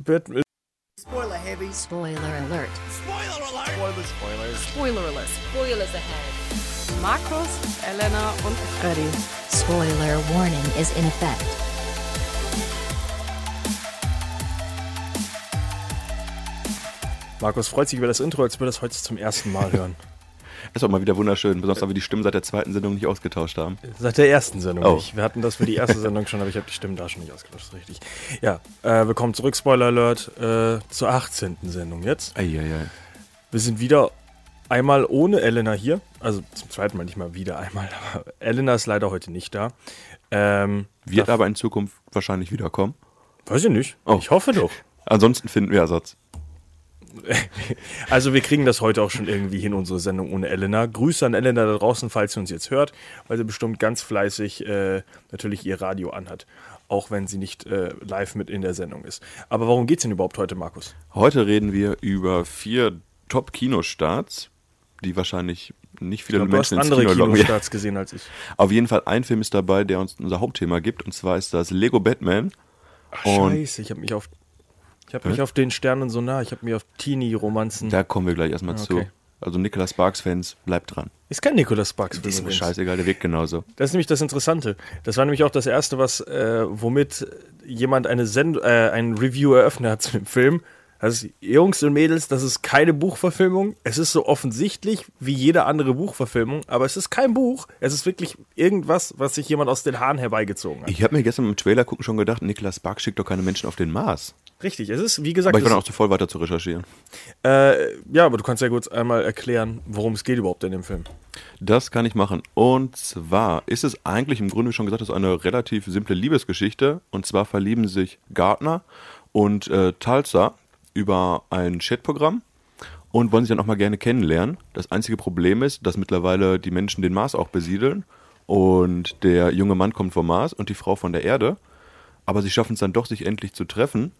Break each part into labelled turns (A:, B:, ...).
A: Batman.
B: Spoiler heavy.
C: Spoiler alert.
B: Spoiler alert. Spoilers. Spoilers.
D: Spoiler alert. Spoilers ahead.
E: Markus, Elena und Freddy.
C: Spoiler warning is in effect.
A: Markus freut sich über das Intro, als würde das heute zum ersten Mal hören.
F: Das war mal wieder wunderschön, besonders da wir die Stimmen seit der zweiten Sendung nicht ausgetauscht haben.
A: Seit der ersten Sendung oh. nicht. Wir hatten das für die erste Sendung schon, aber ich habe die Stimmen da schon nicht ausgetauscht, richtig. Ja, äh, willkommen zurück, Spoiler Alert, äh, zur 18. Sendung jetzt.
F: Eieiei.
A: Wir sind wieder einmal ohne Elena hier, also zum zweiten Mal nicht mal wieder einmal, aber Elena ist leider heute nicht da.
F: Ähm, Wird aber in Zukunft wahrscheinlich wiederkommen.
A: Weiß ich nicht. Oh. Ich hoffe doch.
F: Ansonsten finden wir Ersatz.
A: Also wir kriegen das heute auch schon irgendwie hin, unsere Sendung ohne Elena. Grüße an Elena da draußen, falls sie uns jetzt hört, weil sie bestimmt ganz fleißig äh, natürlich ihr Radio anhat, auch wenn sie nicht äh, live mit in der Sendung ist. Aber warum geht's denn überhaupt heute, Markus?
F: Heute reden wir über vier Top-Kinostarts, die wahrscheinlich nicht viele
A: ich glaub,
F: Menschen
A: du hast
F: ins Kino
A: andere Kinostarts gesehen als ich.
F: Auf jeden Fall ein Film ist dabei, der uns unser Hauptthema gibt, und zwar ist das Lego Batman.
A: Ach, scheiße, ich habe mich auf ich habe mich äh? auf den Sternen so nah, ich habe mich auf Teenie-Romanzen.
F: Da kommen wir gleich erstmal okay. zu. Also Nicolas Sparks-Fans, bleibt dran.
A: Ist kein Nicolas Sparks-Fan.
F: Ist mir scheißegal, der wirkt genauso.
A: Das ist nämlich das Interessante. Das war nämlich auch das Erste, was, äh, womit jemand eine Send äh, ein Review eröffnet hat zu dem Film. Also Jungs und Mädels, das ist keine Buchverfilmung. Es ist so offensichtlich wie jede andere Buchverfilmung, aber es ist kein Buch. Es ist wirklich irgendwas, was sich jemand aus den Haaren herbeigezogen hat.
F: Ich habe mir gestern beim Trailer gucken schon gedacht, Niklas Sparks schickt doch keine Menschen auf den Mars.
A: Richtig, es ist, wie gesagt.
F: Aber ich war dann auch zu voll weiter zu recherchieren.
A: Äh, ja, aber du kannst ja kurz einmal erklären, worum es geht überhaupt in dem Film.
F: Das kann ich machen. Und zwar ist es eigentlich im Grunde, wie schon gesagt, hast, eine relativ simple Liebesgeschichte. Und zwar verlieben sich Gardner und äh, Talsa über ein Chatprogramm und wollen sich dann auch mal gerne kennenlernen. Das einzige Problem ist, dass mittlerweile die Menschen den Mars auch besiedeln. Und der junge Mann kommt vom Mars und die Frau von der Erde. Aber sie schaffen es dann doch, sich endlich zu treffen.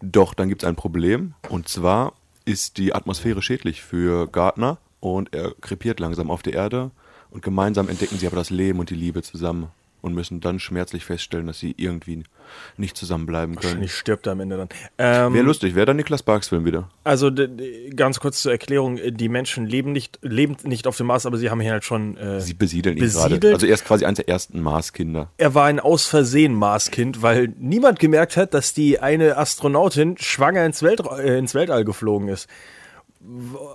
F: Doch, dann gibt es ein Problem. Und zwar ist die Atmosphäre schädlich für Gardner und er krepiert langsam auf der Erde. Und gemeinsam entdecken sie aber das Leben und die Liebe zusammen und müssen dann schmerzlich feststellen, dass sie irgendwie nicht zusammenbleiben können.
A: Wahrscheinlich stirbt er am Ende dann.
F: Ähm, wäre lustig, wäre dann Niklas Barks Film wieder.
A: Also ganz kurz zur Erklärung, die Menschen leben nicht, leben nicht auf dem Mars, aber sie haben hier halt schon äh,
F: Sie besiedeln ihn besiedelt. gerade. Also er ist quasi eines der ersten Marskinder.
A: Er war ein aus Versehen Marskind, weil niemand gemerkt hat, dass die eine Astronautin schwanger ins, Weltra äh, ins Weltall geflogen ist.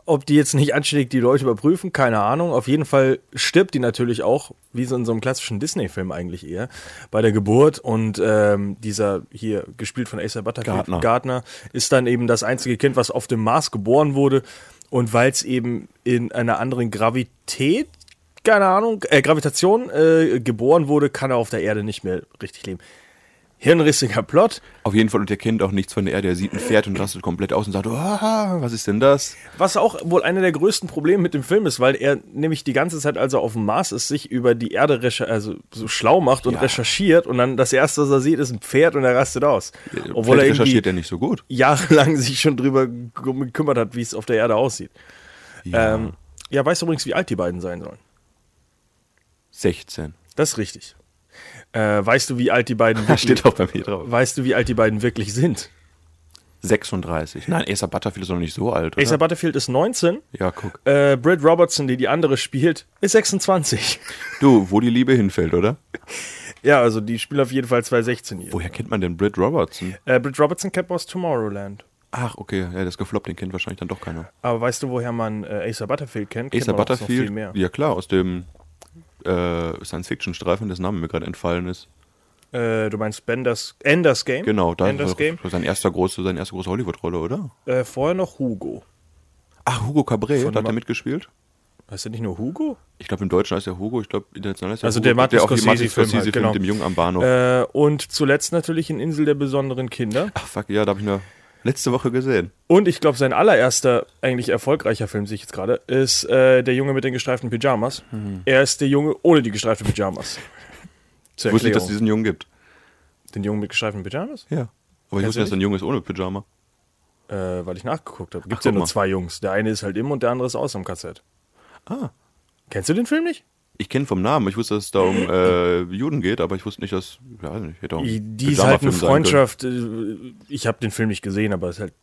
A: Ob die jetzt nicht anständig die Leute überprüfen, keine Ahnung. Auf jeden Fall stirbt die natürlich auch, wie so in so einem klassischen Disney-Film eigentlich eher, bei der Geburt. Und ähm, dieser hier, gespielt von Acer Butterfield,
F: Gardner.
A: Gardner, ist dann eben das einzige Kind, was auf dem Mars geboren wurde. Und weil es eben in einer anderen Gravität, keine Ahnung, äh, Gravitation äh, geboren wurde, kann er auf der Erde nicht mehr richtig leben hirnrissiger Plot.
F: Auf jeden Fall, und er kennt auch nichts von der Erde. Er sieht ein Pferd und rastet komplett aus und sagt, oh, was ist denn das?
A: Was auch wohl einer der größten Probleme mit dem Film ist, weil er nämlich die ganze Zeit, als er auf dem Mars ist, sich über die Erde also so schlau macht und
F: Ja.
A: recherchiert und dann das Erste, was er sieht, ist ein Pferd und er rastet aus. Obwohl
F: Vielleicht
A: er irgendwie
F: recherchiert er nicht so gut.
A: jahrelang sich schon drüber gekümmert hat, wie es auf der Erde aussieht. Ja. Ähm, ja, weißt du übrigens, wie alt die beiden sein sollen?
F: 16.
A: Das ist richtig. Äh, weißt du, wie alt die beiden
F: Das steht auch bei mir drauf.
A: Weißt du, wie alt die beiden wirklich sind?
F: 36. Nein, Acer Butterfield ist noch nicht so alt, oder?
A: Acer Butterfield ist 19.
F: ja, guck.
A: Äh, Brad Robertson, die die andere spielt, ist 26.
F: Du, wo die Liebe hinfällt, oder?
A: ja, also die spielen auf jeden Fall zwei 16-Jährige.
F: Woher kennt man denn Britt Robertson?
A: Äh, Brad Robertson kennt man aus Tomorrowland.
F: Ach, okay, ja, das ist gefloppt, den kennt wahrscheinlich dann doch keiner.
A: Aber weißt du, woher man äh, Acer Butterfield kennt? Kennt
F: Acer
A: man auch noch Viel mehr.
F: Butterfield, ja klar, aus dem äh, Science-Fiction-Streifen, dessen Name mir gerade entfallen ist.
A: Äh, du meinst Benders, Enders Game?
F: Genau, da
A: Enders Game.
F: sein erster große, seine erste große Hollywood-Rolle, oder?
A: Äh, vorher noch Hugo.
F: Ach, Hugo Cabret,
A: Von
F: da hat
A: Ma-
F: er mitgespielt?
A: Heißt der nicht nur Hugo?
F: Ich glaube, im Deutschen heißt er Hugo, ich glaube, international heißt er
A: Also
F: Hugo.
A: der Martin
F: der auch die
A: Scorsese-Film
F: Scorsese
A: halt, genau.
F: mit dem Jungen am Bahnhof.
A: Äh, und zuletzt natürlich in Insel der besonderen Kinder.
F: Ach, fuck, ja, da habe ich ihn letzte Woche gesehen.
A: Und ich glaube, sein allererster, eigentlich erfolgreicher Film, sehe ich jetzt gerade, ist äh, Der Junge mit den gestreiften Pyjamas.
F: Mhm.
A: Er ist der Junge ohne die gestreiften Pyjamas. Zur
F: Ich wusste nicht,
A: Erklärung.
F: dass es diesen Jungen gibt.
A: Den Jungen mit gestreiften Pyjamas?
F: Ja. Aber ich
A: Kennst du
F: wusste, dass
A: nicht?
F: ein Junge ist ohne Pyjama.
A: Äh, weil ich nachgeguckt habe. Gibt
F: Ach,
A: ja
F: guck
A: nur
F: mal.
A: zwei Jungs. Der eine ist halt im und der andere ist aus am KZ.
F: Ah.
A: Kennst du den Film nicht?
F: Ich kenne vom Namen, ich wusste, dass es da um äh, Juden geht, aber ich wusste nicht, dass. Ja, weiß nicht, hätte auch ein
A: Die ist halt eine
F: Pyjama-Film sein können.
A: Freundschaft. äh, Ich habe den Film nicht gesehen, aber es ist halt.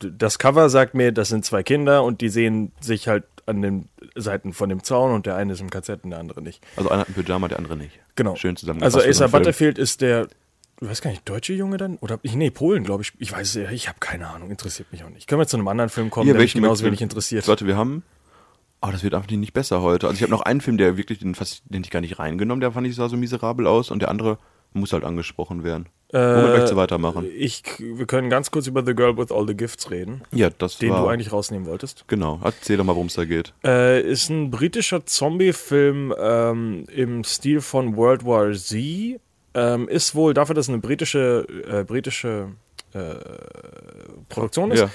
A: Das Cover sagt mir, das sind zwei Kinder und die sehen sich halt an den Seiten von dem Zaun und der eine ist im KZ und der andere nicht.
F: Also einer hat ein Pyjama, der andere nicht.
A: Genau.
F: Schön zusammengefasst.
A: Also
F: für
A: Asa
F: so einen Film.
A: Butterfield ist der, ich weiß gar nicht, deutsche Junge dann? Oder ich- nee, Polen, glaube ich. Ich weiß es ja, ich habe keine Ahnung, interessiert mich auch nicht. Können wir zu einem anderen Film kommen,
F: Hier,
A: der mich
F: welchen
A: genauso
F: möchtest du-
A: wenig interessiert.
F: Warte, wir haben. Oh, das wird einfach nicht besser heute. Also ich habe noch einen Film, der wirklich, den, fast, den ich gar nicht reingenommen, der fand ich sah so miserabel aus und der andere muss halt angesprochen werden. Womit
A: Äh,
F: möchtest du weitermachen?
A: Ich, wir können ganz kurz über The Girl with All the Gifts reden,
F: Ja, das
A: den
F: war.
A: du eigentlich rausnehmen wolltest.
F: genau. Erzähl doch mal, worum es da geht.
A: Äh, ist ein britischer Zombie-Film ähm, im Stil von World War Z. Ähm, ist wohl dafür, dass es eine britische, äh, britische äh, Produktion ist,
F: Ja.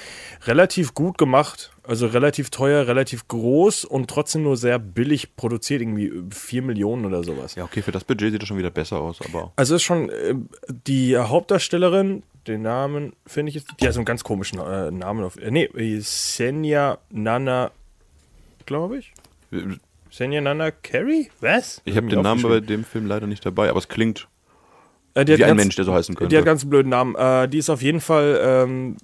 A: relativ gut gemacht. Also relativ teuer, relativ groß und trotzdem nur sehr billig produziert, irgendwie 4 Millionen oder sowas.
F: Ja, okay, für das Budget sieht das schon wieder besser aus, aber.
A: Also ist schon äh, die Hauptdarstellerin, den Namen finde ich jetzt, die hat so einen ganz komischen äh, Namen auf. Äh, nee, äh, Senja Nana, glaube ich. Senja Nana Carey? Was?
F: Ich habe den Namen bei dem Film leider nicht dabei, aber es klingt
A: äh, die hat
F: wie ein
A: ganz-
F: Mensch, der so heißen könnte.
A: Die hat ganz einen blöden Namen. Äh, die ist auf jeden Fall ähm,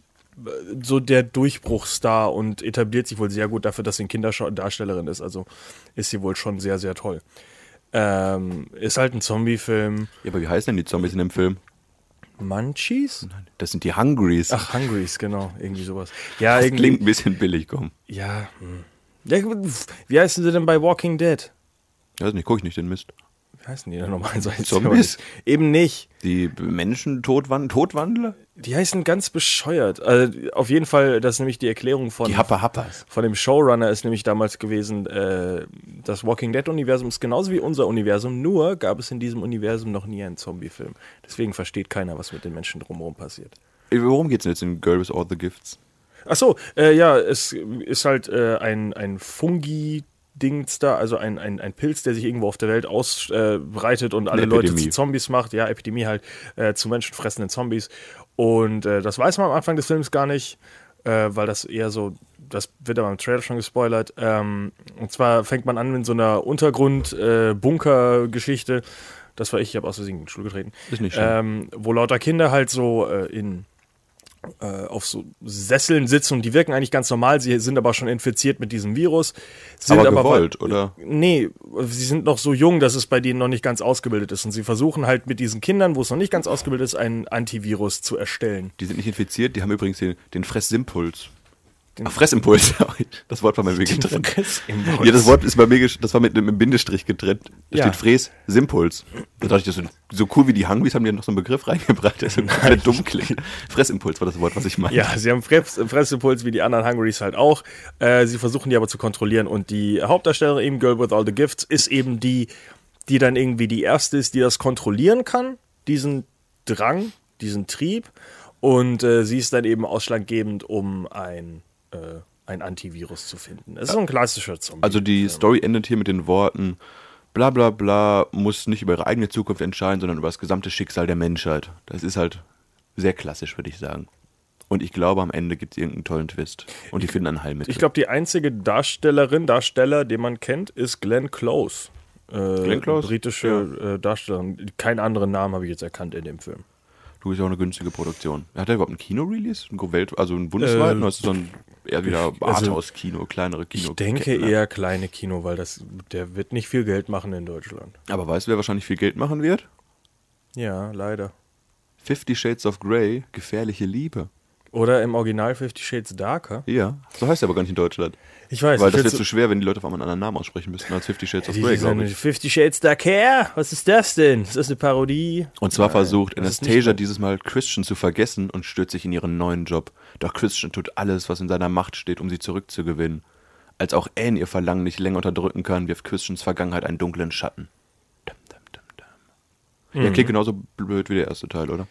A: so der Durchbruchsstar und etabliert sich wohl sehr gut dafür, dass sie eine Kinderdarstellerin ist. Also ist sie wohl schon sehr, sehr toll. Ähm, ist halt ein Zombie-Film.
F: ja, aber wie heißen denn die Zombies in dem Film?
A: Munchies?
F: Das sind die Hungries.
A: Ach, Hungries, genau. Irgendwie sowas. Ja,
F: das
A: irgendwie.
F: klingt ein bisschen billig, komm.
A: Ja. hm. ja. pf, Wie heißen sie denn bei Walking Dead?
F: Ich weiß nicht, gucke ich nicht den Mist.
A: Wie heißen die denn nochmal? So heißt sie
F: Zombies?
A: aber nicht. Eben nicht.
F: Die Menschen Todwandler?
A: Die heißen ganz bescheuert. Also, auf jeden Fall, das ist nämlich die Erklärung von.
F: Die Happer Happers.
A: von dem Showrunner ist nämlich damals gewesen, äh, das Walking Dead-Universum ist genauso wie unser Universum, nur gab es in diesem Universum noch nie einen Zombie-Film. Deswegen versteht keiner, was mit den Menschen drumherum passiert.
F: Ey, Worum geht's denn jetzt in Girl with All the Gifts?
A: Ach so, äh, ja, es ist halt äh, ein, ein Fungi. Dings da, also ein, ein, ein Pilz, der sich irgendwo auf der Welt ausbreitet und alle Leute zu
F: Epidemie.
A: Zombies macht, ja, Epidemie halt, äh, zu menschenfressenden Zombies. Und äh, das weiß man am Anfang des Films gar nicht, äh, weil das eher so, das wird aber im Trailer schon gespoilert. Ähm, und zwar fängt man an mit so einer Untergrund-Bunker-Geschichte. das war ich, ich habe aus Versehen in den Stuhl getreten.
F: Ist nicht schlimm.
A: ähm, Wo lauter Kinder halt so äh, in äh, auf so Sesseln sitzen und die wirken eigentlich ganz normal, sie sind aber schon infiziert mit diesem Virus. Sind
F: Aber gewollt, oder?
A: Nee, sie sind noch so jung, dass es bei denen noch nicht ganz ausgebildet ist. Und sie versuchen halt mit diesen Kindern, wo es noch nicht ganz ausgebildet ist, einen Antivirus zu erstellen.
F: Die sind nicht infiziert, die haben übrigens den, den Fressimpuls. Ach, Fressimpuls, sorry. das Wort war bei mir getrennt.
A: Fressimpuls.
F: Ja, das Wort ist bei mir, gesch- das war mit einem Bindestrich getrennt. Da
A: Ja.
F: steht Fressimpuls. Da dachte ich, das ist so, so cool wie die Hungries haben die noch so einen Begriff reingebracht, der so komplett dumm klingt. Fressimpuls war das Wort, was ich meine.
A: Ja, sie haben Fress Fressimpuls wie die anderen Hungries halt auch. Äh, sie versuchen die aber zu kontrollieren. Und die Hauptdarstellerin, eben Girl with All the Gifts, ist eben die, die dann irgendwie die erste ist, die das kontrollieren kann, diesen Drang, diesen Trieb. Und äh, sie ist dann eben ausschlaggebend, um ein, äh, ein Antivirus zu finden. Es ist so ein klassischer Zombie.
F: Also die Story endet hier mit den Worten, bla bla bla, muss nicht über ihre eigene Zukunft entscheiden, sondern über das gesamte Schicksal der Menschheit. Das ist halt sehr klassisch, würde ich sagen. Und ich glaube, am Ende gibt es irgendeinen tollen Twist. Und die finden ein Heilmittel.
A: ich glaube, die einzige Darstellerin, Darsteller, den man kennt, ist Glenn Close. Äh,
F: Glenn Close?
A: Britische äh, Darstellerin. Keinen anderen Namen habe ich jetzt erkannt in dem Film.
F: Du ist ja auch eine günstige Produktion. Hat er überhaupt einen Kino-Release? Einen Welt also einen bundesweiten? oder ist es so ein eher wieder Arthouse-Kino, kleinere
A: Äh, also
F: Kino? ne?
A: Ich denke
F: Ketten?
A: eher kleine Kino, weil das, der wird nicht viel Geld machen in Deutschland.
F: Aber weißt du, wer wahrscheinlich viel Geld machen wird?
A: Ja, leider.
F: Fifty Shades of Grey, gefährliche Liebe.
A: Oder im Original Fifty Shades Darker.
F: Ja, so heißt er aber gar nicht in Deutschland.
A: Ich weiß.
F: Weil
A: ich
F: das
A: will
F: wird zu schwer, wenn die Leute auf einmal einen anderen Namen aussprechen müssten als Fifty Shades of
A: die-
F: Grey,
A: diese-
F: glaube ich.
A: Fifty Shades Darker? Was ist das denn? Ist das eine Parodie?
F: Und zwar versucht
A: das ist
F: Anastasia dieses Mal Christian zu vergessen und stürzt sich in ihren neuen Job. Doch Christian tut alles, was in seiner Macht steht, um sie zurückzugewinnen. Als auch Anne ihr Verlangen nicht länger unterdrücken kann, wirft Christians Vergangenheit einen dunklen Schatten. Dum, dum, dum, dum.
A: Mhm.
F: Ja, klingt genauso blöd wie der erste Teil, oder?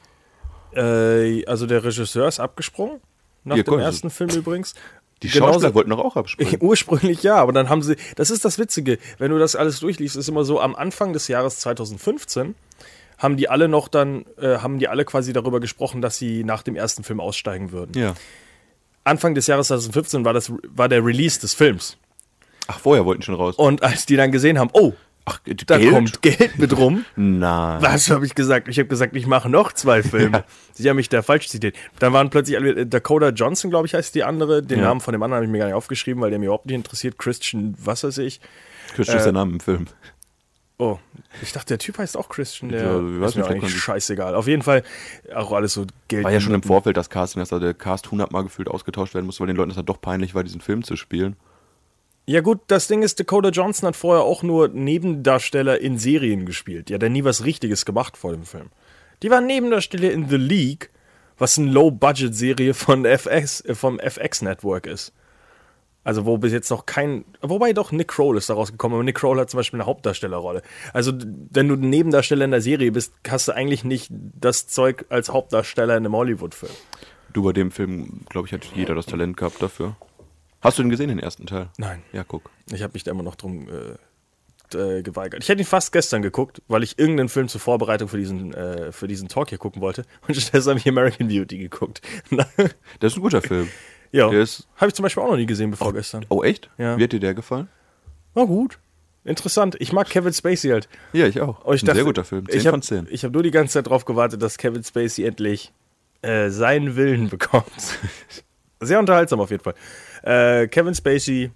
A: Äh, also der Regisseur ist abgesprungen. Nach
F: Ja,
A: dem
F: cool, das
A: ersten Film übrigens.
F: Die
A: Genauso-
F: Schauspieler wollten doch auch abspringen.
A: Ursprünglich ja, aber dann haben sie, das ist das Witzige, wenn du das alles durchliest, ist immer so, am Anfang des Jahres 2015 haben die alle noch dann, äh, haben die alle quasi darüber gesprochen, dass sie nach dem ersten Film aussteigen würden.
F: Ja.
A: Anfang des Jahres 2015 war, das, war der Release des Films.
F: Ach, vorher wollten schon raus.
A: Und als die dann gesehen haben, oh,
F: Ach, Geld?
A: Da kommt Geld mit rum.
F: Nein.
A: Was habe ich gesagt? Ich habe gesagt, ich mache noch zwei Filme. Sie haben mich da falsch zitiert. Dann waren plötzlich alle, äh, Dakota Johnson, glaube ich, heißt die andere. Den
F: Ja.
A: Namen von dem anderen habe ich mir gar nicht aufgeschrieben, weil der mir überhaupt nicht interessiert. Christian, was weiß ich.
F: Christian
A: Äh.
F: ist der Name im Film.
A: Oh, ich dachte, der Typ heißt auch Christian. Der
F: Ja, ich weiß
A: ist mir
F: nicht,
A: eigentlich
F: vielleicht kann-
A: scheißegal. Auf jeden Fall auch alles so Geld.
F: War ja schon im Vorfeld das Casting, dass da der Cast hundertmal gefühlt ausgetauscht werden musste, weil den Leuten das dann doch peinlich war, diesen Film zu spielen.
A: Ja gut, das Ding ist, Dakota Johnson hat vorher auch nur Nebendarsteller in Serien gespielt. Die hat ja nie was Richtiges gemacht vor dem Film. Die war Nebendarsteller in The League, was eine Low-Budget-Serie von FX, äh, vom FX-Network ist. Also wo bis jetzt noch kein... Wobei doch Nick Kroll ist da rausgekommen, aber Nick Kroll hat zum Beispiel eine Hauptdarstellerrolle. Also d- wenn du ein Nebendarsteller in der Serie bist, hast du eigentlich nicht das Zeug als Hauptdarsteller in einem Hollywood-Film.
F: Du, bei dem Film, glaube ich, hat jeder das Talent gehabt dafür. Hast du den gesehen, den ersten Teil?
A: Nein.
F: Ja, guck.
A: Ich habe mich da immer noch drum äh, d- äh, geweigert. Ich hätte ihn fast gestern geguckt, weil ich irgendeinen Film zur Vorbereitung für diesen, äh, für diesen Talk hier gucken wollte. Und stattdessen habe ich American Beauty geguckt. Na,
F: Das ist ein guter Film.
A: ja,
F: Der ist-
A: habe ich zum Beispiel auch noch nie gesehen bevor gestern.
F: Oh, echt?
A: Ja.
F: Wie hat dir der gefallen?
A: Na gut. Interessant. Ich mag Kevin Spacey halt.
F: Ja, ich auch.
A: Aber ich
F: ein
A: dachte,
F: sehr guter Film. 10
A: ich hab,
F: von 10.
A: Ich habe nur die ganze Zeit drauf gewartet, dass Kevin Spacey endlich äh, seinen Willen bekommt. Sehr unterhaltsam auf jeden Fall. Äh, Kevin Spacey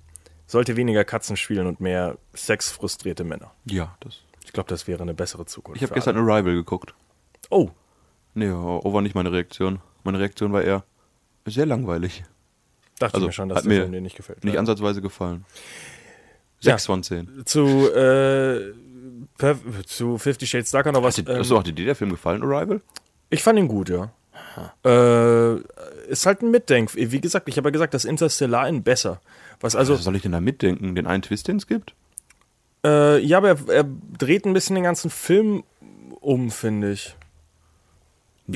A: sollte weniger Katzen spielen und mehr sexfrustrierte Männer.
F: ja, das.
A: Ich glaube, das wäre eine bessere Zukunft.
F: Ich habe
A: für
F: gestern Arrival geguckt.
A: alle. Oh,
F: Nee, oh, war nicht meine Reaktion. Meine Reaktion war eher sehr langweilig.
A: dachte
F: Also,
A: ich mir schon, dass
F: hat
A: der
F: mir
A: Film dir nicht gefällt.
F: Nicht
A: Ja.
F: ansatzweise gefallen. 6
A: Ja.
F: von 10.
A: Zu, äh, Perf- zu Fifty Shades Darker noch was. ähm,
F: Achso, hat dir der Film gefallen, Arrival?
A: Ich fand ihn gut, ja. Äh, ist halt ein Mitdenk. Wie gesagt, ich habe ja gesagt, das Interstellar ihn besser. Was also,
F: Was soll ich denn da mitdenken? Den einen Twist, den es gibt?
A: äh, ja, aber er, er dreht ein bisschen den ganzen Film um, finde ich.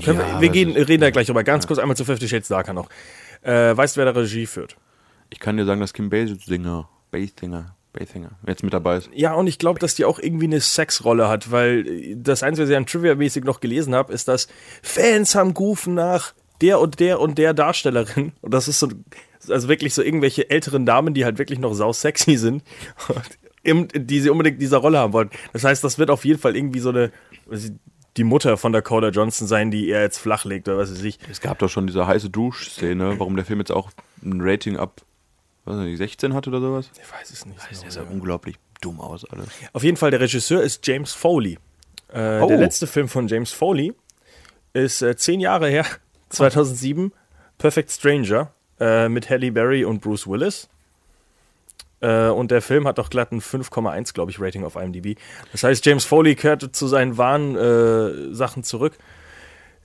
A: Können wir wir
F: aber
A: gehen,
F: das-
A: reden da gleich drüber. Ganz kurz einmal zu Fifty Shades Darker noch. Äh, weißt du, wer da Regie führt?
F: Ich kann dir sagen, dass Kim Basinger, Basinger, Basinger jetzt mit dabei ist.
A: Ja, und ich glaube, dass die auch irgendwie eine Sexrolle hat, weil äh, das Einzige, was ich an Trivia-mäßig noch gelesen habe, ist, dass Fans haben gerufen nach der und der und der Darstellerin. Und das ist so, also wirklich so irgendwelche älteren Damen, die halt wirklich noch sau sexy sind, im- die sie unbedingt in dieser Rolle haben wollten. Das heißt, das wird auf jeden Fall irgendwie so eine, die Mutter von Dakota Johnson sein, die er jetzt flach legt oder was weiß ich.
F: Es gab doch schon diese heiße Dusch-Szene, warum der Film jetzt auch ein Rating ab weiß nicht, 16 hat oder sowas.
A: Ich weiß es nicht. genau.
F: Das sah unglaublich dumm aus alles.
A: Auf jeden Fall, der Regisseur ist James Foley. Äh,
F: Oh.
A: Der letzte Film von James Foley ist äh, zehn Jahre her, 2007, Perfect Stranger äh, mit Halle Berry und Bruce Willis. Äh, und der Film hat auch glatt ein 5,1, glaube ich, Rating auf IMDb. Das heißt, James Foley kehrte zu seinen wahren äh, Sachen zurück.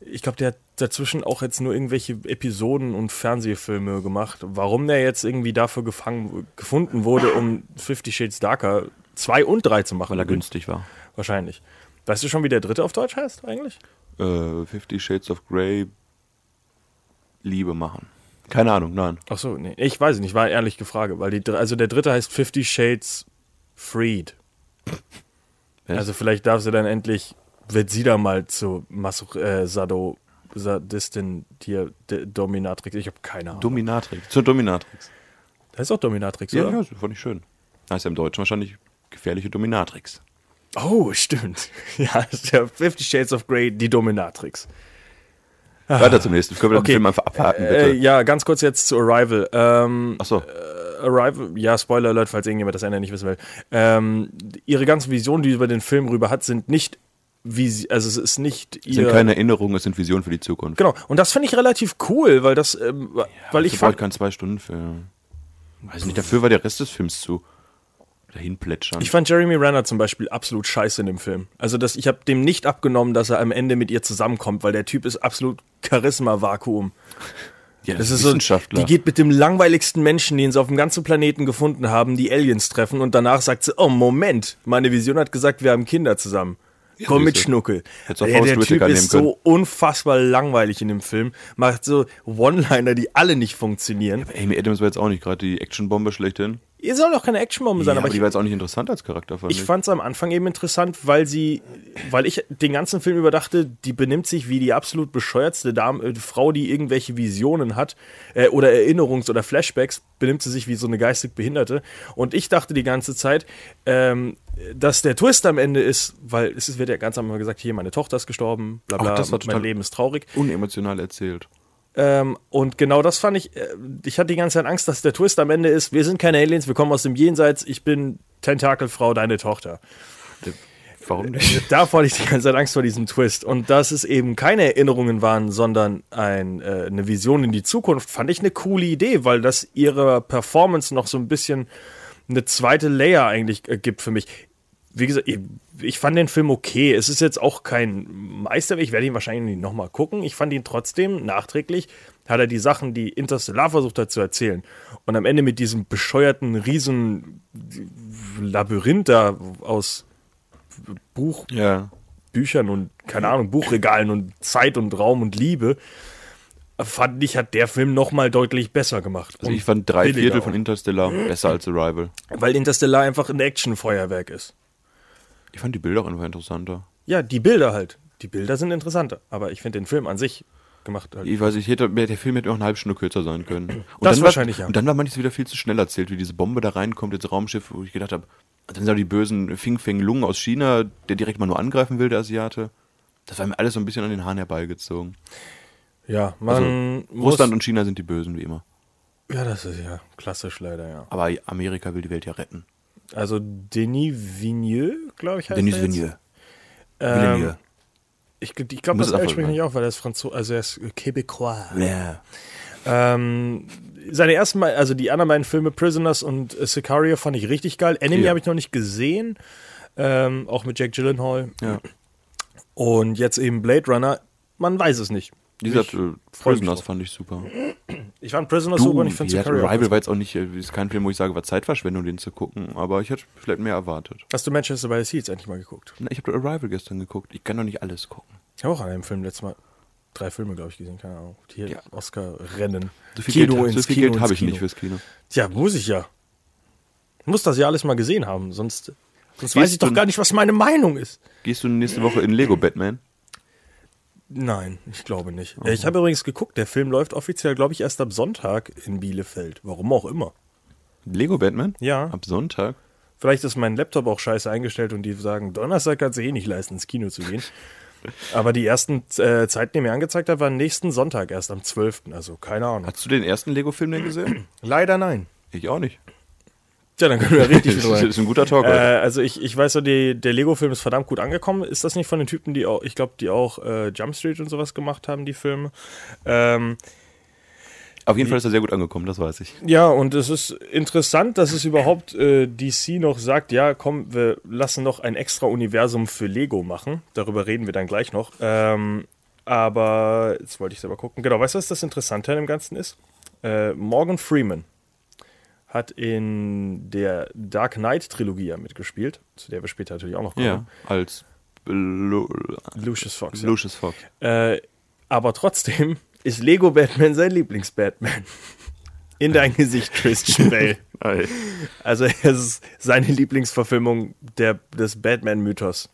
A: Ich glaube, der hat dazwischen auch jetzt nur irgendwelche Episoden und Fernsehfilme gemacht. Warum der jetzt irgendwie dafür gefangen, gefunden wurde, um Fifty Shades Darker 2 und 3 zu machen?
F: Weil er günstig war.
A: Wahrscheinlich. Weißt du schon, wie der dritte auf Deutsch heißt eigentlich?
F: Äh, Fifty Shades of Grey Liebe machen. Keine Ahnung, nein.
A: Ach so, nee, ich weiß es nicht, war ehrlich die Frage, weil die dr- also der dritte heißt Fifty Shades Freed.
F: Was?
A: Also vielleicht darf sie dann endlich wird sie da mal zu Maso äh, Sado Sadistin hier D Dominatrix. Ich habe keine Ahnung.
F: Dominatrix. Zur Dominatrix.
A: das ist auch Dominatrix,
F: Ja,
A: oder?
F: ja, das fand ich schön. Heißt ja im Deutschen wahrscheinlich gefährliche Dominatrix.
A: Oh, stimmt. Ja, ist ja Fifty Shades of Grey, die Dominatrix.
F: Weiter zum nächsten. Können wir
A: Okay.
F: den Film einfach abhaken, bitte?
A: Äh, ja, ganz kurz jetzt zu Arrival. Ähm,
F: Achso,
A: Arrival, ja, Spoiler Alert, falls irgendjemand das Ende nicht wissen will. Ähm, ihre ganzen Visionen, die sie über den Film rüber hat, sind nicht, wie sie, also es ist nicht
F: es sind
A: ihr.
F: keine Erinnerungen, es sind Visionen für die Zukunft. also
A: genau, und das finde ich relativ cool, weil das, ähm, weil ich
F: Ich brauche
A: fand,
F: keinen Zwei-Stunden-Film. Weiß nicht, dafür war der Rest des Films zu dahin plätschern.
A: ich fand Jeremy Renner zum Beispiel absolut scheiße in dem Film. Also das, ich habe dem nicht abgenommen, dass er am Ende mit ihr zusammenkommt, weil der Typ ist absolut Charisma-Vakuum.
F: ja,
A: Das ist so, die geht mit dem langweiligsten Menschen, den sie auf dem ganzen Planeten gefunden haben, die Aliens treffen und danach sagt sie, oh Moment, meine Vision hat gesagt, wir haben Kinder zusammen. Komm mit
F: siehste.
A: Schnuckel.
F: Hättest auch
A: Der, der
F: Forrest
A: Typ
F: Whitaker
A: ist
F: nehmen
A: so unfassbar langweilig in dem Film, macht so One-Liner, die alle nicht funktionieren.
F: Amy Adams war jetzt auch nicht gerade die Actionbombe schlechthin.
A: Ihr soll doch keine Actionbombe sein,
F: ja,
A: aber
F: aber
A: ich,
F: die war jetzt auch nicht interessant als Charakter, fand ich.
A: ich fand es am Anfang eben interessant, weil sie, weil ich den ganzen Film überdachte, die benimmt sich wie die absolut bescheuertste Dame, äh, Frau, die irgendwelche Visionen hat äh, oder Erinnerungs- oder Flashbacks, benimmt sie sich wie so eine geistig Behinderte. Und ich dachte die ganze Zeit, ähm, dass der Twist am Ende ist, weil es wird ja ganz am Anfang gesagt, hier meine Tochter ist gestorben, bla
F: Auch
A: bla,
F: das war
A: mein
F: total-
A: Leben ist traurig.
F: unemotional erzählt.
A: Ähm, und genau das fand ich, äh, ich hatte die ganze Zeit Angst, dass der Twist am Ende ist, wir sind keine Aliens, wir kommen aus dem Jenseits, ich bin Tentakelfrau, deine Tochter. äh,
F: Warum nicht?
A: Davor hatte ich die ganze Zeit Angst vor diesem Twist. Und dass es eben keine Erinnerungen waren, sondern ein, äh, eine Vision in die Zukunft, fand ich eine coole Idee, weil das ihrer Performance noch so ein bisschen eine zweite Layer eigentlich äh, gibt für mich. Wie gesagt, ich, ich fand den Film okay. Es ist jetzt auch kein Meisterwerk. Ich werde ihn wahrscheinlich noch mal gucken. Ich fand ihn trotzdem nachträglich. Hat er die Sachen, die Interstellar versucht hat zu erzählen. Und am Ende mit diesem bescheuerten Riesen-Labyrinth da aus Buch,
F: Ja.
A: Büchern und, keine Ahnung, Buchregalen und Zeit und Raum und Liebe, fand ich, hat der Film nochmal deutlich besser gemacht.
F: Also
A: Und
F: ich fand drei
A: billiger
F: Viertel
A: auch.
F: von Interstellar besser als Arrival.
A: Weil Interstellar einfach ein Actionfeuerwerk ist.
F: Ich fand die Bilder auch einfach interessanter.
A: Ja, die Bilder halt. Die Bilder sind interessanter, aber ich finde den Film an sich gemacht halt.
F: Ich weiß, ich hätte, der Film hätte auch eine halbe Stunde kürzer sein können. Und
A: Das
F: dann
A: wahrscheinlich,
F: war,
A: ja.
F: Und dann war manches wieder viel zu schnell erzählt, wie diese Bombe da reinkommt ins Raumschiff, wo ich gedacht habe, dann sind da die bösen Fing Feng Lung aus China, der direkt mal nur angreifen will, der Asiate. Das war mir alles so ein bisschen an den Haaren herbeigezogen.
A: Ja,
F: Also,
A: man Mhm, muss,
F: Russland und China sind die Bösen, wie immer.
A: Ja, das ist ja klassisch leider, ja.
F: Aber Amerika will die Welt ja retten.
A: Also Denis Vigneux, glaube ich, heißt
F: Denis
A: er jetzt.
F: Villeneuve.
A: Ähm,
F: Villeneuve.
A: ich ich glaube,
F: Muss
A: das
F: es
A: L
F: einfach
A: spricht
F: sein.
A: nicht auch, weil er ist Franzose, also er ist äh, Québécois.
F: Ja.
A: Ähm, seine ersten, Mal, also die anderen beiden Filme, Prisoners und äh, Sicario, fand ich richtig geil. Enemy
F: Ja.
A: habe ich noch nicht gesehen, ähm, auch mit Jack Gyllenhaal.
F: Ja.
A: Und jetzt eben Blade Runner, man weiß es nicht.
F: Dieser
A: ich,
F: äh,
A: freu mich
F: Prisoners
A: drauf.
F: fand ich super.
A: ich fand Prisoners
F: Du,
A: super und ich fand
F: ja,
A: Sicario.
F: Arrival war jetzt auch nicht, äh, ist kein Film, wo ich sage, war Zeitverschwendung, den zu gucken, aber ich hätte vielleicht mehr erwartet.
A: Hast du Manchester by the Sea jetzt endlich mal geguckt?
F: Na, ich habe Arrival gestern geguckt. Ich kann doch nicht alles gucken.
A: Ich habe auch an einem Film letztes Mal drei Filme, glaube ich, gesehen, keine Ahnung. Hier
F: Ja.
A: Oscar-Rennen.
F: So viel Geld, so viel Geld
A: ins
F: habe ich
A: Kino.
F: nicht fürs Kino.
A: Ja, muss ich ja. Muss das ja alles mal gesehen haben, sonst, sonst
F: Hier
A: weiß
F: ist
A: ich doch
F: so ein-
A: gar nicht, was meine Meinung ist.
F: Gehst du nächste Woche in Lego Batman?
A: Nein, ich glaube nicht. Äh,
F: Mhm.
A: Ich habe übrigens geguckt, der Film läuft offiziell, glaube ich, erst ab Sonntag in Bielefeld. Warum auch immer.
F: Lego Batman?
A: Ja.
F: Ab Sonntag?
A: Vielleicht ist mein Laptop auch scheiße eingestellt und die sagen, Donnerstag kannst du eh nicht leisten, ins Kino zu gehen. Aber die ersten äh, Zeiten, die mir angezeigt hat, waren nächsten Sonntag erst am 12. Also keine Ahnung.
F: Hast du den ersten Lego-Film denn gesehen?
A: Leider nein.
F: ich auch nicht.
A: Tja, dann können wir richtig
F: Das
A: drüber.
F: ist ein guter Talk
A: Äh,
F: heute.
A: also ich, ich weiß so, die, der Lego-Film ist verdammt gut angekommen. Ist das nicht von den Typen, die auch, ich glaube, die auch äh, Jump Street und sowas gemacht haben, die Filme? Ähm,
F: Auf jeden Fall ist er sehr gut angekommen, das weiß ich.
A: Ja, und es ist interessant, dass es überhaupt äh, DC noch sagt, ja, komm, wir lassen noch ein extra Universum für Lego machen. Darüber reden wir dann gleich noch. Ähm, aber jetzt wollte ich selber gucken. Genau, weißt du, was das Interessante an dem Ganzen ist? Äh, Morgan Freeman hat in der Dark Knight-Trilogie ja mitgespielt, zu der wir später natürlich auch noch kommen.
F: Ja, als Lu
A: Lucius Fox. Ja.
F: Lucius Fox.
A: Äh, aber trotzdem ist Lego Batman sein Lieblings-Batman. In dein Gesicht, Christian Bale.
F: Ei.
A: Also es ist seine Lieblingsverfilmung der, des Batman-Mythos.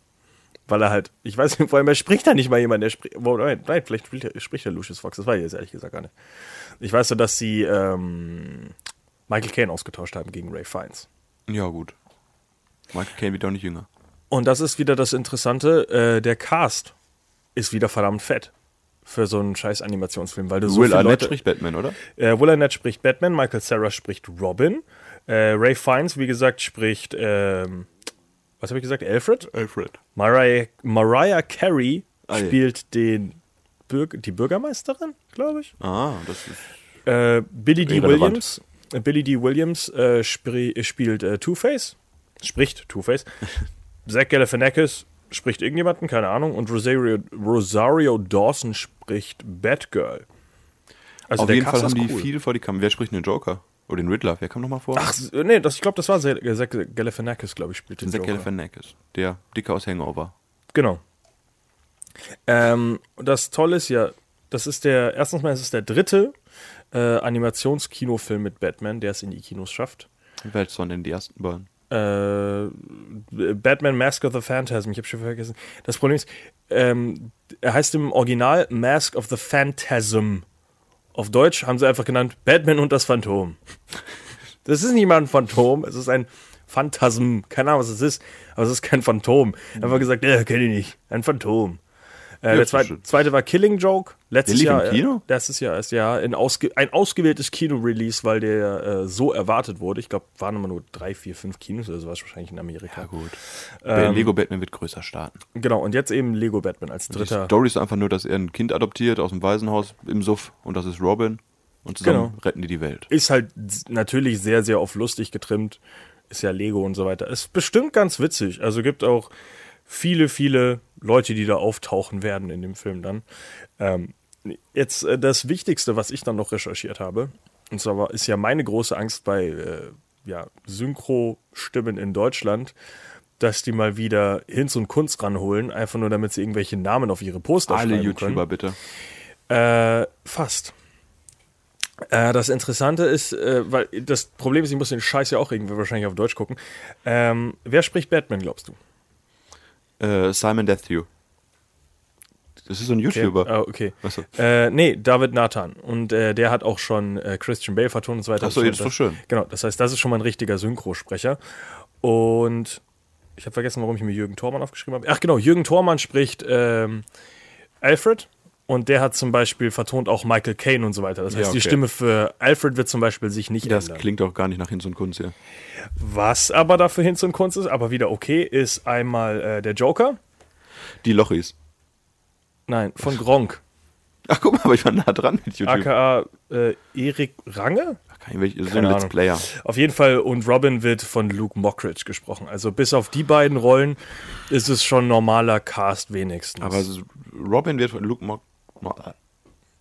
A: Weil er halt, ich weiß nicht, vor allem, er spricht da nicht mal jemand, der spricht, wow, nein, nein, vielleicht spricht, er- spricht der Lucius Fox, das war ich jetzt ehrlich gesagt gar nicht. Ich weiß so, dass sie ähm, Michael Caine ausgetauscht haben gegen Ray Fiennes.
F: Ja, gut. Michael Caine wird auch nicht jünger.
A: Und das ist wieder das Interessante, äh, der Cast ist wieder verdammt fett für so einen scheiß Animationsfilm, weil du so
F: Will
A: viele
F: Arnett
A: Leute,
F: spricht Batman, oder?
A: äh, Will Arnett spricht Batman, Michael Sarah spricht Robin, äh, Ray Fiennes, wie gesagt, spricht, ähm, was habe ich gesagt, Alfred?
F: Alfred.
A: Mariah, Mariah Carey
F: Ah, ja.
A: spielt den Bürg die Bürgermeisterin, glaube ich.
F: Ah, das ist.
A: Äh, Billy D.
F: Irrelevant.
A: Williams, äh, Billy D. Williams äh, spri- äh, spielt äh, Two-Face, spricht Two-Face. Zach Galifianakis spricht irgendjemanden, keine Ahnung. Und Rosario, Rosario Dawson spricht Batgirl. Also
F: Auf
A: der
F: jeden
A: Cast
F: Fall haben
A: ist
F: die viel vor die Kamera. Wer spricht denn den Joker? Oder den Riddler? Wer kam nochmal vor?
A: Ach, s- äh, nee, das, ich glaube, das war Zach Zach Galifianakis, glaube ich, spielt den
F: Zack
A: Joker.
F: Galifianakis. Der Dicke aus Hangover.
A: Genau. Ähm, und das Tolle ist ja, das ist der, erstens mal, es ist der dritte äh, Animationskinofilm mit Batman, der es in die Kinos schafft.
F: Welches waren denn die ersten beiden?
A: Äh, Batman Mask of the Phantasm, ich habe schon vergessen. Das Problem ist, ähm, er heißt im Original Mask of the Phantasm. Auf Deutsch haben sie einfach genannt Batman und das Phantom. Das ist nicht mal ein Phantom, es ist ein Phantasm. Keine Ahnung, was es ist, aber es ist kein Phantom. Einfach gesagt, äh, kenne ich nicht, ein Phantom. Äh, der
F: das
A: zweite,
F: stimmt.
A: zweite war Killing Joke. Letztes
F: lief
A: Jahr.
F: im Kino?
A: Äh, letztes Jahr ist ja in ausge ein ausgewähltes Kino-Release, weil der äh, so erwartet wurde. Ich glaube, waren immer nur drei, vier, fünf Kinos oder sowas wahrscheinlich in Amerika.
F: Gut. Ähm, Lego Batman wird größer starten.
A: Genau, und jetzt eben Lego Batman als
F: Die
A: dritter.
F: Story ist einfach nur, dass er ein Kind adoptiert aus dem Waisenhaus im Suff und das ist Robin. Und zusammen
A: Genau.
F: retten die die Welt.
A: Ist halt s- natürlich sehr, sehr auf lustig getrimmt. Ist ja Lego und so weiter. Ist bestimmt ganz witzig. Also gibt auch viele, viele Leute, die da auftauchen werden in dem Film dann. Ähm, jetzt äh, das Wichtigste, was ich dann noch recherchiert habe, und zwar war- ist ja meine große Angst bei äh, ja, Synchro-Stimmen in Deutschland, dass die mal wieder Hinz und Kunz ranholen, einfach nur damit sie irgendwelche Namen auf ihre Poster
F: Alle
A: schreiben
F: YouTuber
A: können.
F: bitte.
A: Äh, fast. Äh, das Interessante ist, äh, weil das Problem ist, ich muss den Scheiß ja auch irgendwie wahrscheinlich auf Deutsch gucken. Ähm, wer spricht Batman, glaubst du?
F: Äh, Simon Deathew. Das ist so ein YouTuber.
A: Ah, okay.
F: Ach so.
A: Äh, nee, David Nathan. Und äh, der hat auch schon äh, Christian Bale vertont und so weiter.
F: Ach so,
A: Und
F: jetzt
A: das-
F: doch schön.
A: Genau, das heißt, das ist schon mal ein richtiger Synchrosprecher. Und ich habe vergessen, warum ich mir Jürgen Thormann aufgeschrieben habe. Ach genau, Jürgen Thormann spricht ähm, Alfred. Und der hat zum Beispiel vertont auch Michael Caine und so weiter. Das heißt, die
F: okay.
A: Stimme für Alfred wird zum Beispiel sich nicht
F: Das
A: ändern.
F: klingt auch gar nicht nach Hinz und Kunz hier.
A: Was aber dafür Hinz und Kunst ist, aber wieder okay, ist einmal äh, der Joker.
F: Die Lochis.
A: Nein, von Gronk.
F: Ach guck mal, aber ich war nah dran mit YouTube.
A: aka äh, Erik Range.
F: Ach, kein welch, so ein
A: Keine
F: Let's
A: Ahnung.
F: Player.
A: Genau. Auf jeden Fall, und Robin wird von Luke Mockridge gesprochen. Also bis auf die beiden Rollen ist es schon normaler Cast wenigstens.
F: Aber es ist- Robin wird von Luke Mock, Mock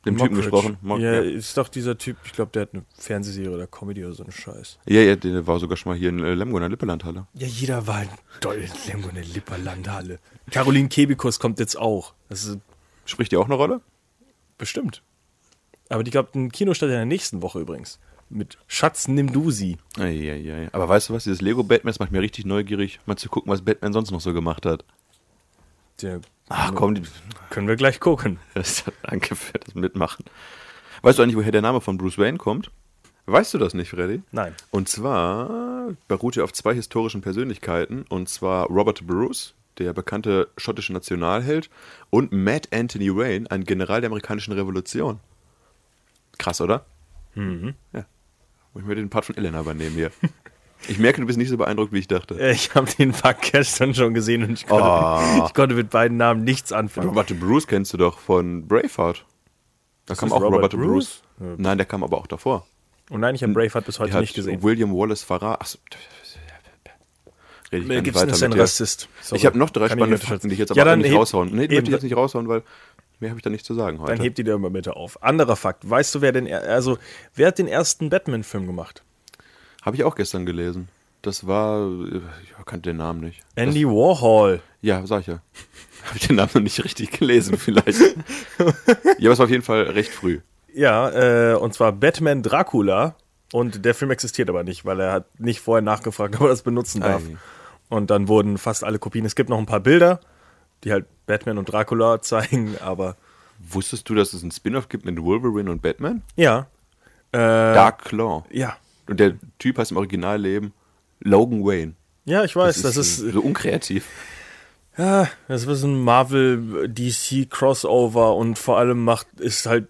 F: dem Typen
A: Mockridge.
F: gesprochen. Mock,
A: ja,
F: ja.
A: ist doch dieser Typ, ich glaube, der hat eine Fernsehserie oder Comedy oder so einen Scheiß.
F: ja, ja, der war sogar schon mal hier in äh, Lemgo in der Lippelandhalle.
A: Ja, jeder war ein doll in der Lipperlandhalle. Caroline Kebikus kommt jetzt auch. Das ist
F: Spricht die auch eine Rolle?
A: Bestimmt. Aber die glaubt, ein Kino statt in der nächsten Woche übrigens. Mit Schatz, nimm du sie.
F: Eieiei. Aber weißt du was, dieses Lego Batman, das macht mir richtig neugierig, mal zu gucken, was Batman sonst noch so gemacht hat.
A: Der
F: Ach komm, die,
A: können wir gleich gucken.
F: das, danke für das Mitmachen. Weißt du eigentlich, woher der Name von Bruce Wayne kommt? Weißt du das nicht, Freddy?
A: Nein.
F: Und zwar beruht er auf zwei historischen Persönlichkeiten, und zwar Robert Bruce, der bekannte schottische Nationalheld, und Matt Anthony Wayne, ein General der amerikanischen Revolution. Krass, oder? Mhm. Ja. Muss ich mir den Part von Elena übernehmen hier. Ich merke, du bist nicht so beeindruckt, wie ich dachte.
A: Äh, Ich habe den Park gestern schon gesehen und ich konnte,
F: Oh.
A: ich konnte mit beiden Namen nichts anfangen.
F: Robert Bruce kennst du doch von Braveheart. Da kam
A: ist
F: auch
A: Robert
F: Robert, Bruce.
A: Bruce?
F: Nein, der kam aber auch davor.
A: Äh, Und nein, ich habe Braveheart bis
F: Der
A: heute
F: hat
A: nicht gesehen.
F: William Wallace Farrar. Achso. Rede ich gar
A: Mel
F: nicht
A: Gibson
F: weiter
A: ist
F: mit
A: ein
F: dir.
A: Rassist. Sorry.
F: Ich habe noch drei
A: Kann ich
F: spannende
A: nicht
F: Fakten,
A: unterschätzen.
F: die ich jetzt
A: Ja,
F: aber
A: dann
F: nicht
A: heb-
F: raushauen. Nee,
A: eben,
F: die möchte ich jetzt nicht raushauen, weil mehr habe ich da nicht zu sagen heute.
A: Dann hebt die da immer mit auf. Anderer Fakt, weißt du, wer denn, er- also, wer hat den ersten Batman-Film gemacht?
F: Habe ich auch gestern gelesen. Das war, äh, ich kannte den Namen nicht.
A: Andy Warhol.
F: Ja, sag ich ja. Habe ich den Namen noch nicht richtig gelesen vielleicht. ja, aber es war auf jeden Fall recht früh.
A: Ja, äh, und zwar Batman Dracula. Und der Film existiert aber nicht, weil er hat nicht vorher nachgefragt, ob er das benutzen darf.
F: Ei.
A: Und dann wurden fast alle Kopien. Es gibt noch ein paar Bilder, die halt Batman und Dracula zeigen, aber
F: Wusstest du, dass es einen Spin-off gibt mit Wolverine und Batman?
A: ja. Äh,
F: Dark Claw.
A: ja.
F: Und der Typ heißt im Originalleben Logan Wayne.
A: Ja, ich weiß, das ist,
F: so unkreativ.
A: ja, das ist ein Marvel DC Crossover und vor allem macht ist halt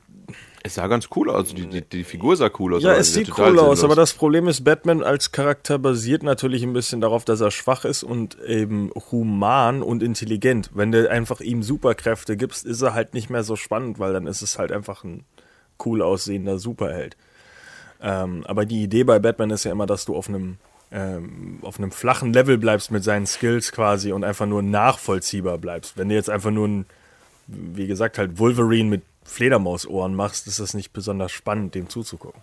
F: Es sah ganz cool aus. Die, die, die Figur sah cool aus.
A: ja,
F: aber
A: es
F: sie war
A: sieht
F: total
A: cool aus,
F: sinnlos.
A: aber das Problem ist, Batman als Charakter basiert natürlich ein bisschen darauf, dass er schwach ist und eben human und intelligent. Wenn du einfach ihm Superkräfte gibst, ist er halt nicht mehr so spannend, weil dann ist es halt einfach ein cool aussehender Superheld. Ähm, aber die Idee bei Batman ist ja immer, dass du auf einem ähm, auf einem flachen Level bleibst mit seinen Skills quasi und einfach nur nachvollziehbar bleibst. Wenn du jetzt einfach nur ein wie gesagt, halt Wolverine mit Fledermausohren machst, ist das nicht besonders spannend, dem zuzugucken.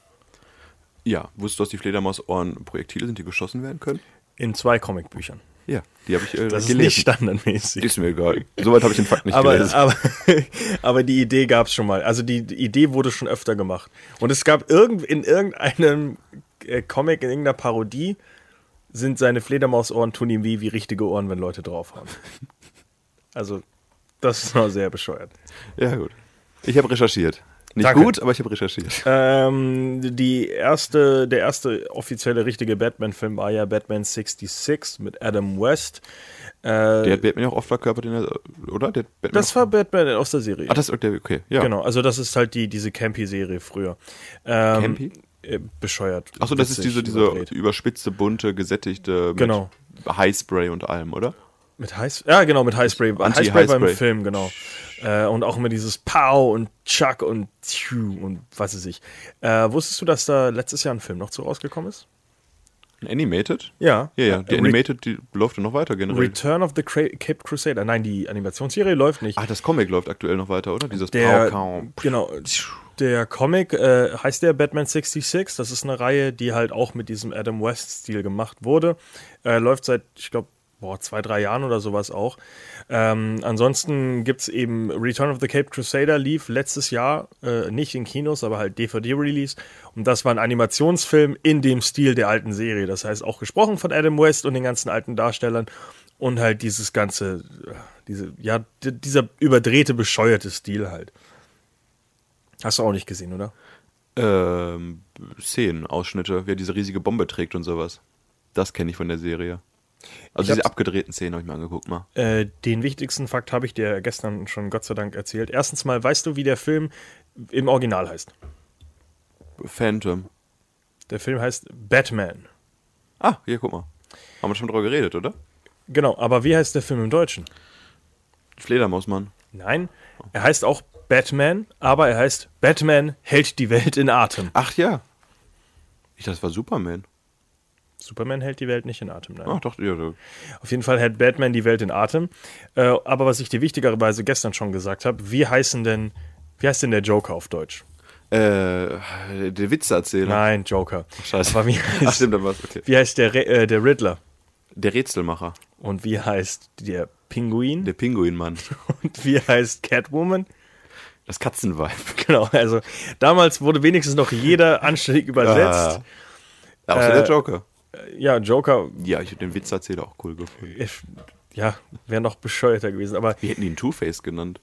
F: Ja, wusstest du, dass die Fledermausohren Projektile sind, die geschossen werden können?
A: In zwei Comicbüchern.
F: Ja, die habe ich äh,
A: Das ist
F: gelesen.
A: nicht standardmäßig.
F: ist mir egal. Soweit habe ich den Fakt nicht
A: Aber,
F: gelesen.
A: aber, aber die Idee gab es schon mal. Also die, die Idee wurde schon öfter gemacht. Und es gab irgend, in irgendeinem äh, Comic, in irgendeiner Parodie, sind seine Fledermausohren tun ihm weh wie richtige Ohren, wenn Leute drauf haben. Also, das ist noch sehr bescheuert.
F: Ja, gut. Ich habe recherchiert. Nicht
A: äh, Danke.
F: gut, aber ich habe recherchiert.
A: Ähm, die erste, der erste offizielle richtige Batman-Film war ja Batman 66 mit Adam West. Äh,
F: Der hat Batman ja auch oft verkörpert, in der, oder? Der hat Batman
A: Das
F: auch,
A: war Batman aus der Serie.
F: Ah, das okay, okay. Ja.
A: Genau, also das ist halt die, diese Campy-Serie früher. Ähm,
F: Campy?
A: Äh, bescheuert.
F: Achso, das ist
A: Witzig,
F: diese, diese
A: überdreht.
F: überspitzte, bunte, gesättigte mit
A: Genau.
F: Highspray und allem, oder?
A: Mit Heiß, ja genau, mit Highspray.
F: Anti-Highspray.
A: Highspray beim Film, genau. Äh, und auch immer dieses Pow und Chuck und Tschü und was weiß ich. Äh, wusstest du, dass da letztes Jahr ein Film noch zu rausgekommen ist?
F: Animated?
A: Ja.
F: Ja, ja. Die
A: Äh, Re-
F: Animated, die läuft ja noch weiter generell.
A: Return of the Cra Cape Crusader. Nein, die Animationsserie läuft nicht.
F: Ach, das Comic läuft aktuell noch weiter, oder? Dieses
A: der,
F: Pow-Kaum.
A: genau, der Comic äh, heißt der Batman 66. Das ist eine Reihe, die halt auch mit diesem Adam West-Stil gemacht wurde. Äh, läuft seit, ich glaube, boah, zwei, drei Jahren oder sowas auch. Ähm, ansonsten gibt es eben Return of the Cape Crusader lief letztes Jahr, äh, nicht in Kinos, aber halt DVD-Release. Und das war ein Animationsfilm in dem Stil der alten Serie. Das heißt, auch gesprochen von Adam West und den ganzen alten Darstellern. Und halt dieses ganze, äh, diese, ja, d- dieser überdrehte, bescheuerte Stil halt. Hast du auch nicht gesehen, oder?
F: Ähm, Szenen, Ausschnitte, wer diese riesige Bombe trägt und sowas. Das kenne ich von der Serie. Also
A: Ich
F: diese
A: hab's-
F: abgedrehten Szenen habe ich mir angeguckt mal.
A: Äh, den wichtigsten Fakt habe ich dir gestern schon Gott sei Dank erzählt. Erstens mal, weißt du, wie der Film im Original heißt?
F: Phantom.
A: Der Film heißt Batman.
F: Ah, hier, guck mal. Haben wir schon drüber geredet, oder?
A: Genau, aber wie heißt der Film im Deutschen?
F: Fledermausmann.
A: Nein, er heißt auch Batman, aber er heißt Batman hält die Welt in Atem.
F: Ach ja. Ich dachte, das war Superman.
A: Superman hält die Welt nicht in Atem, nein.
F: Ach, doch, ja, ja.
A: Auf jeden Fall hält Batman die Welt in Atem. Äh, aber was ich dir wichtigerweise gestern schon gesagt habe, wie heißen denn, wie heißt denn der Joker auf Deutsch?
F: Äh, der Witzeerzähler.
A: Nein, Joker.
F: Scheiße.
A: Aber wie
F: Ach,
A: heißt,
F: stimmt, dann war's. Okay.
A: wie heißt der, Re- äh, der Riddler?
F: Der Rätselmacher.
A: Und wie heißt der Pinguin?
F: Der Pinguinmann.
A: Und wie heißt Catwoman?
F: Das Katzenweib.
A: Genau, also damals wurde wenigstens noch jeder
F: Ah.
A: anständig übersetzt.
F: Außer
A: Äh,
F: der Joker.
A: Ja, Joker,
F: Ja, ich habe den Witzeerzähler auch cool gefunden.
A: ich- ja, wäre noch bescheuerter gewesen, aber
F: Wir hätten ihn Two-Face genannt.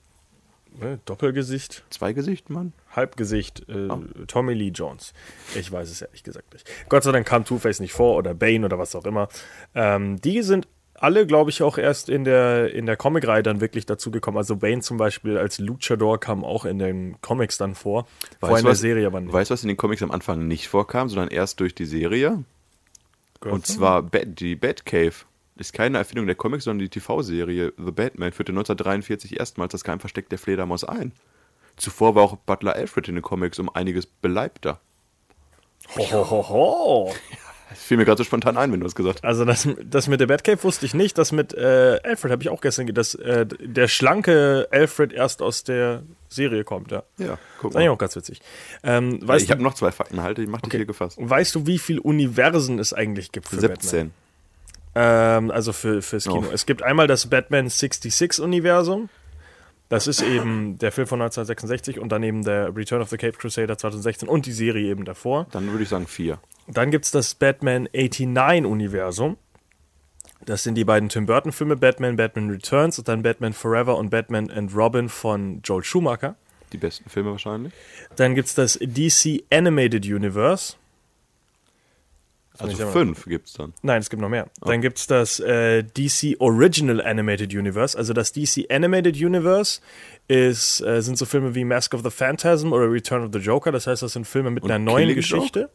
A: ne, Doppelgesicht,
F: Zweigesicht, Mann?
A: Halbgesicht, äh,
F: Ah.
A: Tommy Lee Jones. Ich weiß es ehrlich gesagt nicht. Gott sei Dank kam Two-Face nicht vor oder Bane oder was auch immer. Ähm, die sind alle, glaube ich, auch erst in der, in der Comic-Reihe dann wirklich dazugekommen. Also Bane zum Beispiel als Luchador kam auch in den Comics dann vor. Vor in der Serie aber nicht.
F: Weißt du, was in den Comics am Anfang nicht vorkam, sondern erst durch die Serie? Und zwar Bat, die Batcave. Ist keine Erfindung der Comics, sondern die TV-Serie The Batman führte 1943 erstmals das Geheimversteck der Fledermaus ein. Zuvor war auch Butler Alfred in den Comics um einiges beleibter.
A: Hohoho.
F: Das fiel mir gerade so spontan ein, wenn du das gesagt hast.
A: Also das, das mit der Batcave wusste ich nicht. Das mit äh, Alfred habe ich auch gestern ge- dass äh, der schlanke Alfred erst aus der Serie kommt, ja.
F: Ja,
A: Das
F: guck
A: ist eigentlich
F: mal.
A: auch ganz witzig. Ähm, weißt, Um
F: ich habe noch zwei Fakten, halte, ich mach dich hier gefasst.
A: du, weißt du, wie viele Universen es eigentlich gibt für
F: 17.
A: Batman? Ähm, also für, fürs Kino.
F: Oh.
A: Es gibt einmal das Batman 66-Universum. Das ist eben der Film von 1966 und dann eben der Return of the Cape Crusader 2016 und die Serie eben davor.
F: Dann würde ich sagen 4.
A: Dann gibt es das Batman 89-Universum. Das sind die beiden Tim Burton-Filme, Batman, Batman Returns und dann Batman Forever und Batman and Robin von Joel Schumacher.
F: Die besten Filme wahrscheinlich.
A: Dann gibt es das DC Animated Universe.
F: Also
A: ich aber-
F: 5 gibt es Also dann.
A: Nein, es gibt noch mehr. Dann
F: Oh.
A: gibt es das äh, DC Original Animated Universe. Also das DC Animated Universe ist, äh, sind so Filme wie Mask of the Phantasm oder Return of the Joker. Das heißt, das sind Filme mit
F: Und
A: einer neuen
F: Killing Joke?
A: Geschichte.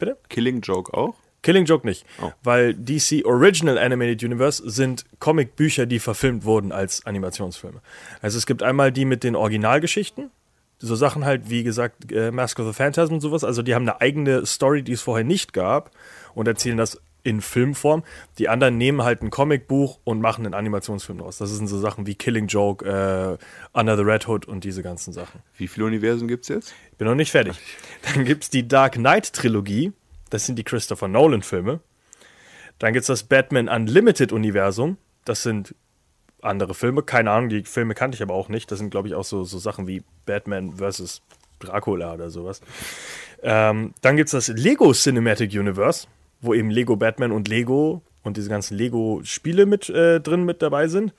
A: Bitte?
F: Killing Joke auch?
A: Killing Joke nicht,
F: Oh.
A: weil DC Original Animated Universe sind Comicbücher, die verfilmt wurden als Animationsfilme. Also es gibt einmal die mit den Originalgeschichten, so Sachen halt wie gesagt äh, Mask of the Phantasm und sowas, also die haben eine eigene Story, die es vorher nicht gab und erzählen das in Filmform. Die anderen nehmen halt ein Comicbuch und machen einen Animationsfilm draus. Das sind so Sachen wie Killing Joke, äh, Under the Red Hood und diese ganzen Sachen.
F: Wie viele Universen gibt es jetzt?
A: Ich bin noch nicht fertig. Dann gibt es die Dark Knight Trilogie. Das sind die Christopher Nolan Filme. Dann gibt es das Batman Unlimited Universum. Das sind andere Filme. Keine Ahnung, die Filme kannte ich aber auch nicht. Das sind, glaube ich, auch so, so Sachen wie Batman vs. Dracula oder sowas. Ähm, dann gibt es das Lego Cinematic Universe, wo eben Lego Batman und Lego und diese ganzen Lego-Spiele mit äh, drin mit dabei sind.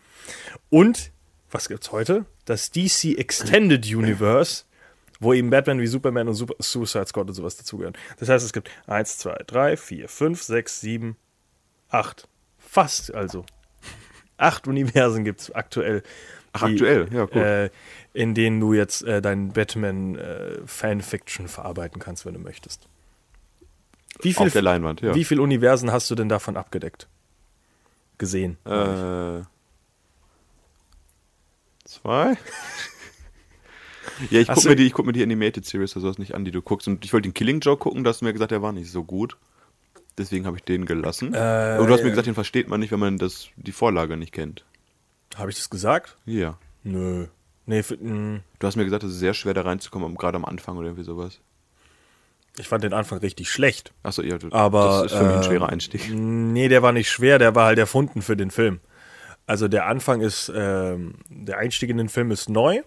A: Und was gibt's heute? Das DC Extended Universe, wo eben Batman wie Superman und Super Suicide Squad und sowas dazugehören. Das heißt, es gibt 1, 2, 3, 4, 5, 6, 7, 8. Fast also. Acht Universen gibt es aktuell.
F: Ach, aktuell, ja, cool.
A: äh, in denen du jetzt äh, deinen Batman-Fanfiction verarbeiten kannst, wenn du möchtest. Wie viel,
F: Auf der Leinwand, ja.
A: Wie viele Universen hast du denn davon abgedeckt? Gesehen.
F: Äh, zwei? ja, ich
A: Hast
F: gucke
A: du-
F: mir, die- ich guck mir die Animated Series oder sowas nicht an, die du guckst. Und ich wollte den Killing Joke gucken, da hast du mir gesagt, der war nicht so gut. Deswegen habe ich den gelassen.
A: Äh,
F: Und du hast mir gesagt, den versteht man nicht, wenn man das, die Vorlage nicht kennt.
A: Habe ich das gesagt?
F: Ja.
A: Nö. Nee, mm, für, mh,
F: Du hast mir gesagt, es ist sehr schwer da reinzukommen, am- gerade am Anfang oder irgendwie sowas.
A: ich fand den Anfang richtig schlecht.
F: Achso, ja, du-
A: Aber,
F: das ist für mich ein
A: äh,
F: schwerer Einstieg.
A: Nee, der war nicht schwer, der war halt erfunden für den Film. Also der Anfang ist, ähm, der Einstieg in den Film ist neu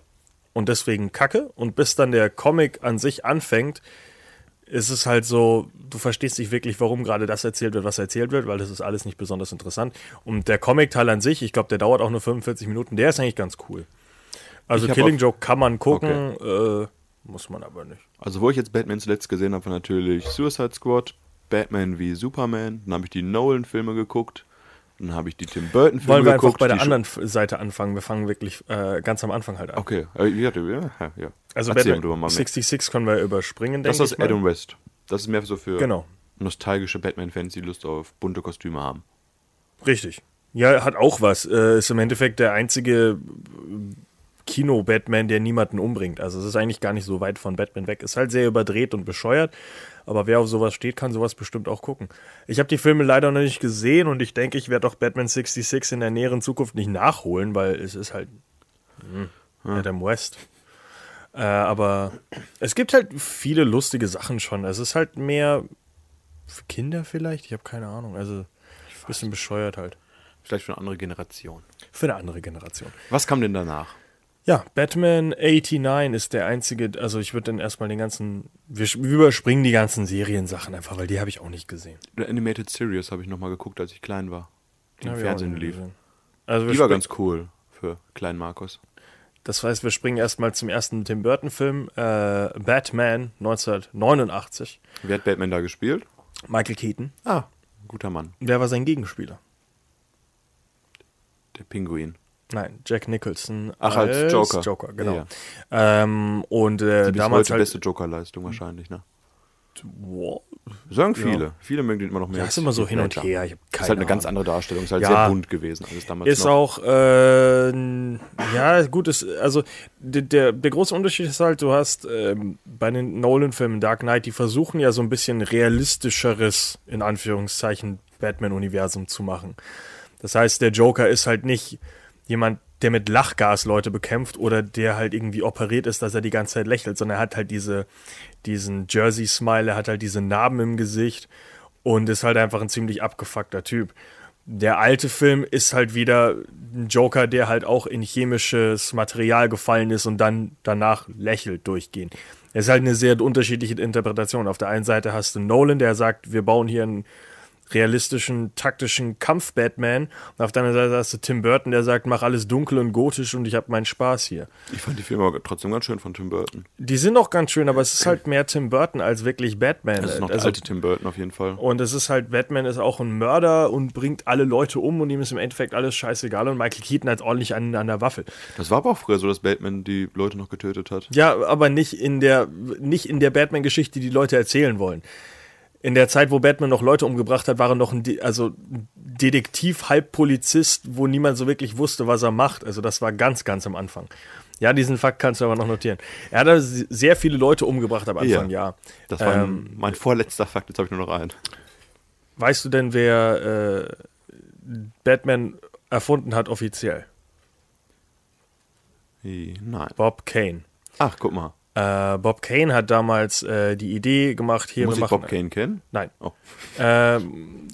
A: und deswegen kacke. Und bis dann der Comic an sich anfängt, ist es halt so, du verstehst nicht wirklich, warum gerade das erzählt wird, was erzählt wird, weil das ist alles nicht besonders interessant. Und der Comic-Teil an sich, ich glaube, der dauert auch nur 45 Minuten, der ist eigentlich ganz cool. Also
F: Ich hab
A: Killing
F: auch-
A: Joke kann man gucken, äh, muss man aber nicht.
F: Also, wo ich jetzt Batman zuletzt gesehen habe, war natürlich Suicide Squad, Batman wie Superman. Dann habe ich die Nolan-Filme geguckt. Dann habe ich die Tim Burton-Filme
A: Wollen wir
F: geguckt.
A: einfach bei der
F: die
A: anderen Seite anfangen? Wir fangen wirklich äh, ganz am Anfang halt an.
F: Okay, äh, ja, ja, ja, ja.
A: Also
F: Erzähl
A: Batman
F: drüber mal mehr.
A: 66 können wir überspringen, denke
F: Das ist
A: ich mal.
F: Adam West. Das ist mehr so für
A: Genau.
F: nostalgische Batman-Fans, die Lust auf bunte Kostüme haben.
A: Richtig. Ja, hat auch was. Äh, ist im Endeffekt der einzige äh, Kino-Batman, der niemanden umbringt. Also es ist eigentlich gar nicht so weit von Batman weg. Ist halt sehr überdreht und bescheuert. Aber wer auf sowas steht, kann sowas bestimmt auch gucken. Ich habe die Filme leider noch nicht gesehen und ich denke, ich werde auch Batman 66 in der näheren Zukunft nicht nachholen, weil es ist halt mh, Adam West. Äh, aber es gibt halt viele lustige Sachen schon. Es ist halt mehr für Kinder vielleicht. Ich habe keine Ahnung. Also bisschen bescheuert halt.
F: Vielleicht für eine andere Generation.
A: Für eine andere Generation.
F: Was kam denn danach?
A: Ja, Batman 89 ist der einzige, also ich würde dann erstmal den ganzen, wir sch- wir überspringen die ganzen Seriensachen einfach, weil die habe ich auch nicht gesehen.
F: Eine Animated Series habe ich nochmal geguckt, als ich klein war. Die
A: Hab
F: im
A: ich auch
F: Fernsehen
A: nicht
F: lief.
A: gesehen. Also wir
F: Die war
A: springen-
F: ganz cool für kleinen Markus.
A: das heißt, wir springen erstmal zum ersten Tim Burton Film, äh, Batman 1989,
F: Wer hat Batman da gespielt?
A: Michael Keaton.
F: Ah, guter Mann.
A: Wer war sein Gegenspieler?
F: Der Pinguin.
A: Nein, Jack Nicholson
F: Ach, als Joker.
A: Joker, genau.
F: Ja,
A: Ähm, und äh,
F: Die bis
A: damals
F: heute
A: halt,
F: beste Joker-Leistung wahrscheinlich, ne?
A: Wow.
F: Sagen viele. Viele mögen den immer noch mehr.
A: Ja, ist
F: als
A: immer so hin und
F: Ledger.
A: her. Ich hab
F: Ist
A: keine
F: halt eine ganz
A: Ahnung.
F: andere Darstellung. Ist halt
A: Ja.
F: sehr bunt gewesen. Alles damals
A: Ist auch,
F: noch.
A: äh, n- ja, gut, ist, also d- der, der große Unterschied ist halt, du hast ähm, bei den Nolan-Filmen Dark Knight, die versuchen ja so ein bisschen realistischeres, in Anführungszeichen, Batman-Universum zu machen. Das heißt, der Joker ist halt nicht jemand, der mit Lachgas Leute bekämpft oder der halt irgendwie operiert ist, dass er die ganze Zeit lächelt, sondern er hat halt diese, diesen Jersey-Smile, er hat halt diese Narben im Gesicht und ist halt einfach ein ziemlich abgefuckter Typ. Der alte Film ist halt wieder ein Joker, der halt auch in chemisches Material gefallen ist und dann danach lächelt durchgehend. Es ist halt eine sehr unterschiedliche Interpretation. Auf der einen Seite hast du Nolan, der sagt, wir bauen hier einen realistischen, taktischen Kampf-Batman. Und auf der anderen Seite hast du Tim Burton, der sagt, mach alles dunkel und gotisch und ich habe meinen Spaß hier.
F: Ich fand die Filme aber trotzdem ganz schön von Tim Burton.
A: Die sind auch ganz schön, aber es ist halt mehr Tim Burton als wirklich Batman.
F: Das ist noch der
A: Also-
F: alte Tim Burton auf jeden Fall.
A: Und es ist halt, Batman ist auch ein Mörder und bringt alle Leute um und ihm ist im Endeffekt alles scheißegal und Michael Keaton hat ordentlich an, an der Waffel.
F: Das war aber auch früher so, dass Batman die Leute noch getötet hat.
A: Ja, aber nicht in der, nicht in der Batman-Geschichte, die die Leute erzählen wollen. In der Zeit, wo Batman noch Leute umgebracht hat, war er noch ein, De also ein Detektiv, halb Polizist, wo niemand so wirklich wusste, was er macht. Also das war ganz, ganz am Anfang. Ja, diesen Fakt kannst du aber noch notieren. Er hat also sehr viele Leute umgebracht am Anfang, ja. Ähm,
F: Das war mein, mein vorletzter Fakt, jetzt habe ich nur noch einen.
A: Weißt du denn, wer äh, Batman erfunden hat offiziell?
F: Ih, Nein.
A: Bob Kane.
F: Ach, guck mal.
A: Äh, Bob Kane hat damals äh, die Idee gemacht, hier
F: Muss
A: wir
F: ich
A: machen.
F: Bob Kane kennen?
A: Nein.
F: Oh.
A: Ähm,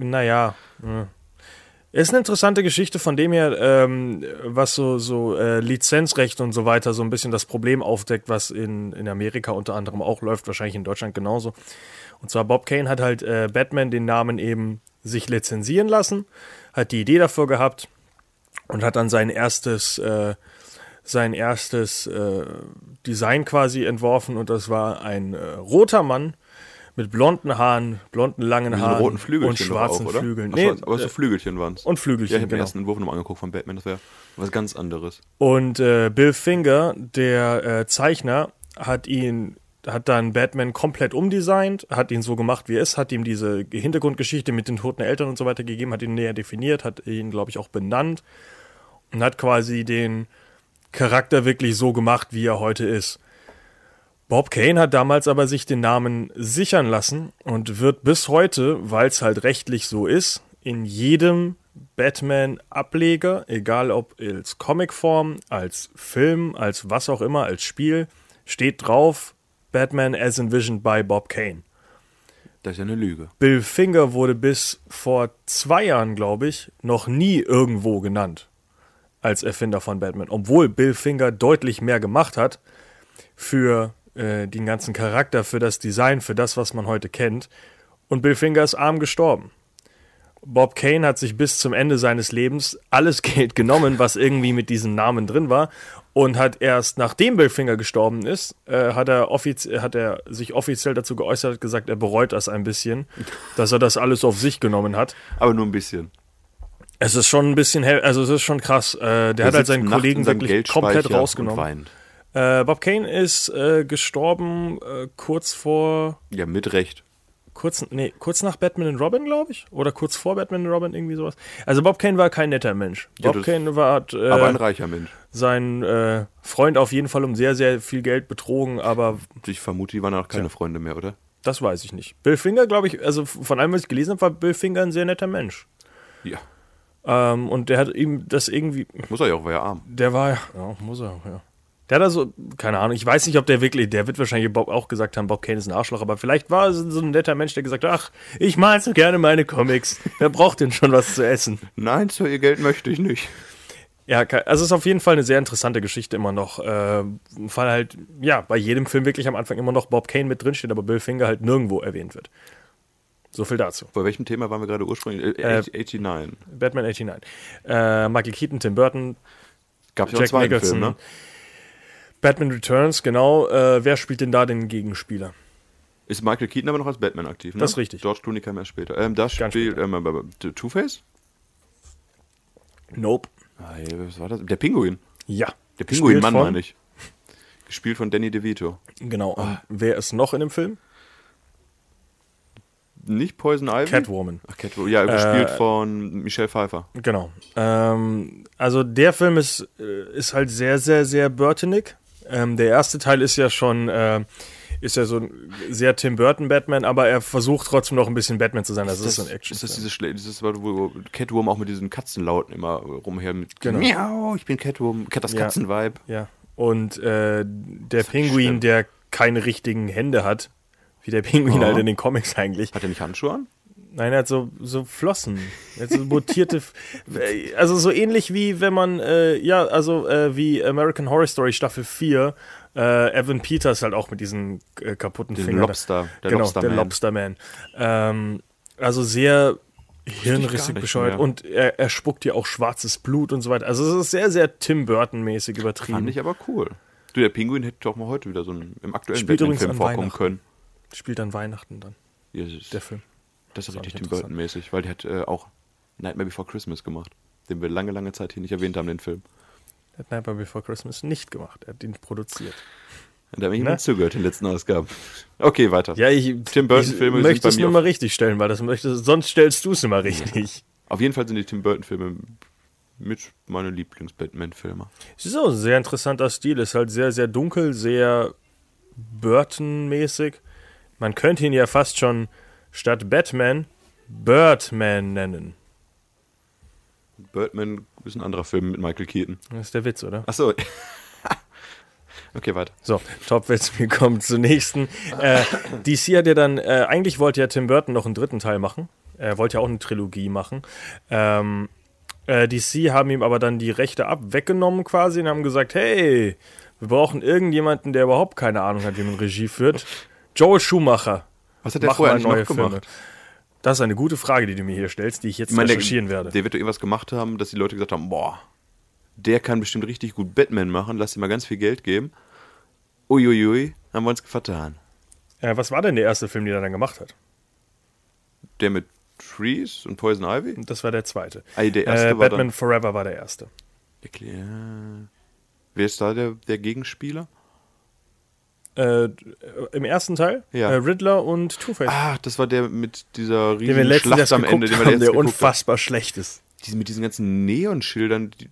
A: äh, naja. hm. Ist eine interessante Geschichte, von dem her, ähm, was so, so äh, Lizenzrechte und so weiter so ein bisschen das Problem aufdeckt, was in, in Amerika unter anderem auch läuft, wahrscheinlich in Deutschland genauso. Und zwar Bob Kane hat halt äh, Batman den Namen eben sich lizenzieren lassen, hat die Idee dafür gehabt und hat dann sein erstes, äh, sein erstes äh, Design quasi entworfen und das war ein äh, roter Mann mit blonden Haaren, blonden langen
F: Mit diesen
A: Haaren
F: roten Flügelchen
A: und schwarzen
F: doch auch, oder?
A: Flügeln.
F: Ach,
A: Nee, äh,
F: schwarz, aber so Flügelchen waren es.
A: und Flügelchen,
F: Ja, ich habe
A: genau.
F: den ersten Entwurf nochmal angeguckt von Batman, das wäre was ganz anderes.
A: Und äh, Bill Finger, der äh, Zeichner, hat ihn, hat dann Batman komplett umdesignt, hat ihn so gemacht, wie er ist, hat ihm diese Hintergrundgeschichte mit den toten Eltern und so weiter gegeben, hat ihn näher definiert, hat ihn, glaube ich, auch benannt und hat quasi den Charakter wirklich so gemacht, wie er heute ist. Bob Kane hat damals aber sich den Namen sichern lassen und wird bis heute, weil es halt rechtlich so ist, in jedem Batman-Ableger, egal ob als Comicform, als Film, als was auch immer, als Spiel, steht drauf Batman as envisioned by Bob Kane.
F: Das ist ja eine Lüge.
A: Bill Finger wurde bis vor zwei Jahren, glaube ich, noch nie irgendwo genannt als Erfinder von Batman, obwohl Bill Finger deutlich mehr gemacht hat für äh, den ganzen Charakter, für das Design, für das, was man heute kennt. Und Bill Finger ist arm gestorben. Bob Kane hat sich bis zum Ende seines Lebens alles Geld genommen, was irgendwie mit diesem Namen drin war, und hat erst nachdem Bill Finger gestorben ist, äh, hat, er offiz- hat er sich offiziell dazu geäußert, hat gesagt, er bereut das ein bisschen, dass er das alles auf sich genommen hat.
F: Aber nur ein bisschen.
A: Es ist schon ein bisschen, hell, also es ist schon krass. Äh, der, hat halt
F: sitzt
A: seinen
F: nachts
A: Kollegen
F: in seinem
A: wirklich komplett
F: Geldspeicher Und
A: rausgenommen.
F: weint.
A: Äh, Bob Kane ist äh, gestorben äh, kurz vor
F: Ja, mit Recht.
A: kurz, nee, kurz nach Batman und Robin, glaube ich. Oder kurz vor Batman und Robin, irgendwie sowas. Also Bob Kane war kein netter Mensch.
F: Ja,
A: Bob
F: das-
A: Kane war, hat äh,
F: Aber ein reicher Mensch.
A: seinen äh, Freund auf jeden Fall um sehr, sehr viel Geld betrogen, aber
F: Ich vermute, die waren auch keine Freunde mehr, oder?
A: das weiß ich nicht. Bill Finger, glaube ich, also von allem, was ich gelesen habe, war Bill Finger ein sehr netter Mensch.
F: Ja.
A: Ähm, und der hat ihm das irgendwie,
F: Muss er ja auch, war ja arm.
A: Der war ja, ja muss er, ja. Der hat also, keine Ahnung, ich weiß nicht, ob der wirklich, der wird wahrscheinlich Bob auch gesagt haben, Bob Kane ist ein Arschloch, aber vielleicht war es so ein netter Mensch, der gesagt hat, ach, ich mal so gerne meine Comics, wer braucht denn schon was zu essen?
F: Nein, Sir, ihr Geld möchte ich nicht.
A: Ja, ke- also es ist auf jeden Fall eine sehr interessante Geschichte immer noch, äh, weil halt, ja, bei jedem Film wirklich am Anfang immer noch Bob Kane mit drinsteht, aber Bill Finger halt nirgendwo erwähnt wird. So viel dazu.
F: Bei welchem Thema waren wir gerade ursprünglich? Äh,
A: Äh,
F: 89.
A: Batman 89. Äh, Michael Keaton, Tim Burton,
F: Gab es ja auch einen
A: Jack
F: zweiten
A: Nicholson.
F: Film, ne?
A: Batman Returns, genau. Äh, wer spielt denn da den Gegenspieler?
F: Ist Michael Keaton aber noch als Batman aktiv, ne?
A: Das ist richtig.
F: George Clooney kam erst später. Ähm, da
A: Ganz
F: spielt ähm, äh, äh, Two-Face?
A: Nope.
F: Nein, was war das? Der Pinguin.
A: Ja.
F: Der
A: Gespielt
F: Pinguin-Mann,
A: von-
F: meine ich. Ah. Gespielt von Danny DeVito.
A: Genau. Und wer ist noch in dem Film?
F: Mhm. Nicht Poison Ivy?
A: Catwoman. Äh,
F: Ach, Catwoman. Ja, gespielt von Michelle Pfeiffer.
A: Genau. Ähm, also der Film ist, äh, ist halt sehr, sehr, sehr Burtonig. Ähm, der erste Teil ist ja schon, äh, ist ja so ein sehr Tim Burton Batman, aber er versucht trotzdem noch ein bisschen Batman zu sein. Das ist, so ein Action.
F: Ist das dieses, Schle- dieses, wo Catwoman auch mit diesen Katzenlauten immer rumher mit
A: Genau.
F: Miau, ich bin Catwoman, Cat das
A: Ja.
F: Katzenvibe.
A: ja. Und äh, der
F: schlimm.
A: Pinguin, der keine richtigen Hände hat, wie der Pinguin
F: Ja.
A: halt in den Comics eigentlich.
F: Hat er nicht Handschuhe an?
A: Nein, er hat so, so Flossen. Er hat so mutierte. F- äh, also so ähnlich wie wenn man, äh, ja, also äh, wie American Horror Story Staffel 4, äh, Evan Peters halt auch mit diesen äh, kaputten
F: Den
A: Fingern.
F: Lobster,
A: Der
F: der
A: genau,
F: Lobsterman.
A: der Lobsterman. Ähm, also sehr
F: gar
A: hirnrissig
F: nicht
A: bescheuert.
F: mehr.
A: Und er, er spuckt dir auch schwarzes Blut und so weiter. Also es ist sehr, sehr Tim Burton-mäßig
F: Fand
A: übertrieben.
F: ich aber cool. Du, der Pinguin hätte doch mal heute wieder so einen, im aktuellen
A: Spielt übrigens
F: Batman-Film
A: an
F: vorkommen
A: Weihnachten.
F: können.
A: Spielt an Weihnachten dann,
F: Jesus.
A: der Film.
F: Das ist
A: auch
F: richtig
A: nicht
F: Tim
A: interessant.
F: Burton-mäßig, weil der hat äh, auch Nightmare Before Christmas gemacht, den wir lange, lange Zeit hier nicht erwähnt haben, den Film.
A: Er hat Nightmare Before Christmas nicht gemacht. Er hat ihn produziert.
F: Und da haben wir
A: Ne?
F: jemand zugehört in den letzten Ausgaben. Okay, weiter.
A: Ja, ich,
F: Tim Burton-Filme
A: ich
F: sind
A: möchte
F: bei
A: es
F: mir
A: nur
F: auf-
A: mal richtig stellen, weil das möchtest, sonst stellst du es immer richtig.
F: Auf jeden Fall sind die Tim Burton-Filme mit meine Lieblings-Batman-Filme.
A: Es ist auch ein sehr interessanter Stil, ist halt sehr, sehr dunkel, sehr Burton-mäßig. Man könnte ihn ja fast schon statt Batman Birdman nennen.
F: Birdman ist ein anderer Film mit Michael Keaton.
A: Das ist der Witz, oder?
F: Achso. okay, weiter.
A: So, Topwitz, wir kommen zum nächsten. Äh, DC hat ja dann, äh, eigentlich wollte ja Tim Burton noch einen dritten Teil machen. Er wollte ja auch eine Trilogie machen. Ähm, Äh, DC haben ihm aber dann die Rechte ab weggenommen quasi und haben gesagt, hey, wir brauchen irgendjemanden, der überhaupt keine Ahnung hat, wie man Regie führt. Joel Schumacher.
F: Was hat der
A: Mach
F: vorher
A: mal
F: eigentlich noch gemacht?
A: Das ist eine gute Frage, die du mir hier stellst, die ich jetzt
F: Ich meine, der,
A: recherchieren werde.
F: der wird doch irgendwas gemacht haben, dass die Leute gesagt haben, boah, der kann bestimmt richtig gut Batman machen, lass ihm mal ganz viel Geld geben. Uiuiui, haben wir uns vertan.
A: Äh, was war denn der erste Film, den er dann gemacht hat?
F: Der mit Trees und Poison Ivy?
A: Das war der zweite. Äh,
F: Ah, der erste war
A: Batman
F: dann-
A: Forever war der erste.
F: Ja. Wer ist da der, der Gegenspieler?
A: Äh, Im ersten Teil
F: Ja.
A: äh, Riddler und Two-Face.
F: Ah, das war der mit dieser
A: den wir
F: riesigen
A: letztens
F: Schlacht
A: erst
F: am
A: geguckt
F: Ende,
A: haben, der
F: geguckt haben.
A: unfassbar schlecht ist.
F: Diese, mit diesen ganzen Neonschildern, die,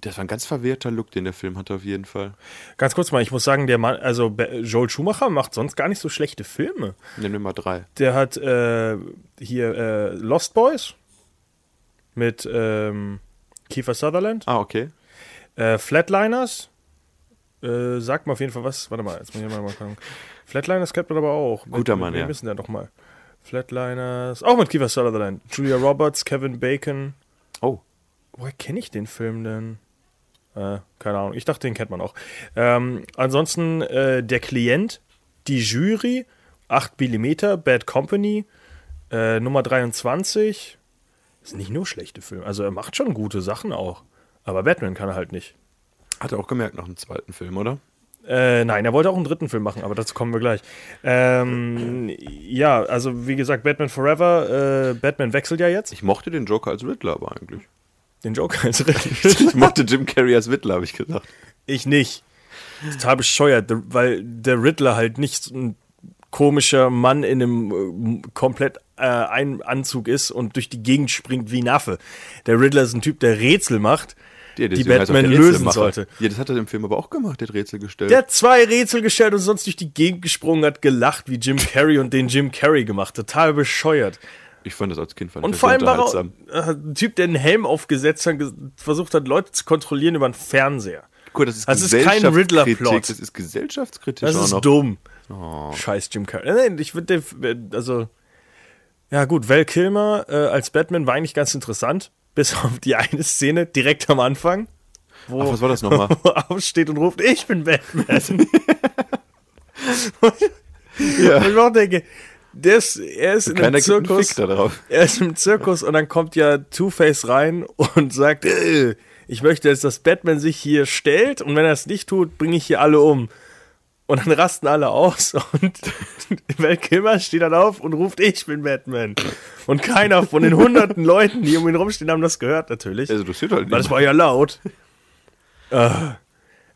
F: das war ein ganz verwehrter Look, den der Film hatte auf jeden Fall.
A: Ganz kurz mal, ich muss sagen, der Mann, also Be- Joel Schumacher macht sonst gar nicht so schlechte Filme.
F: Nehmen wir mal drei.
A: Der hat äh, hier äh, Lost Boys mit ähm, Kiefer Sutherland,
F: Ah, okay.
A: äh, Flatliners, äh, sagt mir auf jeden Fall was, warte mal, jetzt muss ich mal mal gucken. Flatliners kennt man aber auch. Mit-
F: Guter
A: mit,
F: Mann,
A: Wir
F: ja.
A: wissen ja noch mal. Flatliners, auch mit Kiefer Sutherland, Julia Roberts, Kevin Bacon.
F: Oh,
A: Woher kenne ich den Film denn? Äh, keine Ahnung. Ich dachte, den kennt man auch. Ähm, ansonsten äh, Der Klient, Die Jury, 8 mm, Bad Company, äh, Nummer 23. Ist nicht nur schlechte Filme. Also er macht schon gute Sachen auch. Aber Batman kann er halt nicht.
F: hat er auch gemerkt nach dem zweiten Film, oder?
A: Äh, nein, er wollte auch einen dritten Film machen, aber dazu kommen wir gleich. Ähm, ja, also wie gesagt, Batman Forever, äh, Batman wechselt ja jetzt.
F: Ich mochte den Joker als Riddler aber eigentlich.
A: Den Joker ist richtig.
F: Ich mochte Jim Carrey als Riddler, habe ich gesagt.
A: Ich nicht. Total bescheuert, der- weil der Riddler halt nicht so ein komischer Mann in einem äh, komplett äh, einen Anzug ist und durch die Gegend springt wie ein Affe. Der Riddler ist ein Typ, der Rätsel macht, die
F: deswegen heißt er auch
A: Batman
F: der
A: lösen
F: Rätselmacher.
A: sollte.
F: Ja, das hat er im Film aber auch gemacht, der hat Rätsel gestellt.
A: Der hat zwei Rätsel gestellt und sonst durch die Gegend gesprungen hat, gelacht wie Jim Carrey und den Jim Carrey gemacht. Total bescheuert.
F: ich fand das als Kind fand ich
A: Und
F: das
A: vor allem war er
F: unterhaltsam.
A: äh, ein Typ, der einen Helm aufgesetzt hat, ge- versucht hat, Leute zu kontrollieren über einen Fernseher.
F: Guck, das ist,
A: Also es ist kein
F: Gesellschaftskritik,
A: Riddler-Plot.
F: Das ist gesellschaftskritisch
A: Das
F: auch
A: ist
F: noch. Oh.
A: dumm. Scheiß Jim Carrey. Nein, ich würde den, also, ja gut, Val Kilmer äh, als Batman war eigentlich ganz interessant, bis auf die eine Szene direkt am Anfang, wo,
F: Ach, was war das nochmal?
A: wo er aufsteht und ruft, ich bin Batman. Und ich mir auch denke, der ist, er ist in
F: Keiner
A: einem
F: gibt einen
A: Zirkus.
F: Fick da drauf.
A: Er ist im Zirkus und dann kommt ja Two-Face rein und sagt, "Äh, ich möchte jetzt, dass Batman sich hier stellt und wenn er es nicht tut, bringe ich hier alle um. Und dann rasten alle aus und Val Kilmer steht dann auf und ruft, ich bin Batman. Und keiner von den hunderten Leuten, die um ihn rumstehen, haben das gehört natürlich.
F: Also, das sieht halt
A: Weil
F: nicht.
A: es war ja laut. äh,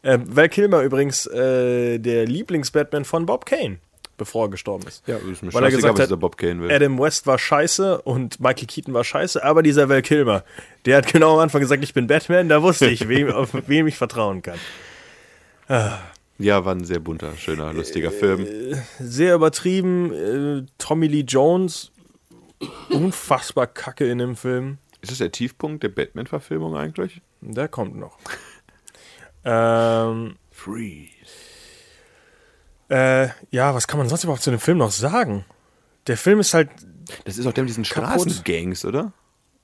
A: äh, Val Kilmer übrigens äh, der Lieblings-Batman von Bob Kane, bevor er gestorben ist.
F: Ja, ist mir
A: Weil er
F: scheißegal,
A: gesagt
F: was
A: hat,
F: dieser Bob Kane will.
A: Adam West war scheiße und Michael Keaton war scheiße, aber dieser Val Kilmer, der hat genau am Anfang gesagt, ich bin Batman, da wusste ich, wem, auf wem ich vertrauen kann.
F: Ja, war ein sehr bunter, schöner, lustiger Film.
A: Sehr übertrieben, äh, Tommy Lee Jones, unfassbar kacke in dem Film.
F: Ist das der Tiefpunkt der Batman-Verfilmung eigentlich?
A: Der kommt noch. ähm,
F: Freeze.
A: äh, ja, was kann man sonst überhaupt zu dem Film noch sagen? Der Film ist halt
F: Das ist auch der mit diesen
A: Kaputt.
F: Straßengangs, oder?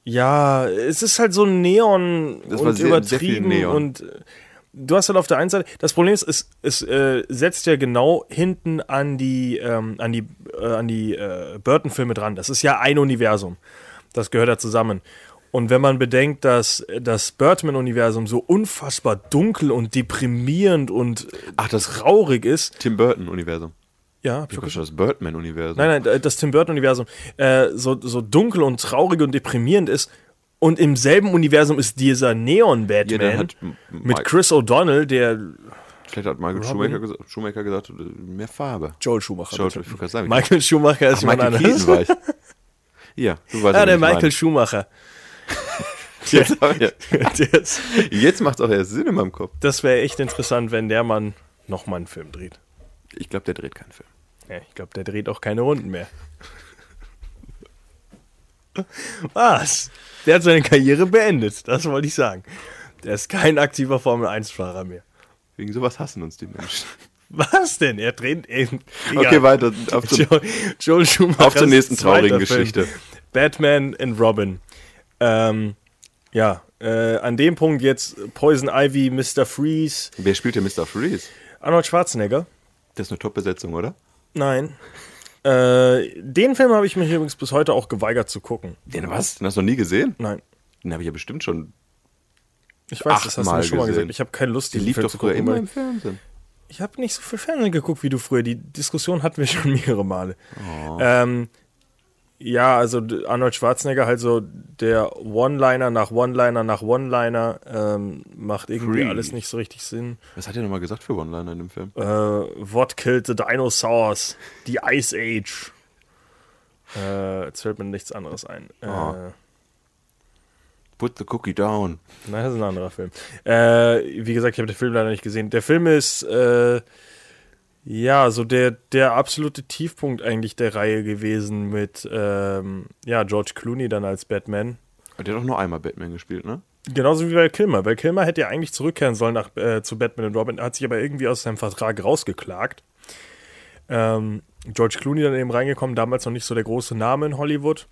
A: Ja, es ist halt so Neon
F: Das
A: und
F: war sehr- sehr viel
A: übertrieben
F: Neon.
A: und äh, du hast halt auf der einen Seite das Problem ist, es, es äh, setzt ja genau hinten an die ähm, an die äh, an die äh, Burton Filme dran. Das ist ja ein Universum. Das gehört ja zusammen. Und wenn man bedenkt, dass äh, das Birdman Universum so unfassbar dunkel und deprimierend und äh,
F: Ach, das
A: traurig ist,
F: Tim Burton-Universum.
A: ja, hab ich
F: Ich
A: auch
F: hab schon das Birdman-Universum.
A: Nein, nein, das Tim Burton-Universum äh, so, so dunkel und traurig und deprimierend ist. Und im selben Universum ist dieser
F: Ja, dann
A: Neon-Batman
F: hat M- M-
A: mit
F: Mike-
A: Chris O'Donnell, der
F: Vielleicht hat Michael Schumacher gesagt, Schumacher gesagt, äh, mehr Farbe.
A: Joel Schumacher.
F: Joel,
A: bitte.
F: ich wollte gerade sagen,
A: Michael Schumacher ist
F: Ach,
A: jemand
F: Michael Keaton
A: anderes.
F: war ich. Ja, du weißt
A: Ja,
F: wen
A: der
F: ich
A: Michael
F: meine.
A: Schumacher.
F: Jetzt, hab ich-
A: Der ist,
F: jetzt macht es auch erst Sinn in meinem Kopf.
A: das wäre echt interessant, wenn der Mann nochmal einen Film dreht.
F: Ich glaube, der dreht keinen Film.
A: Ja, ich glaube, der dreht auch keine Runden mehr. Was? Der hat seine Karriere beendet, das wollte ich sagen. Der ist kein aktiver Formel-1-Fahrer mehr.
F: Wegen sowas hassen uns die Menschen.
A: Was denn? Er dreht eben.
F: Okay, weiter. Auf zum,
A: Joel, Joel Schumacher.
F: auf zur nächsten traurigen Geschichte.
A: Batman and Robin. Ähm, Ja, äh, an dem Punkt jetzt Poison Ivy, Mr. Freeze,
F: Wer spielt denn Mr. Freeze?
A: Arnold Schwarzenegger.
F: Das ist eine Top-Besetzung, oder?
A: Nein. Äh, den Film habe ich mich übrigens bis heute auch geweigert zu gucken.
F: Den was? Den hast du noch nie gesehen?
A: Nein.
F: Den habe ich ja bestimmt schon.
A: Ich weiß, das hast du
F: Achtmal
A: mir schon mal
F: gesehen.
A: gesagt. Ich habe keine Lust,
F: Die
A: diesen
F: lief
A: Film
F: doch
A: zu
F: früher
A: gucken.
F: immer
A: weil-
F: im Fernsehen.
A: Ich habe nicht so viel Fernsehen geguckt wie du früher. Die Diskussion hatten wir schon mehrere Male.
F: Oh.
A: Ähm, ja, also d- Arnold Schwarzenegger halt so der One-Liner nach One-Liner nach One-Liner ähm, macht irgendwie
F: Free.
A: alles nicht so richtig Sinn.
F: Was hat er nochmal gesagt für One-Liner in dem Film?
A: Äh, What killed the dinosaurs? The Ice Age. Äh, jetzt fällt mir nichts anderes ein. Äh,
F: Ah. Put the cookie down.
A: Nein, das ist ein anderer Film. Äh, wie gesagt, ich habe den Film leider nicht gesehen. Der Film ist äh, ja so der, der absolute Tiefpunkt eigentlich der Reihe gewesen mit ähm, ja, George Clooney dann als Batman.
F: Der hat doch nur einmal Batman gespielt, ne?
A: Genauso wie bei Kilmer. Weil Kilmer hätte ja eigentlich zurückkehren sollen nach, äh, zu Batman und Robin, hat sich aber irgendwie aus seinem Vertrag rausgeklagt. Ähm, George Clooney dann eben reingekommen, damals noch nicht so der große Name in Hollywood,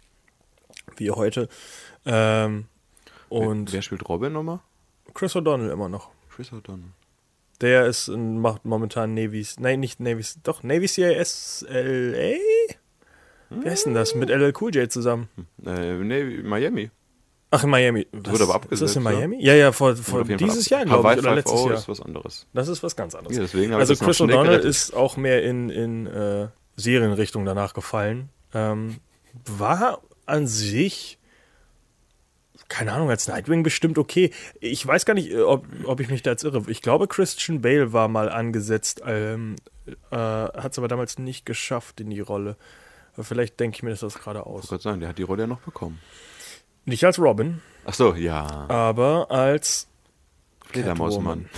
A: wie heute. Ähm, und
F: Wer spielt Robin nochmal?
A: Chris O'Donnell immer noch.
F: Chris O'Donnell.
A: Der ist in, macht momentan Navy's, nein, nicht Navy's, doch Navy CIS LA? Wer ist denn das? Mit LL Cool J zusammen.
F: Äh, nee, Miami.
A: Ach, in Miami.
F: wurde aber
A: Ist das
F: abgesetzt,
A: in
F: ja.
A: Miami? Ja, ja, vor, vor
F: Auf jeden Fall
A: dieses
F: ab-
A: Jahr, glaube
F: Hawaii
A: ich, oder
F: 5.0
A: letztes Jahr.
F: ist was anderes.
A: Das ist was ganz anderes.
F: Ja, deswegen habe ich
A: also
F: das noch
A: Chris
F: schnell
A: O'Donnell
F: gerettet.
A: ist auch mehr in, in äh, Serienrichtung danach gefallen. Ähm, war an sich, keine Ahnung, als Nightwing bestimmt okay. Ich weiß gar nicht, äh, ob, ob ich mich da jetzt irre. Ich glaube, Christian Bale war mal angesetzt, ähm, äh, hat es aber damals nicht geschafft in die Rolle. Aber Vielleicht denke ich mir das jetzt gerade
F: Ich
A: aus.
F: wollte sagen, der hat die Rolle ja noch bekommen.
A: Nicht als Robin,
F: Ach so, ja.
A: aber als
F: Fledermausmann.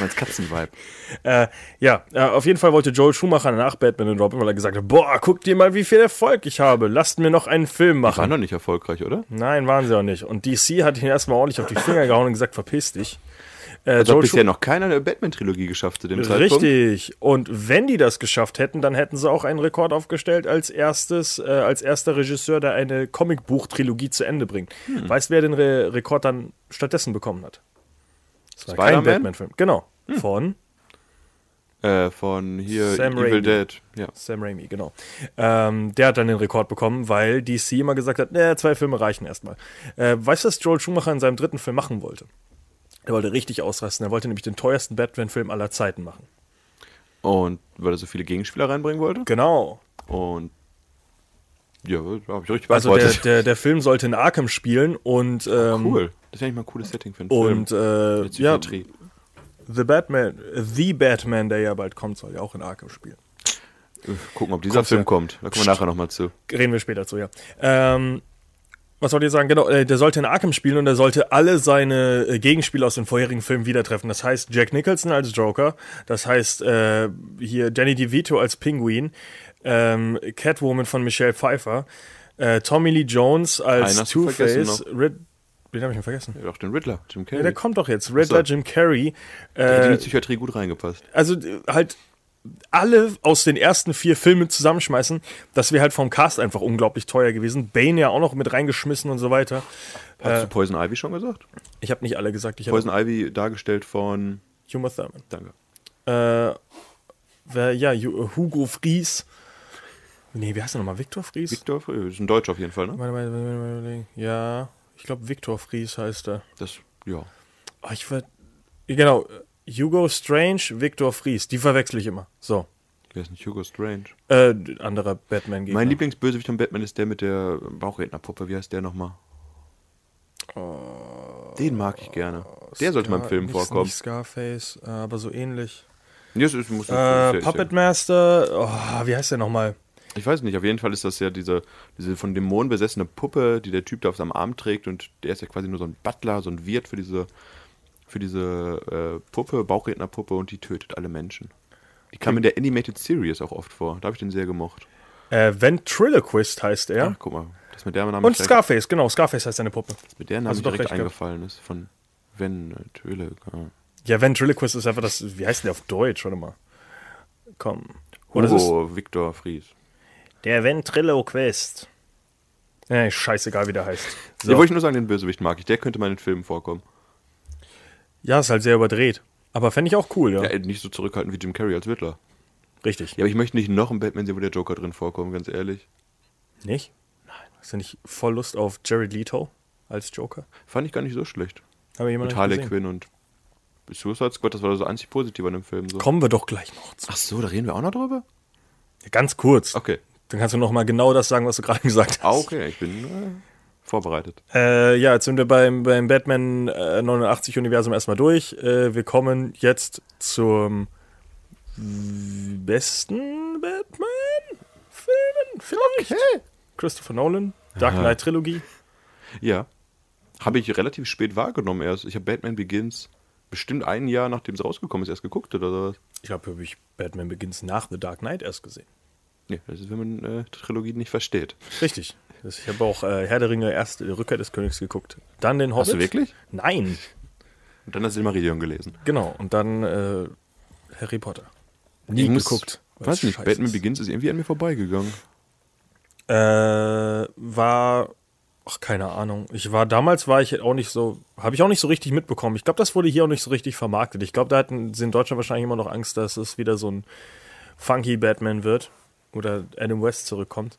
F: Als Katzenweib.
A: Äh, ja, äh, auf jeden Fall wollte Joel Schumacher nach Batman und Robin, weil er gesagt hat, boah, guck dir mal, wie viel Erfolg ich habe. Lasst mir noch einen Film
F: War
A: machen.
F: noch nicht erfolgreich, oder?
A: Nein, waren sie auch nicht. Und DC hat ihn erstmal ordentlich auf die Finger gehauen und gesagt, verpiss dich. Äh,
F: Also hat
A: Joel
F: bisher noch keiner eine Batman-Trilogie geschafft zu dem
A: Schumacher-
F: Zeitpunkt.
A: Richtig. Und wenn die das geschafft hätten, dann hätten sie auch einen Rekord aufgestellt als erstes, äh, als erster Regisseur, der eine Comicbuch-Trilogie zu Ende bringt.
F: Hm.
A: Weißt wer den Re Rekord dann stattdessen bekommen hat? Das war kein
F: Spider-Man? Hm.
A: Batman-Film. Genau. Von
F: Äh, von hier
A: Sam
F: Evil
A: Raimi.
F: Dead. Ja.
A: Sam Raimi, genau. Ähm, der hat dann den Rekord bekommen, weil DC immer gesagt hat, naja, zwei Filme reichen erstmal. Äh, weißt du, was Joel Schumacher in seinem dritten Film machen wollte? Er wollte richtig ausrasten. Er wollte nämlich den teuersten Batman-Film aller Zeiten machen.
F: Und weil er so viele Gegenspieler reinbringen wollte.
A: Genau.
F: Und ja, habe ich richtig
A: Also der,
F: beantwortet.
A: der, der Film sollte in Arkham spielen und ähm,
F: cool. Das ist eigentlich mal ein cooles Setting für einen
A: und
F: Film.
A: äh,
F: Mit
A: ja,
F: Psychiatrie.
A: The Batman, The Batman, der ja bald kommt, soll ja auch in Arkham spielen.
F: Gucken, ob dieser
A: Kommst
F: Film
A: ja.
F: kommt. Da kommen wir nachher nochmal zu.
A: Reden wir später zu, ja. Ähm, was wollt ihr sagen? Genau, äh, der sollte in Arkham spielen und er sollte alle seine äh, Gegenspieler aus den vorherigen Filmen wieder treffen. Das heißt Jack Nicholson als Joker, das heißt äh, hier Danny DeVito als Pinguin, ähm, Catwoman von Michelle Pfeiffer, äh, Tommy Lee Jones
F: Einen
A: als
F: hast du vergessen
A: Two-Face, Rid den habe ich mir vergessen.
F: Ja, doch, den Riddler, Jim Carrey.
A: Ja, der kommt doch jetzt. Riddler,
F: Ach so.
A: Jim Carrey.
F: Der hätte in
A: Äh,
F: die Psychiatrie gut reingepasst.
A: also äh, halt alle aus den ersten vier Filmen zusammenschmeißen, das wäre halt vom Cast einfach unglaublich teuer gewesen. Bane ja auch noch mit reingeschmissen und so weiter. Äh,
F: Hast du Poison Ivy schon gesagt?
A: Ich habe nicht alle gesagt, ich habe
F: Poison Ivy dargestellt von.
A: Humor Thurman.
F: Danke.
A: Äh, wer, ja, Ju- äh, Hugo Fries. Nee, wie heißt er nochmal? Viktor Fries?
F: Victor, Fr- ist ein Deutscher auf jeden Fall, ne?
A: Warte, warte, warte, warte, warte. Ja, ich glaube Viktor Fries heißt er.
F: Das, ja.
A: Oh, ich ver genau, Hugo Strange, Viktor Fries. Die verwechsel ich immer. So,
F: Wer ist nicht Hugo Strange?
A: äh, anderer batman gegner
F: Mein Lieblingsbösewicht von Batman ist der mit der Bauchrednerpuppe. Wie heißt der nochmal?
A: Oh,
F: Den mag ich gerne. Der sollte mal im Film
A: nicht,
F: vorkommen.
A: Nicht Scarface, äh, aber so ähnlich.
F: Yes, es muss
A: Äh,
F: ich-
A: Puppet Master, oh, wie heißt der nochmal?
F: Ich weiß nicht, auf jeden Fall ist das ja diese, diese von Dämonen besessene Puppe, die der Typ da auf seinem Arm trägt und der ist ja quasi nur so ein Butler, so ein Wirt für diese, für diese äh, Puppe, Bauchrednerpuppe und die tötet alle Menschen. Die kam in der Animated Series auch oft vor. Da habe ich den sehr gemocht.
A: Äh, Ventriloquist heißt er.
F: Ach, guck mal, dass mit der Name
A: Und
F: direkt,
A: Scarface, genau, Scarface heißt seine Puppe.
F: mit der Name
A: Hast du doch
F: direkt
A: recht gehabt.
F: eingefallen ist. Von Wenn, natürlich.
A: Ja, Ventriloquist ist einfach das, wie heißt denn der auf Deutsch? Warte mal. Komm. Oder es Oh, ist
F: Oh. Hugo Victor Fries.
A: der Ventriloquist. Nee, scheißegal, wie der heißt.
F: Ja, wollte ich nur sagen, den Bösewicht mag ich. Der könnte mal in den Filmen vorkommen.
A: Ja, ist halt sehr überdreht. Aber fände ich auch cool, ja.
F: Ja, nicht so zurückhaltend wie Jim Carrey als Riddler.
A: Richtig.
F: Ja, aber ich möchte nicht noch einen Batman sehen, wo der Joker drin vorkommt, ganz ehrlich.
A: Nicht? Nein. Hast du nicht voll Lust auf Jared Leto als Joker?
F: Fand ich gar nicht so schlecht.
A: Habe jemand
F: Mit Harley Quinn und Suicide Squad, das war so einzig positiv an dem Film. So.
A: Kommen wir doch gleich noch zu.
F: Ach so, da reden wir auch noch drüber?
A: Ganz kurz.
F: Okay.
A: Dann kannst du noch mal genau das sagen, was du gerade gesagt
F: Ah,
A: hast.
F: Okay, ich bin äh, vorbereitet.
A: Äh, ja, jetzt sind wir beim, beim Batman äh, 89 Universum erstmal durch. Äh, wir kommen jetzt zum besten Batman-Filmen vielleicht. Christopher Nolan, Dark Knight Trilogie.
F: Ja. Habe ich relativ spät wahrgenommen erst. Ich habe Batman Begins bestimmt ein Jahr, nachdem es rausgekommen ist, erst geguckt oder sowas.
A: Ich glaube, habe ich Batman Begins nach The Dark Knight erst gesehen.
F: Nee, das ist, wenn man äh, Trilogien nicht versteht.
A: Richtig. Das- Ich habe auch äh, Herr der Ringe erst äh, Rückkehr des Königs geguckt. Dann den Hobbit.
F: du wirklich?
A: Nein.
F: Und dann hast du Silmarillion gelesen.
A: Genau. Und dann äh, Harry Potter. Nie
F: muss-
A: geguckt. weil's
F: Weiß nicht,
A: scheiße
F: Batman
A: ist.
F: Begins ist irgendwie an mir vorbeigegangen.
A: Äh, war, ach, keine Ahnung. Ich war, damals war ich auch nicht so, habe ich auch nicht so richtig mitbekommen. Ich glaube, das wurde hier auch nicht so richtig vermarktet. Ich glaube, da hatten sie in Deutschland wahrscheinlich immer noch Angst, dass es wieder so ein funky Batman wird oder Adam West zurückkommt.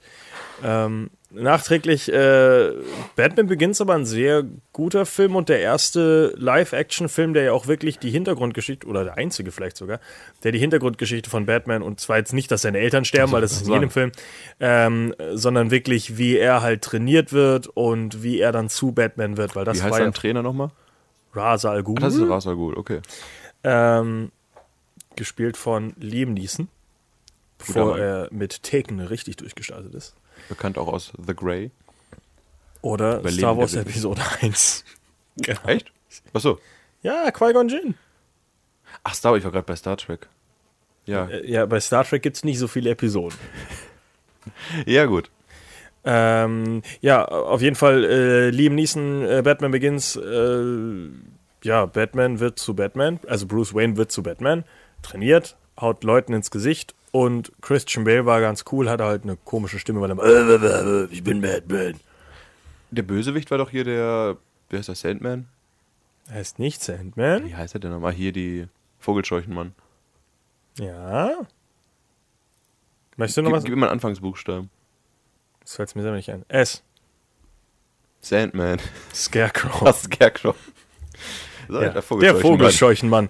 A: Ähm, nachträglich, äh, Batman Begins aber ein sehr guter Film und der erste Live-Action-Film, der ja auch wirklich die Hintergrundgeschichte, oder der einzige vielleicht sogar, der die Hintergrundgeschichte von Batman, und zwar jetzt nicht, dass seine Eltern sterben, weil das ist in jedem Film, ähm, sondern wirklich, wie er halt trainiert wird und wie er dann zu Batman wird, weil das
F: Wie heißt
A: war ja Mhm.
F: dein Trainer nochmal? Ah,
A: Ra's al Ghul,
F: Das ist Ra's al Ghul, okay.
A: ähm, gespielt von Liam Neeson, bevor
F: Mann.
A: er mit Taken richtig durchgestartet ist.
F: Bekannt auch aus The Grey.
A: Oder
F: Überleben
A: Star Wars
F: der Welt.
A: Episode 1. Genau.
F: Echt? Achso.
A: Ja, Qui-Gon Jinn.
F: Ach, Star, ich war gerade bei Star Trek. Ja,
A: Äh, Ja, bei Star Trek gibt es nicht so viele Episoden.
F: ja gut.
A: Ähm, ja, auf jeden Fall, äh, Liam Neeson, äh, Batman Begins, äh, ja, Batman wird zu Batman, also Bruce Wayne wird zu Batman, trainiert, haut Leuten ins Gesicht und Christian Bale war ganz cool, hatte halt eine komische Stimme, weil er immer, äh, ich bin Batman.
F: Der Bösewicht war doch hier der, wer ist der, Sandman?
A: Heißt nicht Sandman?
F: Wie heißt er denn nochmal? Hier die Vogelscheuchenmann.
A: Ja. Möchtest du noch
F: Gib,
A: was?
F: gib mir einen Anfangsbuchstaben.
A: Das fällt mir selber nicht ein. S.
F: Sandman.
A: Scarecrow.
F: Das Scarecrow. So,
A: Oh. Ja.
F: Der
A: Der Vogelscheuchenmann.
F: Vogelscheuchenmann.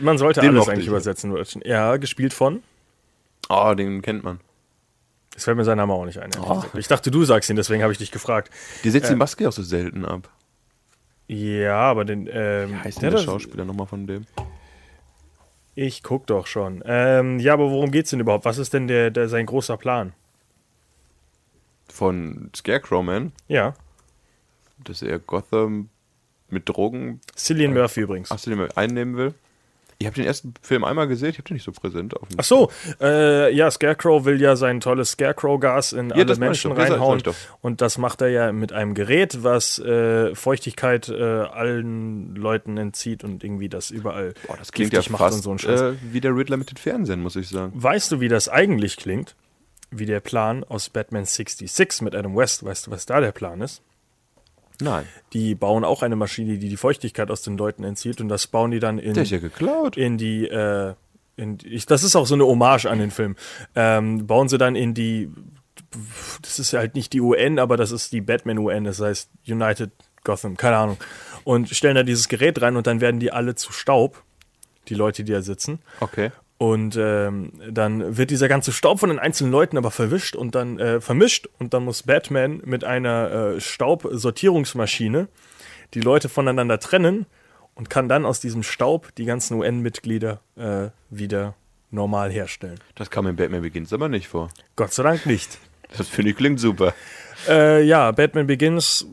A: Man sollte
F: Den
A: alles
F: mochte
A: eigentlich
F: ich.
A: übersetzen. im Deutschen. Ja, gespielt von.
F: Oh, den kennt man.
A: Es fällt mir sein Name auch nicht ein. ehrlich
F: Oh.
A: gesagt. Ich dachte, du sagst ihn, deswegen habe ich dich gefragt.
F: Die setzt die Maske auch so selten ab.
A: Ja, aber den. Ähm,
F: Heißt
A: der
F: denn der
A: das-
F: Schauspieler nochmal von dem?
A: Ich guck doch schon. Ähm, ja, aber worum geht's denn überhaupt? Was ist denn der, der sein großer Plan?
F: Von Scarecrow Man,
A: Ja.
F: dass er Gotham mit Drogen
A: Cillian Murphy übrigens.
F: ach, so, den er einnehmen will. Ich habe den ersten Film einmal gesehen, ich habe den nicht so präsent. Auf dem
A: Ach so, äh, ja, Scarecrow will ja sein tolles Scarecrow-Gas in alle
F: das meine ich
A: Menschen
F: doch, das sag-
A: reinhauen.
F: sag ich doch.
A: Und das macht er ja mit einem Gerät, was äh, Feuchtigkeit äh, allen Leuten entzieht und irgendwie das überall
F: Boah, das klingt ja
A: giftig macht und
F: fast
A: so ein Scheiß.
F: äh, wie der Riddler mit den Fernsehen, muss ich sagen.
A: Weißt du, wie das eigentlich klingt? Wie der Plan aus Batman 66 mit Adam West. Weißt du, was da der Plan ist?
F: Nein.
A: Die bauen auch eine Maschine, die die Feuchtigkeit aus den Leuten entzieht und das bauen die dann in
F: Der ist ja geklaut.
A: in die, äh, in die ich, das ist auch so eine Hommage an den Film. Ähm, bauen sie dann in die, das ist halt nicht die UN, aber das ist die Batman-UN, das heißt United Gotham, keine Ahnung. Und stellen da dieses Gerät rein und dann werden die alle zu Staub, die Leute, die da sitzen.
F: Okay.
A: Und ähm, dann wird dieser ganze Staub von den einzelnen Leuten aber verwischt und dann äh, vermischt und dann muss Batman mit einer äh, Staubsortierungsmaschine die Leute voneinander trennen und kann dann aus diesem Staub die ganzen UN-Mitglieder äh, wieder normal herstellen.
F: Das kam in Batman Begins aber nicht vor.
A: Gott sei Dank nicht.
F: Das finde ich klingt super.
A: Äh, ja, Batman Begins.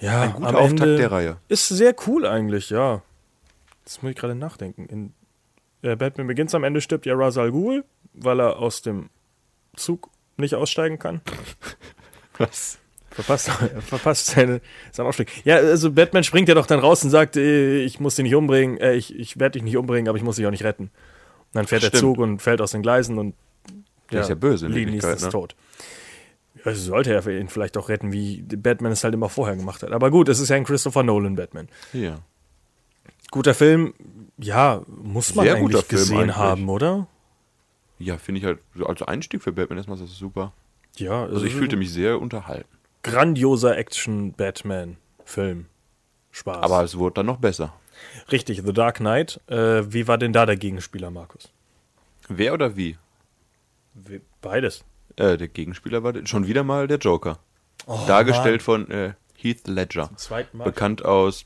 A: Ja,
F: Ein guter
A: am
F: Auftakt
A: Ende
F: der Reihe.
A: Ist sehr cool eigentlich, ja. Das muss ich gerade nachdenken. In äh, Batman Begins am Ende stirbt ja Ra's al Ghul, weil er aus dem Zug nicht aussteigen kann.
F: Was?
A: Verpasst, äh, verpasst seine, seinen Ausstieg. Ja, also Batman springt ja doch dann raus und sagt, äh, ich muss dich nicht umbringen, äh, ich, ich werde dich nicht umbringen, aber ich muss dich auch nicht retten. Und dann fährt der
F: Stimmt.
A: Zug und fällt aus den Gleisen und
F: Der ist ja böse in
A: Liam Neeson
F: Wirklichkeit,
A: ist
F: ne?
A: tot. Ja, es sollte ja ihn vielleicht auch retten, wie Batman es halt immer vorher gemacht hat. Aber gut, es ist ja ein Christopher Nolan Batman.
F: Ja.
A: Guter Film, ja, muss man
F: Sehr guter
A: eigentlich
F: Film
A: gesehen
F: eigentlich.
A: haben, oder?
F: Ja, finde ich halt, so als Einstieg für Batman erstmal ist das super.
A: Ja,
F: Also ich fühlte mich sehr unterhalten.
A: grandioser Action-Batman-Film. Spaß.
F: Aber es wurde dann noch besser.
A: Richtig, The Dark Knight. Äh, wie war denn da der Gegenspieler, Markus?
F: Wer oder wie?
A: We- Beides.
F: Äh, der Gegenspieler war schon wieder mal der Joker.
A: Oh,
F: Dargestellt von äh, Heath Ledger.
A: zweiten Mal.
F: Bekannt aus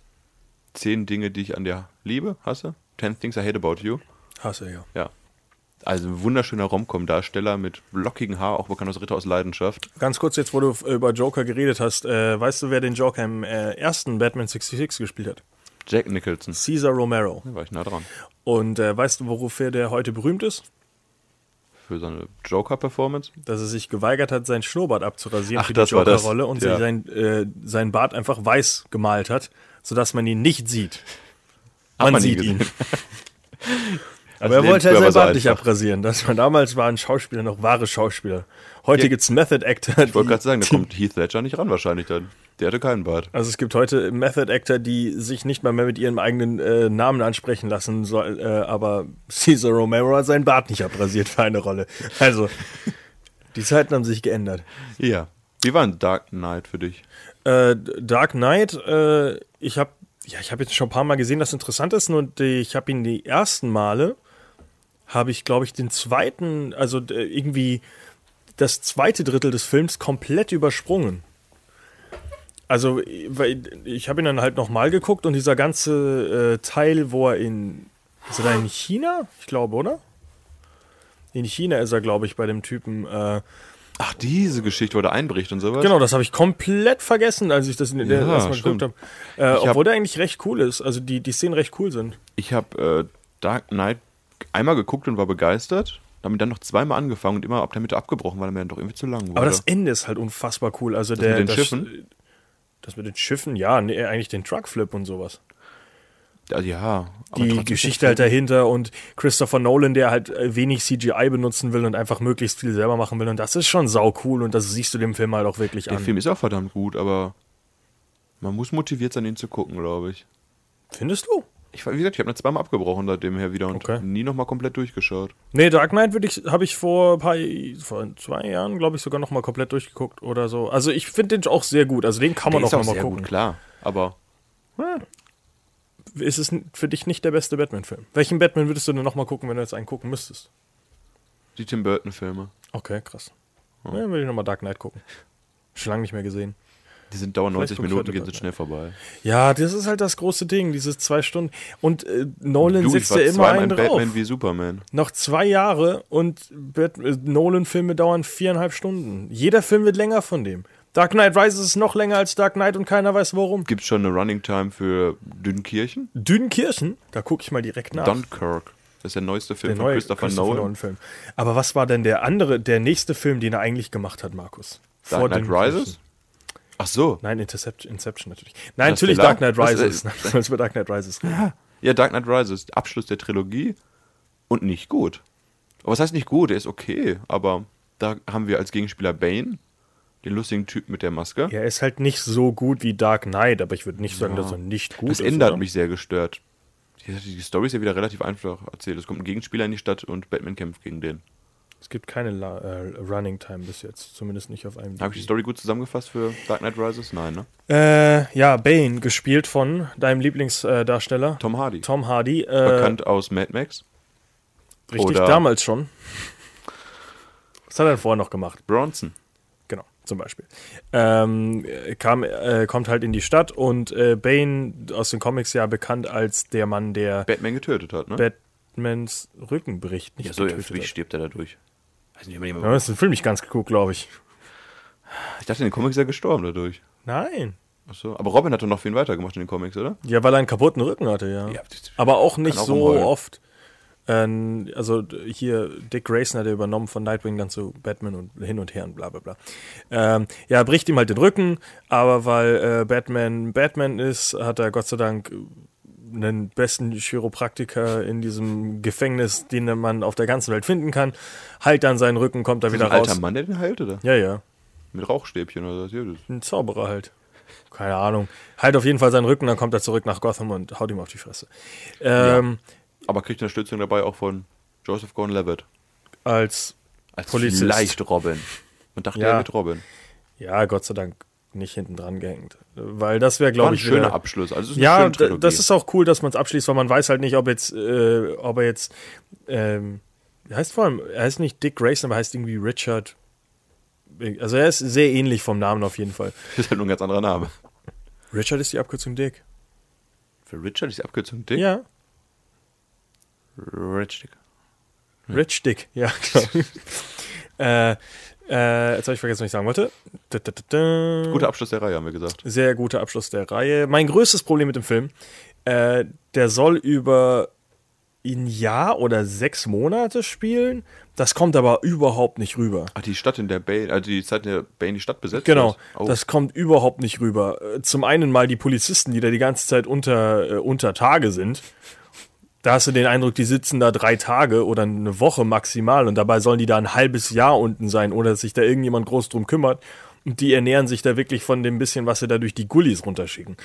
F: 10 Dinge, die ich an dir liebe, hasse. 10 Things I Hate About You.
A: Hasse, ja.
F: Ja. Also ein wunderschöner Romcom-Darsteller mit lockigem Haar, auch bekannt aus Ritter aus Leidenschaft.
A: Ganz kurz, jetzt, wo du f- über Joker geredet hast, äh, weißt du, wer den Joker im äh, ersten Batman 66 gespielt hat?
F: Jack Nicholson.
A: Caesar Romero.
F: Da war ich nah dran.
A: Und äh, weißt du, wofür der heute berühmt ist?
F: Für seine Joker-Performance.
A: Dass er sich geweigert hat, seinen Schnurrbart abzurasieren
F: Ach,
A: für die
F: das war das.
A: Joker-Rolle und
F: Ja.
A: sein, äh, seinen Bart einfach weiß gemalt hat, sodass man ihn nicht sieht. Man,
F: man ihn
A: sieht ihn.
F: gesehen.
A: Aber er wollte ja
F: Lebensführer war
A: seinen
F: so
A: Bart nicht
F: einfach.
A: abrasieren. Das war, damals waren Schauspieler noch wahre Schauspieler. Heute
F: Ja.
A: gibt's Method Actor.
F: Ich wollte gerade sagen, da kommt Heath Ledger nicht ran wahrscheinlich dann. Der hatte keinen Bart.
A: Also es gibt heute Method Actor, die sich nicht mal mehr mit ihrem eigenen äh, Namen ansprechen lassen, so, äh, aber Cesar Romero hat seinen Bart nicht abrasiert für eine Rolle. Also die Zeiten haben sich geändert.
F: Ja. Wie war ein Dark Knight für dich?
A: Äh, Dark Knight, äh, ich habe ja, ich habe jetzt schon ein paar Mal gesehen, das interessant ist, nur die, ich habe ihn die ersten Male habe ich glaube ich den zweiten, also äh, irgendwie das zweite Drittel des Films komplett übersprungen. Also äh, weil ich habe ihn dann halt nochmal geguckt und dieser ganze äh, Teil, wo er in ist er da in China, ich glaube, oder? In China ist er, glaube ich, bei dem Typen. Äh,
F: Ach, diese Geschichte, wo der einbricht und sowas?
A: Genau, das habe ich komplett vergessen, als ich das in-
F: Ja,
A: erstmal
F: stimmt.
A: geguckt habe. Äh,
F: Ich hab-
A: obwohl der eigentlich recht cool ist, also die, die Szenen recht cool sind.
F: Ich habe äh, Dark Knight einmal geguckt und war begeistert. Hab ihn dann noch zweimal angefangen und immer ab der Mitte abgebrochen, weil er mir dann doch irgendwie zu lang wurde.
A: Aber das Ende ist halt unfassbar cool. Also der,
F: mit den
A: das,
F: Schiffen?
A: Das mit den Schiffen, ja, nee, eigentlich den Truckflip und sowas.
F: also, ja, aber
A: Die
F: trotzdem-
A: Geschichte halt dahinter und Christopher Nolan, der halt äh, wenig CGI benutzen will und einfach möglichst viel selber machen will. Und das ist schon sau cool und das siehst du dem Film halt auch wirklich
F: Der
A: an.
F: Film ist auch verdammt gut, aber man muss motiviert sein, ihn zu gucken, glaube ich.
A: Findest du?
F: ich. war- Wie gesagt, ich habe ihn zweimal abgebrochen seitdem her wieder und
A: Okay.
F: nie nochmal komplett durchgeschaut.
A: Nee, Dark Knight würde ich, habe ich vor ein paar, vor zwei Jahren, glaube ich, sogar noch mal komplett durchgeguckt oder so. Also ich finde den auch sehr gut. Also den kann man
F: Der
A: auch noch mal
F: sehr
A: gucken. Hm.
F: gut, klar. Aber
A: ist es n- für dich nicht der beste Batman-Film. Welchen Batman würdest du denn nochmal gucken, wenn du jetzt einen gucken müsstest?
F: die Tim Burton-Filme,
A: Okay, krass.
F: Hm.
A: Ja, Dann will ich nochmal Dark Knight gucken. Schon lange nicht mehr gesehen.
F: die sind dauern
A: Vielleicht
F: 90
A: guck ich
F: Minuten,
A: heute
F: gehen sind
A: Dark
F: schnell vorbei.
A: Ja, das ist halt das große Ding, diese zwei Stunden. Und äh, Nolan
F: Du, ich
A: sitzt
F: war
A: ja immer
F: zweimal in
A: einen drauf.
F: Batman wie Superman.
A: Noch zwei Jahre und Bat- äh, Nolan-Filme dauern viereinhalb Stunden. Jeder Film wird länger von dem. Dark Knight Rises ist noch länger als Dark Knight und keiner weiß warum.
F: Gibt schon eine Running Time für Dünnkirchen?
A: Dünkirchen, da gucke ich mal direkt nach.
F: Dunkirk. Das ist der neueste Film
A: der
F: von
A: neue
F: Christopher, Nolan.
A: Film. Aber was war denn der andere, der nächste Film, den er eigentlich gemacht hat, Markus?
F: Dark Knight
A: Dünkirchen.
F: Rises? Ach so.
A: Nein, Interception, Inception natürlich. Nein,
F: Das äh,
A: natürlich
F: Stellar?
A: Dark Knight
F: Das
A: Rises.
F: ist-
A: Nein, wir sollen über Dark Knight Rises reden.
F: Ja, Dark Knight Rises, der Abschluss der Trilogie und nicht gut. Aber was heißt nicht gut? Er ist okay, aber da haben wir als Gegenspieler Bane, den lustigen Typ mit der Maske.
A: Er ist halt nicht so gut wie Dark Knight, aber ich würde nicht sagen, dass er nicht gut
F: das
A: ist.
F: Ende hat
A: oder?
F: mich sehr gestört. Die die Story ist ja wieder relativ einfach erzählt. Es kommt ein Gegenspieler in die Stadt und Batman kämpft gegen den.
A: Es gibt keine La äh, Running Time bis jetzt, zumindest nicht auf einem.
F: Habe ich die Story gut zusammengefasst für Dark Knight Rises? Nein, ne?
A: Äh, ja, Bane, gespielt von deinem Lieblingsdarsteller
F: Tom Hardy.
A: Tom Hardy. Äh,
F: Bekannt aus Mad Max.
A: Richtig,
F: oder-
A: damals schon. Was hat er denn vorher noch gemacht?
F: Bronson.
A: Genau, zum Beispiel. Ähm, äh, kam, äh, kommt halt in die Stadt und äh, Bane aus den Comics ja bekannt als der Mann, der
F: Batman getötet hat, ne?
A: Batmans Rücken bricht. Nicht
F: ja, so,
A: getötet
F: für mich
A: hat.
F: stirbt er dadurch. Weiß nicht, ob man ihn-
A: Wir haben uns den Film nicht ganz geguckt, glaube ich.
F: Ich dachte, in den Comics ist er gestorben dadurch.
A: Nein.
F: Achso. Aber Robin hat doch noch viel weitergemacht in den Comics, oder?
A: Ja, weil er einen kaputten Rücken hatte, ja.
F: Ja, das-
A: Aber auch nicht
F: auch
A: so
F: rumheulen.
A: oft. Ähm, also d- hier, Dick Grayson hat er übernommen von Nightwing dann zu Batman und hin und her und bla bla bla. Ähm, ja, bricht ihm halt den Rücken, aber weil äh, Batman Batman ist, hat er Gott sei Dank äh, einen besten Chiropraktiker in diesem Gefängnis, den man auf der ganzen Welt finden kann. Heilt Halt dann seinen Rücken, kommt da
F: Ist
A: wieder
F: das ein alter
A: raus.
F: Mann, der den heilt, oder?
A: Ja, ja.
F: Mit Rauchstäbchen oder was? Ja, das
A: Ein Zauberer halt. Keine Ahnung. Halt auf jeden Fall seinen Rücken, dann kommt er zurück nach Gotham und haut ihm auf die Fresse. Ähm,
F: Aber kriegt Unterstützung dabei auch von Joseph Gordon-Levitt.
A: Als
F: Als
A: Polizist.
F: vielleicht Robin. Man dachte,
A: Ja.
F: er wird Robin.
A: Ja, Gott sei Dank nicht hinten dran gehängt. Weil das wäre,
F: War
A: glaube
F: ein
A: ich,
F: schöner
A: wieder-
F: Abschluss. Also es ist
A: Ja,
F: eine schöne
A: d- das
F: Trilogie.
A: ist auch cool, dass man es abschließt, weil man weiß halt nicht, ob jetzt, äh, ob er jetzt, ähm, er heißt vor allem, er heißt nicht Dick Grayson, aber er heißt irgendwie Richard. Also er ist sehr ähnlich vom Namen auf jeden Fall.
F: ist halt nur ein ganz anderer Name.
A: Richard ist die Abkürzung Dick.
F: Für Richard ist die Abkürzung Dick.
A: Ja,
F: Richard. Hm.
A: Rich Dick, ja, genau. äh, äh, jetzt habe ich vergessen, was ich sagen wollte. Da, da, da, da.
F: Guter Abschluss der Reihe, haben wir gesagt.
A: Sehr guter Abschluss der Reihe. Mein größtes Problem mit dem Film, äh, der soll über ein Jahr oder sechs Monate spielen. Das kommt aber überhaupt nicht rüber.
F: Ach, Ah, die Stadt, in der Bane, also die Zeit, in der Bane die Stadt besetzt
A: Genau,
F: hat. Oh.
A: das kommt überhaupt nicht rüber. Äh, Zum einen mal die Polizisten, die da die ganze Zeit unter, äh, unter Tage sind. Da hast du den Eindruck, die sitzen da drei Tage oder eine Woche maximal und dabei sollen die da ein halbes Jahr unten sein, ohne dass sich da irgendjemand groß drum kümmert. Und die ernähren sich da wirklich von dem bisschen, was sie da durch die Gullis runterschicken.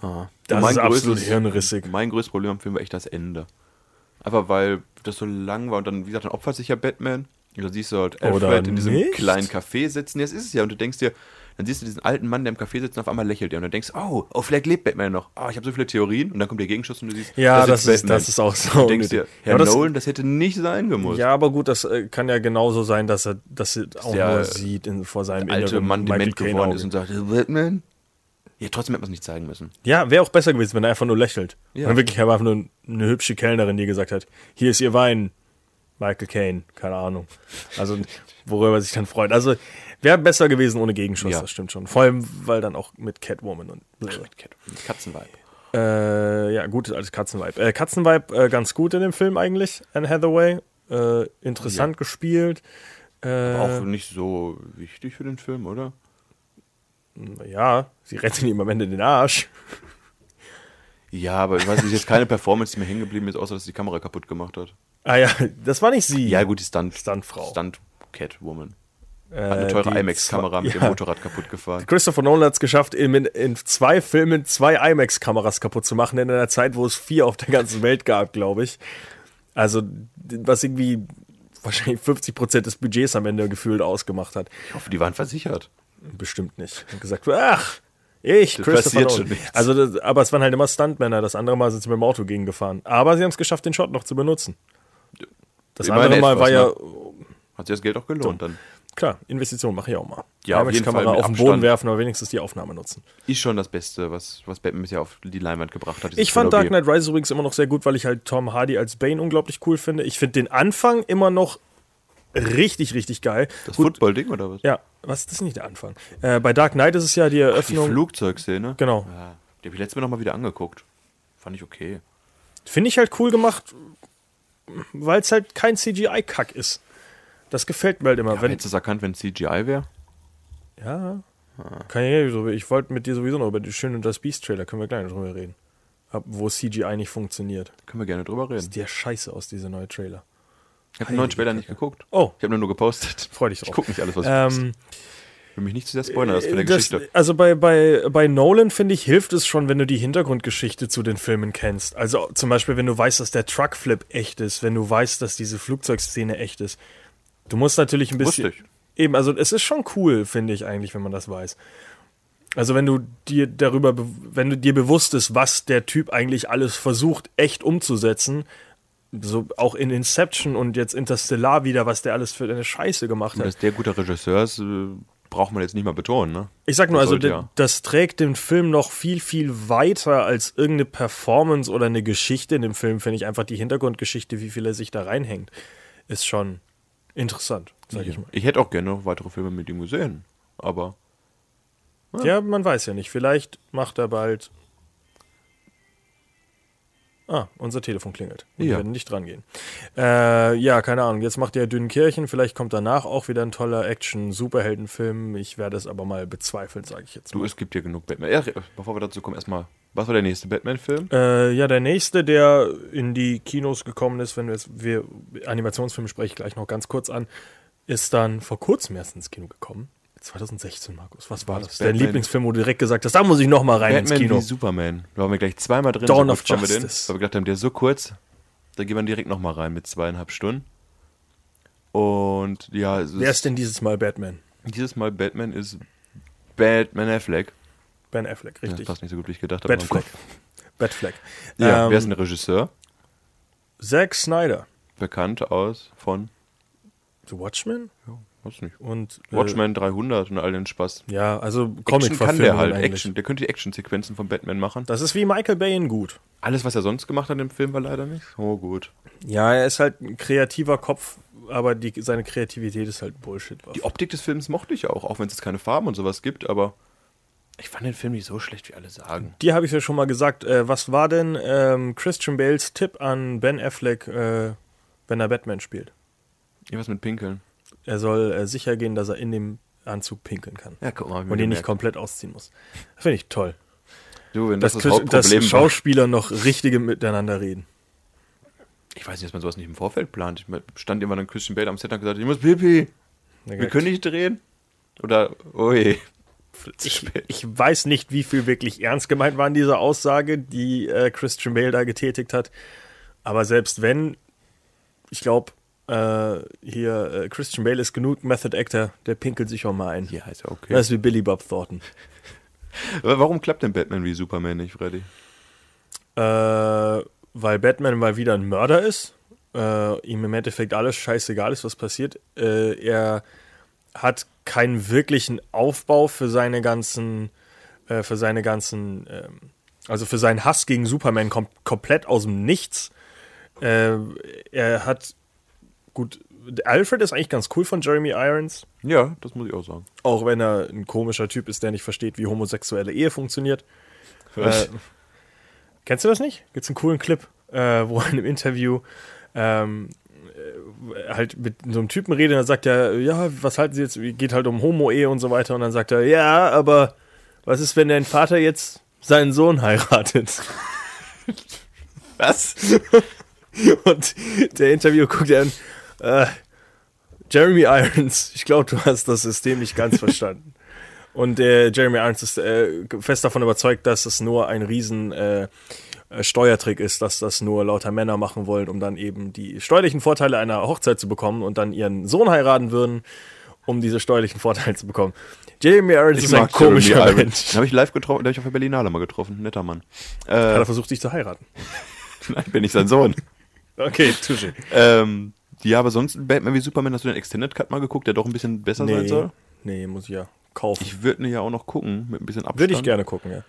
A: Das
F: Ah. mein
A: ist absolut
F: größtes-
A: hirnrissig.
F: Mein größtes Problem am Film war echt das Ende. Einfach weil das so lang war und dann, wie gesagt, dann opfert sich ja Batman. Und dann siehst du halt Alfred
A: Oder
F: in diesem
A: nicht?
F: kleinen Café sitzen. Jetzt ist es ja. Und du denkst dir, dann siehst du diesen alten Mann, der im Café sitzt und auf einmal lächelt er. Und dann denkst du, oh, oh, vielleicht lebt Batman noch. Oh, ich habe so viele Theorien. Und dann kommt der Gegenschuss und du siehst,
A: Ja,
F: da
A: das
F: sitzt
A: ist-
F: Batman.
A: das ist auch so
F: Und Du denkst dir,
A: unnötig.
F: Herr
A: Aber das-
F: Nolan, das hätte nicht sein gemusst.
A: Ja, aber gut, das äh, kann ja genauso sein, dass er das auch
F: Der
A: nur sieht in, vor seinem
F: Der alte
A: inneren
F: Mann
A: Michael
F: dement
A: Caine
F: geworden
A: Auge.
F: ist und sagt, Batman? Ja, trotzdem hätte man es nicht zeigen müssen.
A: Ja, wäre auch besser gewesen, wenn er einfach nur lächelt.
F: Ja.
A: Und wirklich er war einfach nur eine hübsche Kellnerin, die gesagt hat, hier ist ihr Wein, Michael Caine, keine Ahnung. Also worüber sich dann freut. Also wäre besser gewesen ohne Gegenschuss,
F: Ja.
A: das stimmt schon. Vor allem, weil dann auch mit Catwoman und mit Catwoman.
F: Katzenweib.
A: Äh, ja, gut, als Katzenweib. Äh, Katzenweib äh, ganz gut in dem Film eigentlich, Anne Hathaway. Äh, interessant gespielt. Äh.
F: Auch nicht so wichtig für den Film, oder?
A: Ja, sie rettet ihm am Ende den Arsch.
F: Ja, aber ich weiß nicht, jetzt keine Performance, die mir hängen geblieben ist, außer dass die Kamera kaputt gemacht hat.
A: Ah ja, das war nicht sie.
F: Ja, gut, die Stunt,
A: Stuntfrau.
F: Stunt Catwoman.
A: äh,
F: Hat eine teure
A: die
F: IMAX-Kamera
A: zwei-
F: mit
A: ja.
F: dem Motorrad kaputt gefahren.
A: Christopher Nolan hat es geschafft, in, in, in zwei Filmen zwei IMAX-Kameras kaputt zu machen, in einer Zeit, wo es vier auf der ganzen Welt gab, glaube ich. Also, was irgendwie wahrscheinlich 50% des Budgets am Ende gefühlt ausgemacht hat.
F: Ich hoffe, die waren versichert.
A: Bestimmt nicht. Und gesagt, ach, ich,
F: Das
A: Christopher
F: passiert schon
A: Nolan.
F: nichts.
A: Also, das, aber es waren halt immer Stuntmänner. Das andere Mal sind sie mit dem Auto gegengefahren. Aber sie haben es geschafft, den Shot noch zu benutzen. Das
F: Immerhin
A: andere Mal
F: etwas,
A: war ja,
F: ne? Hat sich das Geld auch gelohnt dann.
A: klar, Investition mache ich auch mal.
F: Ja, auf jeden Fall
A: IMAX-Kamera
F: mit
A: auf den Boden
F: Abstand.
A: werfen, aber wenigstens die Aufnahme nutzen.
F: Ist schon das Beste, was, was Batman bisher auf die Leinwand gebracht hat. diese
A: Ich fand
F: Trilogie.
A: Dark Knight Rises übrigens immer noch sehr gut, weil ich halt Tom Hardy als Bane unglaublich cool finde. Ich finde den Anfang immer noch richtig, richtig geil.
F: Das
A: gut,
F: Football-Ding oder was?
A: ja, was das ist nicht der Anfang? Äh, bei Dark Knight ist es ja die
F: Die
A: Eröffnung.
F: Flugzeugszene.
A: Genau.
F: Ja, die habe ich letztes Mal nochmal wieder angeguckt. Fand ich okay.
A: Finde ich halt cool gemacht, weil es halt kein CGI-Kack ist. Das gefällt mir halt immer.
F: Aber
A: wenn,
F: hättest du es erkannt, wenn es CGI wäre?
A: ja,
F: Ah.
A: kann ich, so- ich wollte mit dir sowieso noch über die Schön und das Beast-Trailer, können wir gleich noch drüber reden. Ab- Wo CGI nicht funktioniert.
F: Können wir gerne drüber reden.
A: Der Scheiße aus, dieser neue Trailer.
F: Ich habe den neuen Trailer nicht geguckt.
A: Oh.
F: Ich habe nur nur gepostet.
A: Freu dich drauf.
F: Ich gucke nicht alles, was ich
A: Ähm,
F: will mich nicht zu sehr spoilern, das für der
A: Das-
F: Geschichte.
A: Also bei, bei, bei Nolan, finde ich, hilft es schon, wenn du die Hintergrundgeschichte zu den Filmen kennst. Also zum Beispiel, wenn du weißt, dass der Truckflip echt ist, wenn du weißt, dass diese Flugzeugszene echt ist. Du musst natürlich ein bisschen.
F: Wusste
A: Eben, also es ist schon cool, finde ich eigentlich, wenn man das weiß. Also wenn du dir darüber, be- wenn du dir bewusst ist, was der Typ eigentlich alles versucht, echt umzusetzen, so auch in Inception und jetzt Interstellar wieder, was der alles für eine Scheiße gemacht
F: Und
A: hat.
F: dass der guter Regisseur ist, äh, braucht man jetzt nicht mal betonen, ne?
A: Ich sag nur,
F: Das
A: also
F: sollte
A: d-
F: ja.
A: das trägt den Film noch viel, viel weiter als irgendeine Performance oder eine Geschichte in dem Film, finde ich. Einfach die Hintergrundgeschichte, wie viel er sich da reinhängt, ist schon interessant, sag ich mal.
F: Ich hätte auch gerne noch weitere Filme mit ihm gesehen, aber
A: Ja, man weiß ja nicht. Vielleicht macht er bald. Ah, unser Telefon klingelt. Wir
F: Ja.
A: werden nicht dran gehen. Äh, ja, keine Ahnung. Jetzt macht er Dünnkirchen. Vielleicht kommt danach auch wieder ein toller Action-Superheldenfilm. Ich werde es aber mal bezweifeln, sage ich jetzt mal.
F: du, es gibt ja genug Batman. Ja, bevor wir dazu kommen, erstmal, was war der nächste Batman-Film?
A: Äh, ja, der nächste, der in die Kinos gekommen ist, wenn wir, jetzt- wir Animationsfilme spreche ich gleich noch ganz kurz an, ist dann vor kurzem erst ins Kino gekommen. Jetzt 2016, Markus. Was war das? Dein
F: Batman-
A: Lieblingsfilm, wo du direkt gesagt hast, da muss ich noch mal rein
F: Batman
A: ins Kino.
F: wie Superman. Da waren wir gleich zweimal drin.
A: Dawn
F: so
A: of
F: kurz waren wir drin.
A: Justice.
F: Weil wir gedacht haben, der ist so kurz, da gehen wir direkt nochmal rein mit zweieinhalb Stunden. Und ja, es
A: Wer
F: ist
A: ist denn dieses Mal Batman?
F: dieses Mal Batman ist Batman Affleck.
A: Ben Affleck,
F: Ja,
A: richtig.
F: passt nicht so gut, wie ich gedacht habe. aber
A: Batfleck. Batfleck.
F: gut. Ja,
A: ähm,
F: wer ist denn der Regisseur?
A: Zack Snyder.
F: Bekannt aus von,
A: The Watchmen
F: ja, weiß nicht,
A: und äh,
F: Watchmen 300 und all den Spaß.
A: Ja, also
F: Action kann der
A: Comic-Verfilmung
F: halt.
A: eigentlich.
F: Action, der könnte die Action-Sequenzen von Batman machen.
A: Das ist wie Michael Bay in gut.
F: Alles, was er sonst gemacht hat im Film, war leider nicht so Oh, gut.
A: Ja, er ist halt ein kreativer Kopf, aber die, seine Kreativität ist halt Bullshit.
F: Die Optik des Films mochte ich auch, auch wenn es jetzt keine Farben und sowas gibt, aber ich fand den Film nicht so schlecht, wie alle sagen.
A: Die habe ich ja schon mal gesagt. Äh, was war denn ähm, Christian Bales Tipp an Ben Affleck, äh, wenn er Batman spielt?
F: Irgendwas mit Pinkeln.
A: Er soll äh, sicher gehen, dass er in dem Anzug pinkeln kann.
F: Ja, guck mal.
A: und ihn nicht komplett ausziehen muss. Finde ich toll.
F: Du, wenn das
A: Dass,
F: das,
A: Chris- dass
F: Hauptproblem war.
A: Schauspieler noch richtige miteinander reden.
F: Ich weiß nicht, dass man sowas nicht im Vorfeld plant. Ich mein, stand irgendwann ein Christian Bale am Set und hat gesagt, ich muss Pipi, wir können nicht drehen. Oder, oh je. Zu
A: ich,
F: spät.
A: ich weiß nicht, wie viel wirklich ernst gemeint war in dieser Aussage, die äh, Christian Bale da getätigt hat. Aber selbst wenn, ich glaube, äh, hier äh, Christian Bale ist genug Method Actor, der pinkelt sich auch mal ein.
F: Ja, ist ja okay.
A: Das ist wie Billy Bob Thornton.
F: Aber warum klappt denn Batman wie Superman nicht, Freddy?
A: Äh, weil Batman mal wieder ein Mörder ist, äh, ihm im Endeffekt alles scheißegal ist, was passiert. Äh, er hat keinen wirklichen Aufbau für seine ganzen, äh, für seine ganzen, ähm, also für seinen Hass gegen Superman kommt komplett aus dem Nichts. Äh, er hat gut, Alfred ist eigentlich ganz cool von Jeremy Irons.
F: Ja, das muss ich auch sagen.
A: Auch wenn er ein komischer Typ ist, der nicht versteht, wie homosexuelle Ehe funktioniert. Äh, kennst du das nicht? Gibt's einen coolen Clip, äh, wo er in einem Interview ähm, äh, halt mit so einem Typen redet und dann sagt er, ja, was halten Sie jetzt? Geht halt um Homo-Ehe und so weiter. Und dann sagt er, ja, aber was ist, wenn dein Vater jetzt seinen Sohn heiratet?
F: Was?
A: Und der Interview guckt er an, äh, Jeremy Irons, ich glaube, du hast das System nicht ganz verstanden. Und äh, Jeremy Irons ist äh, fest davon überzeugt, dass es nur ein riesen äh, äh, Steuertrick ist, dass das nur lauter Männer machen wollen, um dann eben die steuerlichen Vorteile einer Hochzeit zu bekommen und dann ihren Sohn heiraten würden, um diese steuerlichen Vorteile zu bekommen. Jeremy Irons ist ein komischer
F: Jeremy Irons.
A: Mensch.
F: Den habe ich live getroffen, den habe ich auf der Berlinale mal getroffen. Netter Mann.
A: Hat
F: Äh,
A: er versucht, dich zu heiraten.
F: nein, bin ich sein Sohn.
A: Okay, Touché.
F: Ähm, ja, aber sonst Batman wie Superman, hast du den Extended Cut mal geguckt, der doch ein bisschen besser sein
A: Nee,
F: soll?
A: nee, muss ich ja kaufen.
F: Ich würde ihn ja auch noch gucken, mit ein bisschen Abstand.
A: Würde ich gerne gucken, ja.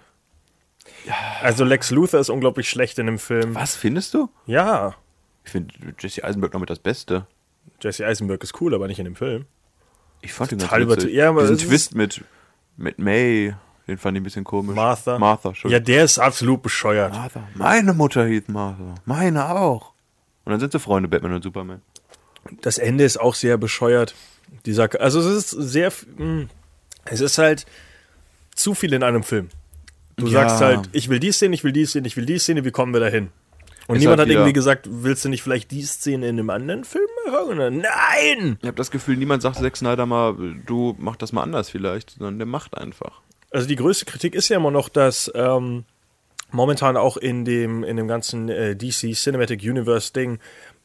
A: Also Lex Luthor ist unglaublich schlecht in dem Film.
F: Was findest du?
A: Ja,
F: Ich finde Jesse Eisenberg noch mit das Beste.
A: Jesse Eisenberg ist cool, aber nicht in dem Film.
F: Ich fand ihn
A: Total
F: ganz witzig.
A: übertrie- ja, aber
F: Diesen
A: es ist-
F: Twist mit, mit May, den fand ich ein bisschen komisch.
A: Martha.
F: Martha,
A: Ja,
F: Entschuldigung.
A: der ist absolut bescheuert.
F: Martha. Meine Mutter hieß Martha. Meine auch. Und dann sind sie Freunde, Batman und Superman.
A: Das Ende ist auch sehr bescheuert. Dieser, also es ist sehr, mh, es ist halt zu viel in einem Film. Du
F: Ja.
A: sagst halt, ich will die Szene, ich will die Szene, ich will die Szene, wie kommen wir da hin? Und
F: Ist
A: niemand
F: halt
A: hat irgendwie
F: wieder-
A: gesagt, willst du nicht vielleicht die Szene in einem anderen Film machen? Und dann, Nein!
F: Ich habe das Gefühl, niemand sagt Zack Snyder mal, du mach das mal anders vielleicht, sondern der macht einfach.
A: also die größte Kritik ist ja immer noch, dass ähm, momentan auch in dem, in dem ganzen äh, DC Cinematic Universe Ding,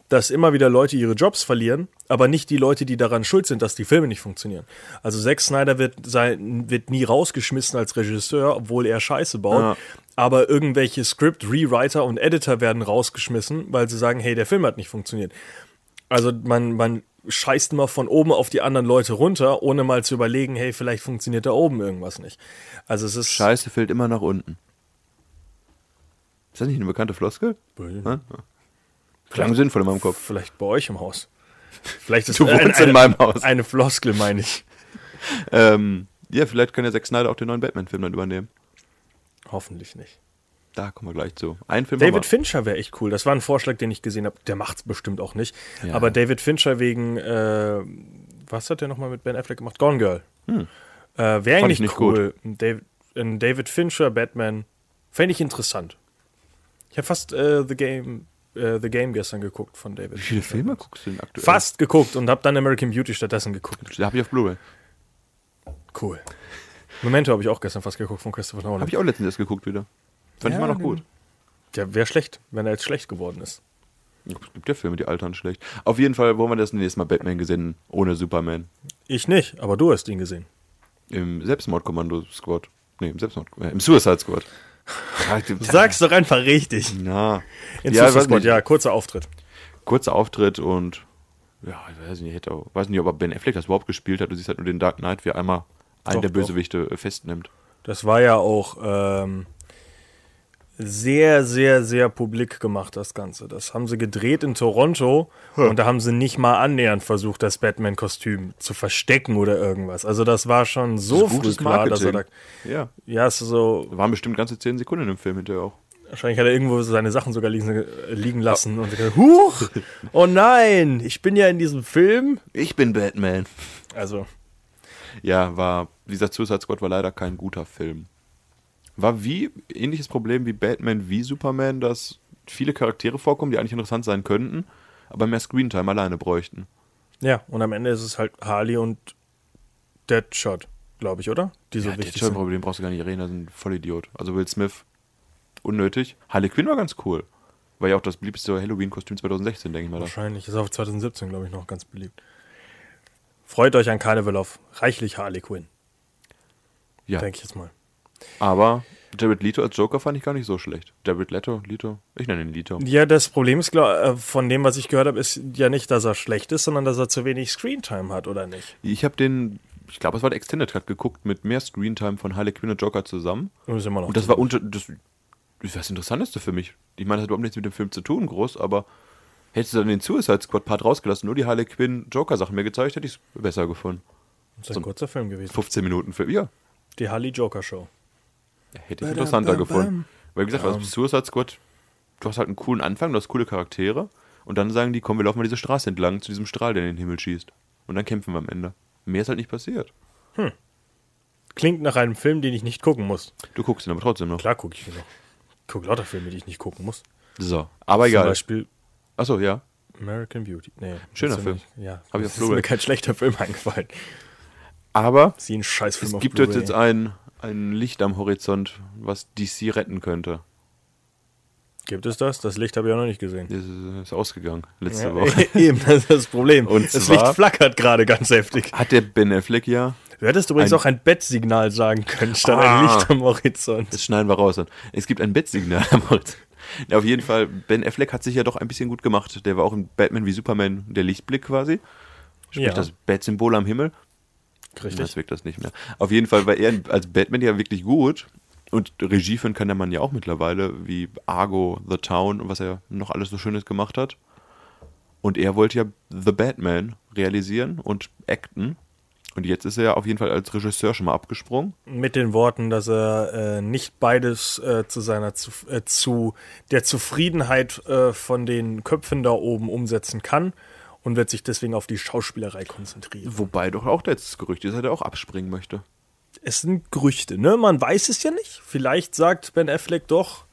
A: dass immer wieder Leute ihre Jobs verlieren, aber nicht die Leute, die daran schuld sind, dass die Filme nicht funktionieren. Also Zack Snyder wird, sein, wird nie rausgeschmissen als Regisseur, obwohl er Scheiße baut.
F: Ja.
A: Aber irgendwelche Script, Rewriter und Editor werden rausgeschmissen, weil sie sagen, hey, der Film hat nicht funktioniert. Also man, man scheißt immer von oben auf die anderen Leute runter, ohne mal zu überlegen, hey, vielleicht funktioniert da oben irgendwas nicht. Also es ist
F: Scheiße fällt immer nach unten. Ist das nicht eine bekannte Floskel? Hm? Klang sinnvoll in meinem Kopf.
A: vielleicht bei euch im Haus. Vielleicht ist
F: Du
A: ein-
F: wohnst
A: eine,
F: in meinem Haus.
A: Eine Floskel, meine ich.
F: Ähm, ja, vielleicht kann ja Zack Snyder auch den neuen Batman-Film dann übernehmen.
A: Hoffentlich nicht.
F: Da kommen wir gleich zu. Ein Film
A: David
F: haben
A: Fincher wäre echt cool. Das war ein Vorschlag, den ich gesehen habe. Der macht's bestimmt auch nicht.
F: Ja.
A: Aber David Fincher wegen, äh, was hat er nochmal mit Ben Affleck gemacht? Gone Girl. Äh, wäre eigentlich
F: Hm. nicht
A: cool. Ein David, ein David Fincher, Batman. Fände ich interessant. Ich habe fast äh, The Game äh, The Game gestern geguckt von David.
F: wir. Wie viele Filme guckst du denn aktuell?
A: Fast geguckt und habe dann American Beauty stattdessen geguckt.
F: Da habe ich auf Blu-ray.
A: Cool. Memento habe ich auch gestern fast geguckt von Christopher Nolan.
F: Habe ich auch letztens erst geguckt wieder. Fand
A: Ja,
F: ich immer noch
A: den-
F: gut.
A: Der wäre schlecht, wenn er jetzt schlecht geworden ist.
F: Es gibt ja Filme, die altern schlecht. Auf jeden Fall wollen wir das nächste Mal Batman gesehen, ohne Superman.
A: Ich nicht, aber du hast ihn gesehen.
F: Im Selbstmordkommando-Squad. Nee, im Selbstmord. Äh, Im Suicide Squad.
A: Sag's doch einfach richtig.
F: Na.
A: In
F: Ja,
A: ja,
F: weiß
A: Squad,
F: nicht.
A: ja, kurzer Auftritt.
F: Kurzer Auftritt und. Ja, ich weiß nicht, hätte auch, weiß nicht, ob er Ben Affleck das überhaupt gespielt hat. Du siehst halt nur den Dark Knight, wie er einmal einen
A: Doch,
F: der
A: doch.
F: Bösewichte äh, festnimmt.
A: Das war ja auch ähm, sehr, sehr, sehr publik gemacht, das Ganze. Das haben sie gedreht in Toronto und da haben sie nicht mal annähernd versucht, das Batman-Kostüm zu verstecken oder irgendwas. Also das war schon so
F: Das ist
A: früh
F: gutes
A: klar, dass er da...
F: Ja.
A: Ja, es ist so,
F: Waren bestimmt ganze 10 Sekunden im Film hinterher auch.
A: Wahrscheinlich hat er irgendwo seine Sachen sogar liegen, äh, liegen
F: Ah.
A: lassen und gesagt, huch, oh nein, ich bin ja in diesem Film.
F: Ich bin Batman.
A: Also,
F: Ja, war, wie gesagt, Suicide Squad war leider kein guter Film. War wie, ähnliches Problem wie Batman wie Superman, dass viele Charaktere vorkommen, die eigentlich interessant sein könnten, aber mehr Screentime alleine bräuchten.
A: ja, und am Ende ist es halt Harley und Deadshot, glaube ich, oder? Die so
F: Ja,
A: wichtig
F: Deadshot,
A: sind.
F: über den brauchst du gar nicht reden, das ist ein Vollidiot. Also Will Smith, unnötig. Harley Quinn war ganz cool. War ja auch das beliebteste Halloween-Kostüm 2016, denke ich mal.
A: Wahrscheinlich ist auch 2017, glaube ich, noch ganz beliebt. Freut euch an Carnival auf reichlich Harley Quinn,
F: Ja,
A: denke ich jetzt mal.
F: aber Jared Leto als Joker fand ich gar nicht so schlecht. Jared Leto, Leto, ich nenne ihn Leto.
A: Ja, das Problem ist, glaub, äh, von dem, was ich gehört habe, ist ja nicht, dass er schlecht ist, sondern dass er zu wenig Screentime hat, oder nicht?
F: Ich habe den, ich glaube, es war der Extended Cut geguckt mit mehr Screentime von Harley Quinn und Joker zusammen.
A: Und ist immer noch
F: Und das war unter, das, das war das Interessanteste für mich. Ich meine, das hat überhaupt nichts mit dem Film zu tun, groß, aber hättest du dann den Suicide Squad Part rausgelassen, nur die Harley Quinn Joker Sachen mir gezeigt, hätte ich es besser gefunden.
A: das ist ein kurzer Film gewesen.
F: 15 Minuten Film, ja,
A: Die Harley Joker Show.
F: hätte ich interessanter gefunden. Weil wie gesagt, was Suicide Squad, du hast halt einen coolen Anfang, du hast coole Charaktere und dann sagen die, komm, wir laufen mal diese Straße entlang zu diesem Strahl, der in den Himmel schießt. Und dann kämpfen wir am Ende. Mehr ist halt nicht passiert.
A: Klingt nach einem Film, den ich nicht gucken muss.
F: Du guckst ihn aber trotzdem noch.
A: Klar gucke ich ihn noch. Ich gucke lauter Filme, die ich nicht gucken muss.
F: So,
A: Zum
F: aber Ah, egal.
A: Beispiel
F: Achso, ja.
A: American Beauty. Nee,
F: Schöner
A: das
F: Film.
A: ist mir- Ja,
F: Hab
A: das
F: ich auf
A: ist
F: Blu-ray.
A: mir kein schlechter Film eingefallen.
F: Aber
A: Sie ein Scheißfilm
F: es
A: auf
F: gibt
A: Blu-ray.
F: jetzt ein, ein Licht am Horizont, was DC retten könnte.
A: Gibt es das? Das Licht habe ich auch noch nicht gesehen.
F: Ist, äh, ist ausgegangen letzte
A: Ja,
F: Woche.
A: Eben, das ist das Problem.
F: Und
A: das
F: zwar-
A: Licht flackert gerade ganz heftig.
F: Hat der Ben Affleck ja?
A: Du hättest übrigens
F: Ein-
A: auch ein Bettsignal sagen können, statt ein
F: Ah.
A: Licht am Horizont.
F: Das schneiden wir raus. Dann. Es gibt ein Bettsignal am Horizont. Ja, auf jeden Fall, Ben Affleck hat sich ja doch ein bisschen gut gemacht. Der war auch in Batman wie Superman der Lichtblick quasi. Sprich,
A: Ja.
F: das Bat-Symbol am Himmel. Das
A: Richtig.
F: wirkt das nicht mehr. Auf jeden Fall war er als Batman ja wirklich gut. Und Regie führen kann der Mann ja auch mittlerweile, wie Argo, The Town und was er noch alles so Schönes gemacht hat. Und er wollte ja The Batman realisieren und acten. Und jetzt ist er ja auf jeden Fall als Regisseur schon mal abgesprungen.
A: Mit den Worten, dass er äh, nicht beides äh, zu seiner Zuf äh, zu der Zufriedenheit äh, von den Köpfen da oben umsetzen kann und wird sich deswegen auf die Schauspielerei konzentrieren.
F: Wobei doch auch das Gerücht ist, dass er auch abspringen möchte.
A: Es sind Gerüchte, ne? Man weiß es ja nicht. Vielleicht sagt Ben Affleck doch,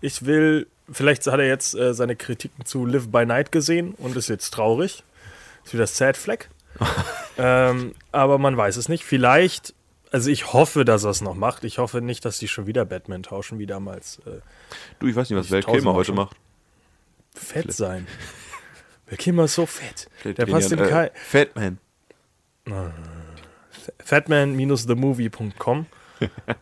A: ich will, vielleicht hat er jetzt äh, seine Kritiken zu Live by Night gesehen und ist jetzt traurig. Ist wieder Sad Fleck. ähm, aber man weiß es nicht. Vielleicht, also ich hoffe, dass er es noch macht. Ich hoffe nicht, dass die schon wieder Batman tauschen, wie damals. Äh,
F: Du, ich weiß nicht, was
A: Ich
F: Val
A: tausendmal
F: Kilmer heute
A: schon.
F: macht.
A: fett sein. Wer Kimmer ist so fett.
F: Vielleicht
A: Der
F: drehen
A: passt
F: die
A: in
F: an,
A: kein.
F: äh, Fatman.
A: Fatman-themovie.com.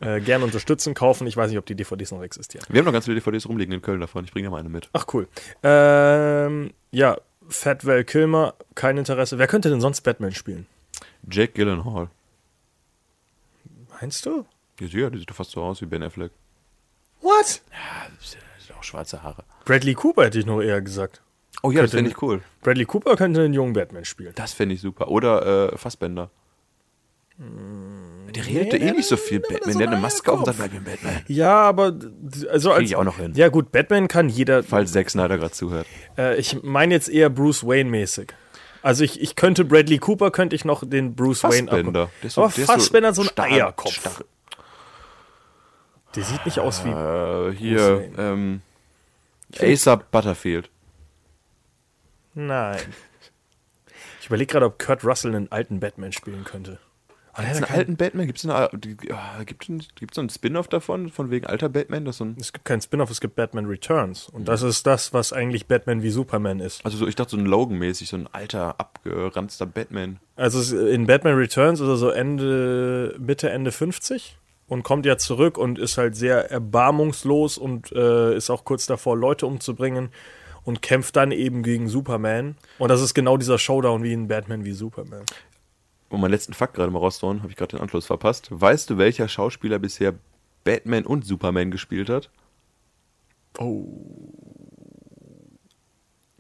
A: äh, gerne unterstützen, kaufen. Ich weiß nicht, ob die DVDs noch existieren.
F: Wir haben noch ganz viele DVDs rumliegen in Köln davon. Ich bringe dir mal eine mit.
A: Ach cool. Ähm, ja, Fat Val Kilmer, kein Interesse. Wer könnte denn sonst Batman spielen?
F: Jake Gyllenhaal.
A: Meinst du?
F: Die sieht, ja, die sieht doch fast so aus wie Ben Affleck.
A: What?
F: Das sind auch schwarze Haare.
A: Bradley Cooper hätte ich noch eher gesagt.
F: Oh ja, das
A: Könnte-
F: fände ich cool.
A: Bradley Cooper könnte einen jungen Batman spielen.
F: Das fände ich super. Oder äh, Fassbender. Der redete eh nicht so viel Batman. Der hat eine Maske auf und sagt, bleib mir Batman.
A: Ja, aber also als
F: ich auch noch hin.
A: Ja gut, Batman kann jeder.
F: Falls Zack Snyder gerade zuhört.
A: Äh, ich meine jetzt eher Bruce Wayne mäßig. Also ich, ich könnte Bradley Cooper könnte ich noch den Bruce Wayne
F: Fassbender.
A: ab. aber Oh, Fassbender hat so ein Eierkopf.
F: starr-
A: Der sieht nicht aus wie
F: Äh, hier,
A: Bruce
F: ähm, ASAP Butterfield.
A: Nein. Ich überlege gerade, ob Kurt Russell einen alten Batman spielen könnte.
F: Gibt es einen alten Batman? äh, Gibt es ah, gibt's einen Spin-off davon, von wegen alter Batman? Das so ein,
A: Es gibt keinen Spin-off, es gibt Batman Returns. Und das ist das, was eigentlich Batman wie Superman ist.
F: also so, ich dachte so ein Logan-mäßig, so ein alter, abgeranzter Batman.
A: Also es- in Batman Returns ist er so Ende, Mitte, Ende 50 und kommt ja zurück und ist halt sehr erbarmungslos und äh, ist auch kurz davor, Leute umzubringen und kämpft dann eben gegen Superman. Und das ist genau dieser Showdown wie in Batman wie Superman.
F: Um meinen letzten Fakt gerade mal rauszuhauen, habe ich gerade den Anschluss verpasst. Weißt du, welcher Schauspieler bisher Batman und Superman gespielt hat?
A: Oh.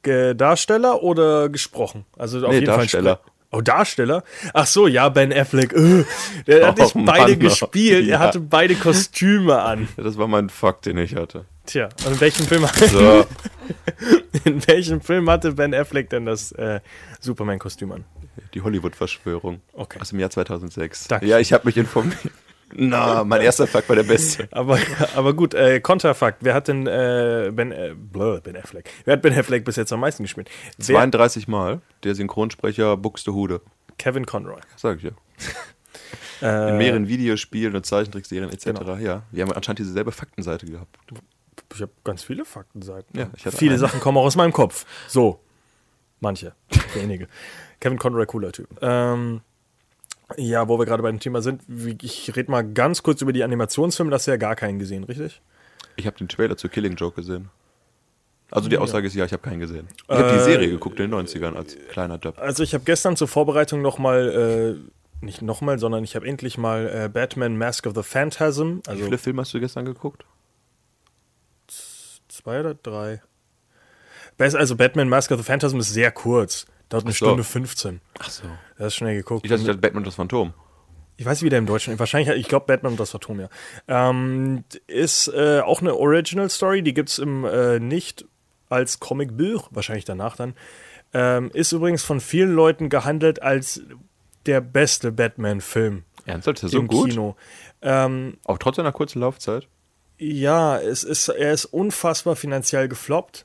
A: Ge Darsteller oder gesprochen? Also auf
F: Nee,
A: jeden
F: Darsteller.
A: Fall. Spre- Oh, Darsteller? Ach so, ja, Ben Affleck. Äh, der hat
F: Oh,
A: nicht beide
F: Mann, oh.
A: gespielt,
F: Ja.
A: er hatte beide Kostüme an.
F: Ja, Das war mein Fakt, den ich hatte.
A: Tja, und in welchem Film,
F: So,
A: in welchem Film hatte Ben Affleck denn das äh, Superman-Kostüm an?
F: die Hollywood-Verschwörung.
A: Okay.
F: Aus dem Jahr 2006.
A: Danke.
F: Ja, ich habe mich informiert. Na, mein erster Fakt war der beste.
A: Aber, aber gut, äh, Konterfakt. Wer hat denn äh, Ben, äh, blö, Ben Affleck? Wer hat Ben Affleck bis jetzt am meisten gespielt? Wer?
F: 32 Mal der Synchronsprecher Buxtehude.
A: Kevin Conroy.
F: Das sag ich Äh. ja. In mehreren Videospielen und Zeichentrickserien etc. Ja, wir haben anscheinend dieselbe Faktenseite gehabt.
A: Ich habe ganz viele Faktenseiten.
F: Ja, ich hatte
A: viele
F: einen.
A: Sachen kommen auch aus meinem Kopf. So, manche, wenige. Kevin Conroy, cooler Typ. Ähm, ja, wo wir gerade beim Thema sind, wie- ich rede mal ganz kurz über die Animationsfilme. Das hast du ja gar keinen gesehen, richtig?
F: Ich habe den Trailer zu Killing Joke gesehen. Also die Aussage ist ja, Äh, ich habe keinen gesehen. Ich habe die Serie geguckt in den 90ern als kleiner Döpp.
A: Also ich habe gestern zur Vorbereitung nochmal, äh, nicht nochmal, sondern ich habe endlich mal äh, Batman Mask of the Phantasm,
F: Wie
A: also
F: viele Filme hast du gestern geguckt?
A: zwei oder drei. Best- Also Batman Mask of the Phantasm ist sehr kurz, dauert eine
F: so.
A: Stunde 15.
F: Ach so.
A: Das ist schnell geguckt.
F: Ich dachte, ich dachte Batman und das Phantom.
A: Ich weiß nicht, wie der im Deutschen. Wahrscheinlich, ich glaube, Batman und das Phantom, ja. Ähm, ist äh, auch eine Original Story, die gibt es im äh, nicht als Comicbuch, wahrscheinlich danach dann. Ähm, ist übrigens von vielen Leuten gehandelt als der beste Batman-Film
F: Ernsthaft? Ist das so
A: im
F: gut?
A: Kino. Ähm,
F: Auch trotz einer kurzen Laufzeit?
A: ja, es ist, er ist unfassbar finanziell gefloppt.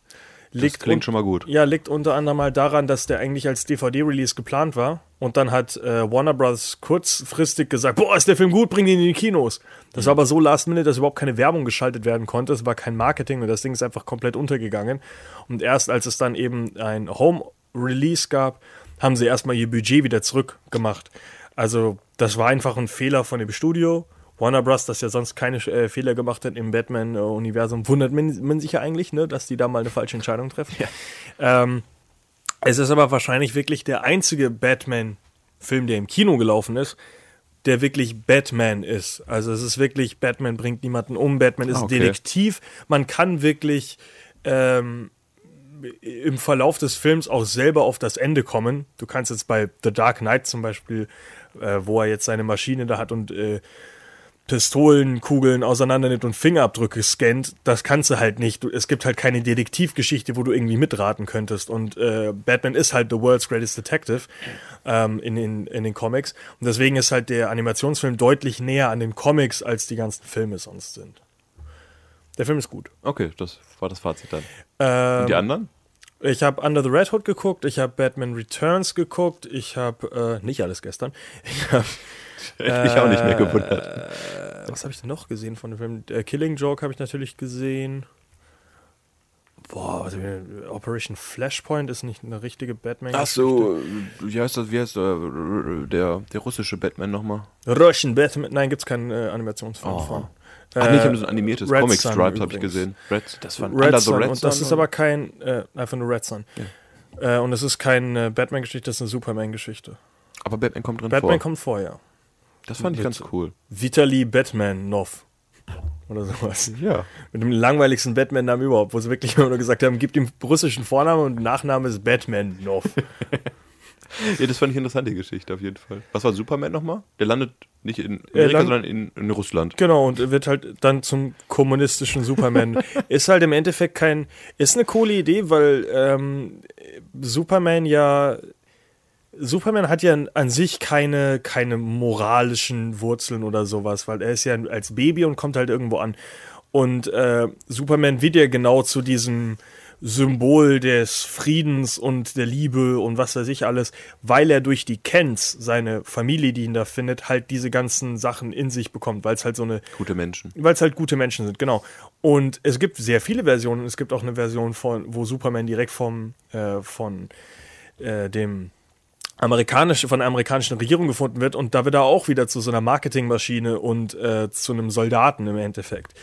A: Liegt
F: klingt
A: un-
F: schon mal gut.
A: Ja, liegt unter anderem mal daran, dass der eigentlich als DVD-Release geplant war. Und dann hat äh, Warner Bros. kurzfristig gesagt, boah, ist der Film gut, bring ihn in die Kinos. Das war aber so last minute, dass überhaupt keine Werbung geschaltet werden konnte. Es war kein Marketing und das Ding ist einfach komplett untergegangen. Und erst als es dann eben ein Home-Release gab, haben sie erstmal ihr Budget wieder zurückgemacht. Also das war einfach ein Fehler von dem Studio. Warner Bros., das ja sonst keine äh, Fehler gemacht hat im Batman-Universum, wundert man, man sich ja eigentlich, ne, dass die da mal eine falsche Entscheidung treffen. Ähm, es ist aber wahrscheinlich wirklich der einzige Batman-Film, der im Kino gelaufen ist, der wirklich Batman ist. Also es ist wirklich, Batman bringt niemanden um, Batman ist
F: Ah, okay.
A: Detektiv. Man kann wirklich ähm, im Verlauf des Films auch selber auf das Ende kommen. Du kannst jetzt bei The Dark Knight zum Beispiel, äh, wo er jetzt seine Maschine da hat und äh, Pistolenkugeln auseinandernimmt und Fingerabdrücke scannt, das kannst du halt nicht. Du, es gibt halt keine Detektivgeschichte, wo du irgendwie mitraten könntest. Und äh, Batman ist halt the world's greatest detective ähm, in, den- in den Comics. Und deswegen ist halt der Animationsfilm deutlich näher an den Comics, als die ganzen Filme sonst sind. Der Film ist gut.
F: Okay, das war das Fazit dann.
A: Ähm,
F: und die anderen?
A: ich habe Under the Red Hood geguckt, ich habe Batman Returns geguckt, ich habe äh, nicht alles gestern. Ich habe
F: Hätte ich auch nicht mehr gewundert.
A: Äh, was habe ich denn noch gesehen von dem Film? Äh, Killing Joke habe ich natürlich gesehen. Boah, was hab ich denn? Operation Flashpoint ist nicht eine richtige batman
F: Ach so, wie heißt das, wie heißt der, der, der russische Batman nochmal?
A: Russian Batman. Nein, gibt's keinen äh, Animationsfilm
F: Oh.
A: von.
F: Ach nee, ich habe
A: Äh,
F: so ein animiertes
A: Red
F: Comic
A: Sun
F: Stripes habe ich
A: übrigens.
F: gesehen. Red, das war
A: Red Sun. und das ist
F: oder?
A: aber kein, äh, einfach nur Red Sun. Äh, und es ist keine Batman-Geschichte, das ist eine Superman-Geschichte.
F: aber Batman kommt drin
A: Batman
F: vor.
A: kommt vorher.
F: das fand ich ganz cool.
A: Vitali Batman Nov. Oder sowas.
F: Ja.
A: Mit dem langweiligsten Batman-Namen überhaupt, wo sie wirklich immer nur gesagt haben, gib ihm russischen Vornamen und Nachname ist Batman Nov.
F: ja, das fand ich interessant, die Geschichte auf jeden Fall. Was war Superman nochmal? Der landet nicht in Amerika,
A: Er land-
F: sondern in, in Russland.
A: Genau, und wird halt dann zum kommunistischen Superman. ist halt im Endeffekt kein. Ist eine coole Idee, weil ähm, Superman ja. Superman hat ja an sich keine, keine moralischen Wurzeln oder sowas, weil er ist ja als Baby und kommt halt irgendwo an. Und äh, Superman wird ja genau zu diesem Symbol des Friedens und der Liebe und was weiß ich alles, weil er durch die Kents, seine Familie, die ihn da findet, halt diese ganzen Sachen in sich bekommt, weil es halt so eine
F: Gute Menschen.
A: weil es halt gute Menschen sind, genau. Und es gibt sehr viele Versionen. Es gibt auch eine Version von, wo Superman direkt vom äh, von äh, dem amerikanischen von der amerikanischen Regierung gefunden wird und da wird er auch wieder zu so einer Marketingmaschine und äh, zu einem Soldaten im Endeffekt.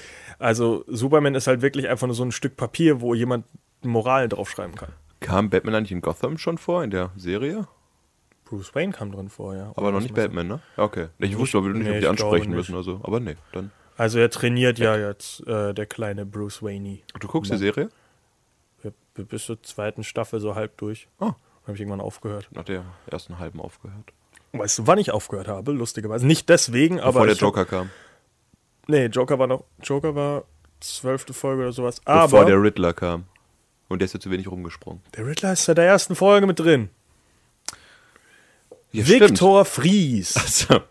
A: Also Superman ist halt wirklich einfach nur so ein Stück Papier, wo jemand Moral draufschreiben kann.
F: Kam Batman eigentlich in Gotham schon vor in der Serie?
A: Bruce Wayne kam drin vor, ja.
F: Aber noch nicht Batman, ne? Ja, okay. Ich wusste aber nicht,
A: Nee,
F: ob
A: ich
F: die ansprechen
A: glaube nicht.
F: müssen. Also, aber nee, dann.
A: Also er trainiert ja jetzt äh, der kleine Bruce Wayne.
F: Du guckst die Serie?
A: Serie? Bis zur zweiten Staffel so halb durch.
F: Ah.
A: Habe ich irgendwann aufgehört.
F: Nach der ersten halben aufgehört.
A: Weißt du, wann ich aufgehört habe? Lustigerweise. Nicht deswegen, aber.
F: Bevor der
A: ich hab-
F: Joker kam.
A: Nee, Joker war noch. Joker war zwölfte Folge oder sowas. Aber
F: Bevor der Riddler kam. Und der ist ja zu wenig rumgesprungen.
A: der Riddler ist ja der ersten Folge mit drin.
F: Ja,
A: Viktor Fries.
F: stimmt.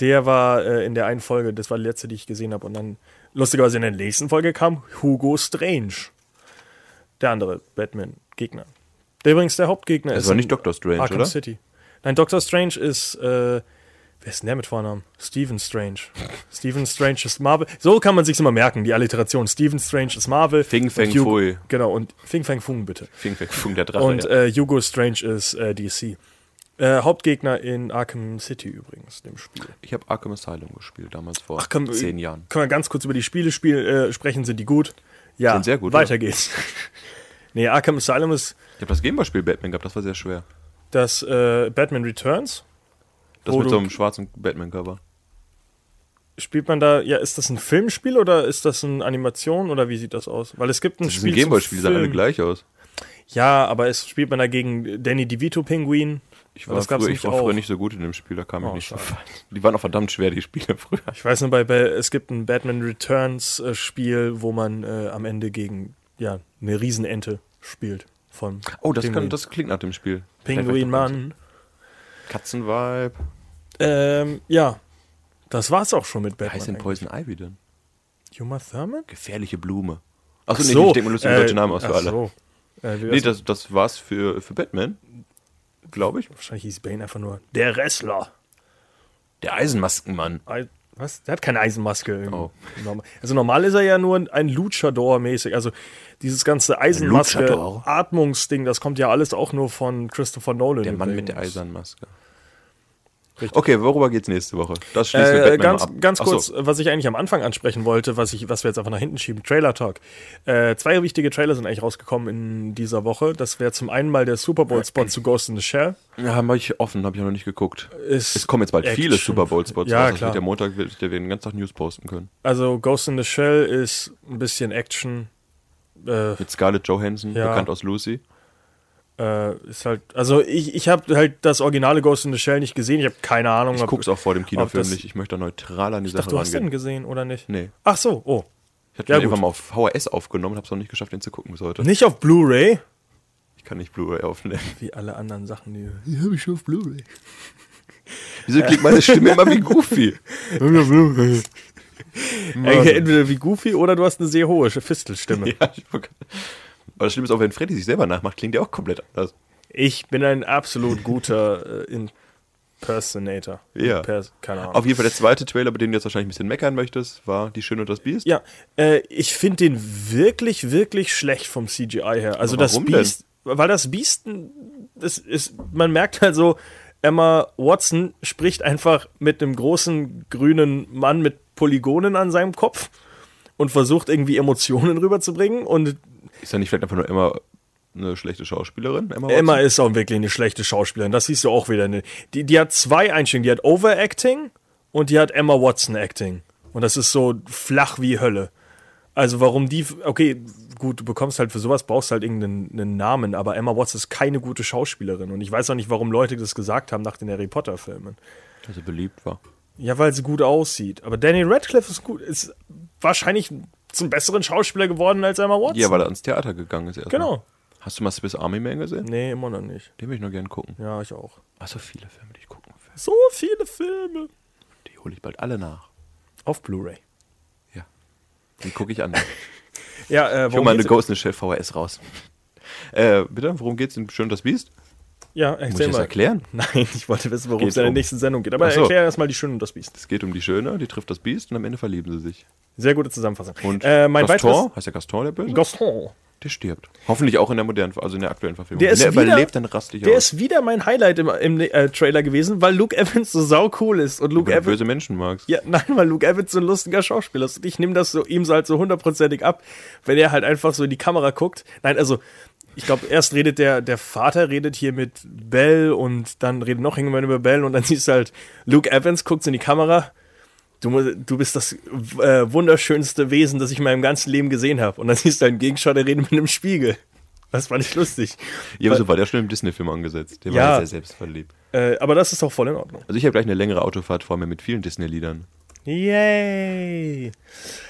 A: Der war äh, in der einen Folge, das war die letzte, die ich gesehen habe. Und dann, lustigerweise, in der nächsten Folge kam Hugo Strange. Der andere Batman-Gegner. Der übrigens der Hauptgegner ist.
F: war
A: in
F: nicht Dr. Strange,
A: Arkham
F: oder?
A: City. Nein, Dr. Strange ist. Äh, wer ist denn der mit Vornamen? Stephen Strange. Stephen Strange ist Marvel. So kann man sich's immer merken, die Alliteration. Stephen Strange ist Marvel.
F: Fing,
A: und
F: Fang,
A: Hugo-
F: Fui.
A: Genau, und Fing Fang Fung, bitte.
F: Fing weg, Fung, der Drache.
A: Und
F: ja.
A: äh, Hugo Strange ist äh, DC. Äh, Hauptgegner in Arkham City übrigens, dem Spiel.
F: ich habe Arkham Asylum gespielt, damals vor
A: Ach, äh, können, wir-
F: zehn Jahren.
A: Können wir ganz kurz über die Spiele spiel, äh, sprechen? Sind die gut? Ja,
F: Sind sehr gut,
A: weiter
F: ja.
A: geht's. nee, Arkham Asylum ist
F: Ich habe das Gameboy-Spiel Batman gehabt, das war sehr schwer.
A: das äh, Batman Returns.
F: Das
A: Wo
F: mit
A: du-
F: so einem schwarzen Batman-Cover.
A: Spielt man da, ja, ist das ein Filmspiel oder ist das eine Animation oder wie sieht das aus? Weil es gibt ein
F: Das ist
A: Spiel.
F: ein
A: zum
F: Gameboy-Spiel, sah alle
A: Film.
F: gleich aus.
A: Ja, aber es spielt man da gegen Danny DeVito Pinguin.
F: Ich
A: Aber
F: war,
A: das gab's
F: früher,
A: nämlich
F: ich war
A: auch.
F: früher nicht so gut in dem Spiel, da kam ich
A: Oh,
F: nicht so
A: schade.
F: weit. Die waren auch verdammt schwer, die Spiele früher.
A: Ich weiß nur, bei, bei es gibt ein Batman Returns äh, Spiel, wo man äh, am Ende gegen ja eine Riesenente spielt. Von
F: Oh, das, kann,
A: Pinguin.
F: das klingt nach dem Spiel.
A: Pinguin-Mann.
F: Katzenweib.
A: Ähm, ja. Das war's auch schon mit
F: Wie heißt denn
A: Batman.
F: Poison Ivy denn?
A: Juma Thurman?
F: Gefährliche Blume. Achso, nee, ich denke mal, du hast den deutschen Namen aus für
A: Äh, ach
F: alle.
A: So. Äh, wie
F: Nee,
A: nee,
F: das, das war's für, für Batman. Glaube ich.
A: wahrscheinlich hieß Bane einfach nur der Wrestler.
F: Der Eisenmaskenmann.
A: Ei- Was? Der hat keine Eisenmaske. im-
F: Oh.
A: im Norm- Also normal ist er ja nur ein- ein Luchador-mäßig. Also dieses ganze
F: Luchador?
A: Eisenmaske-Atmungsding, das kommt ja alles auch nur von Christopher Nolan.
F: Der Mann mit
A: übrigens.
F: der eisernen Maske. Okay, worüber geht's nächste Woche? Das schließen wir
A: Äh,
F: Batman
A: ganz,
F: mal ab.
A: ganz
F: Ach so,
A: kurz, äh, was ich eigentlich am Anfang ansprechen wollte, was, ich, was wir jetzt einfach nach hinten schieben, Trailer Talk. Äh, zwei wichtige Trailer sind eigentlich rausgekommen in dieser Woche. Das wäre zum einen mal der Super Bowl-Spot zu Ghost in the Shell.
F: Ja, habe ich offen, habe ich noch nicht geguckt.
A: Ist
F: es kommen jetzt bald
A: Action.
F: viele Super Bowl-Spots.
A: Ja,
F: raus. Das
A: klar.
F: wird der Montag, wird der wir den ganzen Tag News posten können.
A: Also Ghost in the Shell ist ein bisschen Action. Äh,
F: Mit Scarlett Johansson,
A: Ja.
F: bekannt aus Lucy.
A: äh, ist halt, also ich, ich habe halt das originale Ghost in the Shell nicht gesehen. Ich habe keine Ahnung.
F: Ich
A: ob-
F: guck's auch vor dem
A: ob
F: Kinofilm
A: das-
F: nicht. Ich möchte da neutral an die
A: Ach,
F: Sache
A: du hast den
F: rangehen.
A: gesehen oder nicht?
F: Nee.
A: Ach so, oh.
F: Ich hatte
A: Ja,
F: den
A: gut.
F: einfach mal auf VHS aufgenommen, hab's noch nicht geschafft, den zu gucken bis heute.
A: Nicht auf Blu-ray?
F: Ich kann nicht Blu-ray aufnehmen.
A: Wie alle anderen Sachen, die.
F: Die habe ich schon auf Blu-ray. Wieso klingt meine Stimme immer wie Goofy?
A: Ey, entweder wie Goofy oder du hast eine sehr hohe Fistelstimme.
F: Ja, ich Aber das Schlimme ist auch, wenn Freddy sich selber nachmacht, klingt der auch komplett anders.
A: Ich bin ein absolut guter äh, Impersonator.
F: Ja.
A: Impers- keine Ahnung.
F: Auf jeden Fall der zweite Trailer, bei dem du jetzt wahrscheinlich ein bisschen meckern möchtest, war Die Schöne und das Biest.
A: ja, äh, ich finde den wirklich, wirklich schlecht vom CGI her. Also
F: Aber
A: das
F: warum denn?
A: Biest, weil das Biest, n- das ist, man merkt halt so, Emma Watson spricht einfach mit einem großen grünen Mann mit Polygonen an seinem Kopf und versucht irgendwie Emotionen rüberzubringen und
F: Ist ja nicht vielleicht einfach nur immer eine schlechte Schauspielerin? Emma, Watson?
A: Emma ist auch wirklich eine schlechte Schauspielerin. Das siehst du auch wieder. Ne? Die, die hat zwei Einstellungen. Die hat Overacting und die hat Emma Watson Acting. Und das ist so flach wie Hölle. Also warum die, okay, gut, du bekommst halt für sowas, brauchst halt irgendeinen einen Namen, aber Emma Watson ist keine gute Schauspielerin. Und ich weiß auch nicht, warum Leute das gesagt haben nach den Harry Potter Filmen.
F: Also beliebt war.
A: Ja, weil sie gut aussieht. Aber Daniel Radcliffe ist gut, ist wahrscheinlich zum besseren Schauspieler geworden als Emma Watson.
F: Ja, weil er ans Theater gegangen ist erstmal.
A: Genau.
F: Hast du mal Swiss Army Man gesehen?
A: nee, immer noch nicht.
F: Den will ich noch gerne gucken.
A: Ja, ich auch.
F: Ach so, viele Filme, die ich gucken will.
A: So viele Filme.
F: Die hole ich bald alle nach.
A: Auf Blu-ray.
F: Ja. Die gucke ich an.
A: Ja, äh,
F: Ich hol
A: worum
F: mal eine
A: geht's-
F: Ghost in the Shell VHS raus. Äh, bitte, worum geht's in Schön und das Biest?
A: Ja,
F: Muss ich
A: erzähl
F: das
A: mal.
F: erklären?
A: Nein, ich wollte wissen, worum
F: Geht
A: es in der
F: um-
A: nächsten Sendung geht. Aber
F: Ach so.
A: erklär erst mal die Schöne und das Biest.
F: Es geht um die Schöne, die trifft das Biest und am Ende verlieben sie sich.
A: Sehr gute Zusammenfassung.
F: Und
A: äh, mein
F: Gaston,
A: weiteres.
F: heißt der Gaston der Böse?
A: Gaston.
F: der stirbt. Hoffentlich auch in der modernen, also in der aktuellen Verfilmung.
A: Der ist
F: Wenn er
A: wieder,
F: überlebt, dann raste ich
A: Der
F: aus.
A: ist wieder mein Highlight im, im äh, Trailer gewesen, weil Luke Evans so saucool ist. Und Luke
F: Wenn du
A: Evans.
F: böse Menschen magst.
A: Ja, nein, weil Luke Evans so ein lustiger Schauspieler ist. Und ich nehme das so, ihm so halt so hundertprozentig ab, wenn er halt einfach so in die Kamera guckt. Nein, also, ich glaube, erst redet der, der Vater redet hier mit Bell und dann redet noch irgendwann über Bell und dann siehst du halt, Luke Evans guckt so in die Kamera. Du, mu- du bist das äh, wunderschönste Wesen, das ich in meinem ganzen Leben gesehen habe. Und dann siehst du halt einen Gegenschau, der redet mit einem Spiegel. Das fand ich lustig.
F: Ja, aber so war der schon im Disney-Film angesetzt. Der
A: Ja.
F: war sehr selbstverliebt.
A: Äh, aber das ist doch voll in Ordnung.
F: Also ich habe gleich eine längere Autofahrt vor mir mit vielen Disney-Liedern.
A: Yay!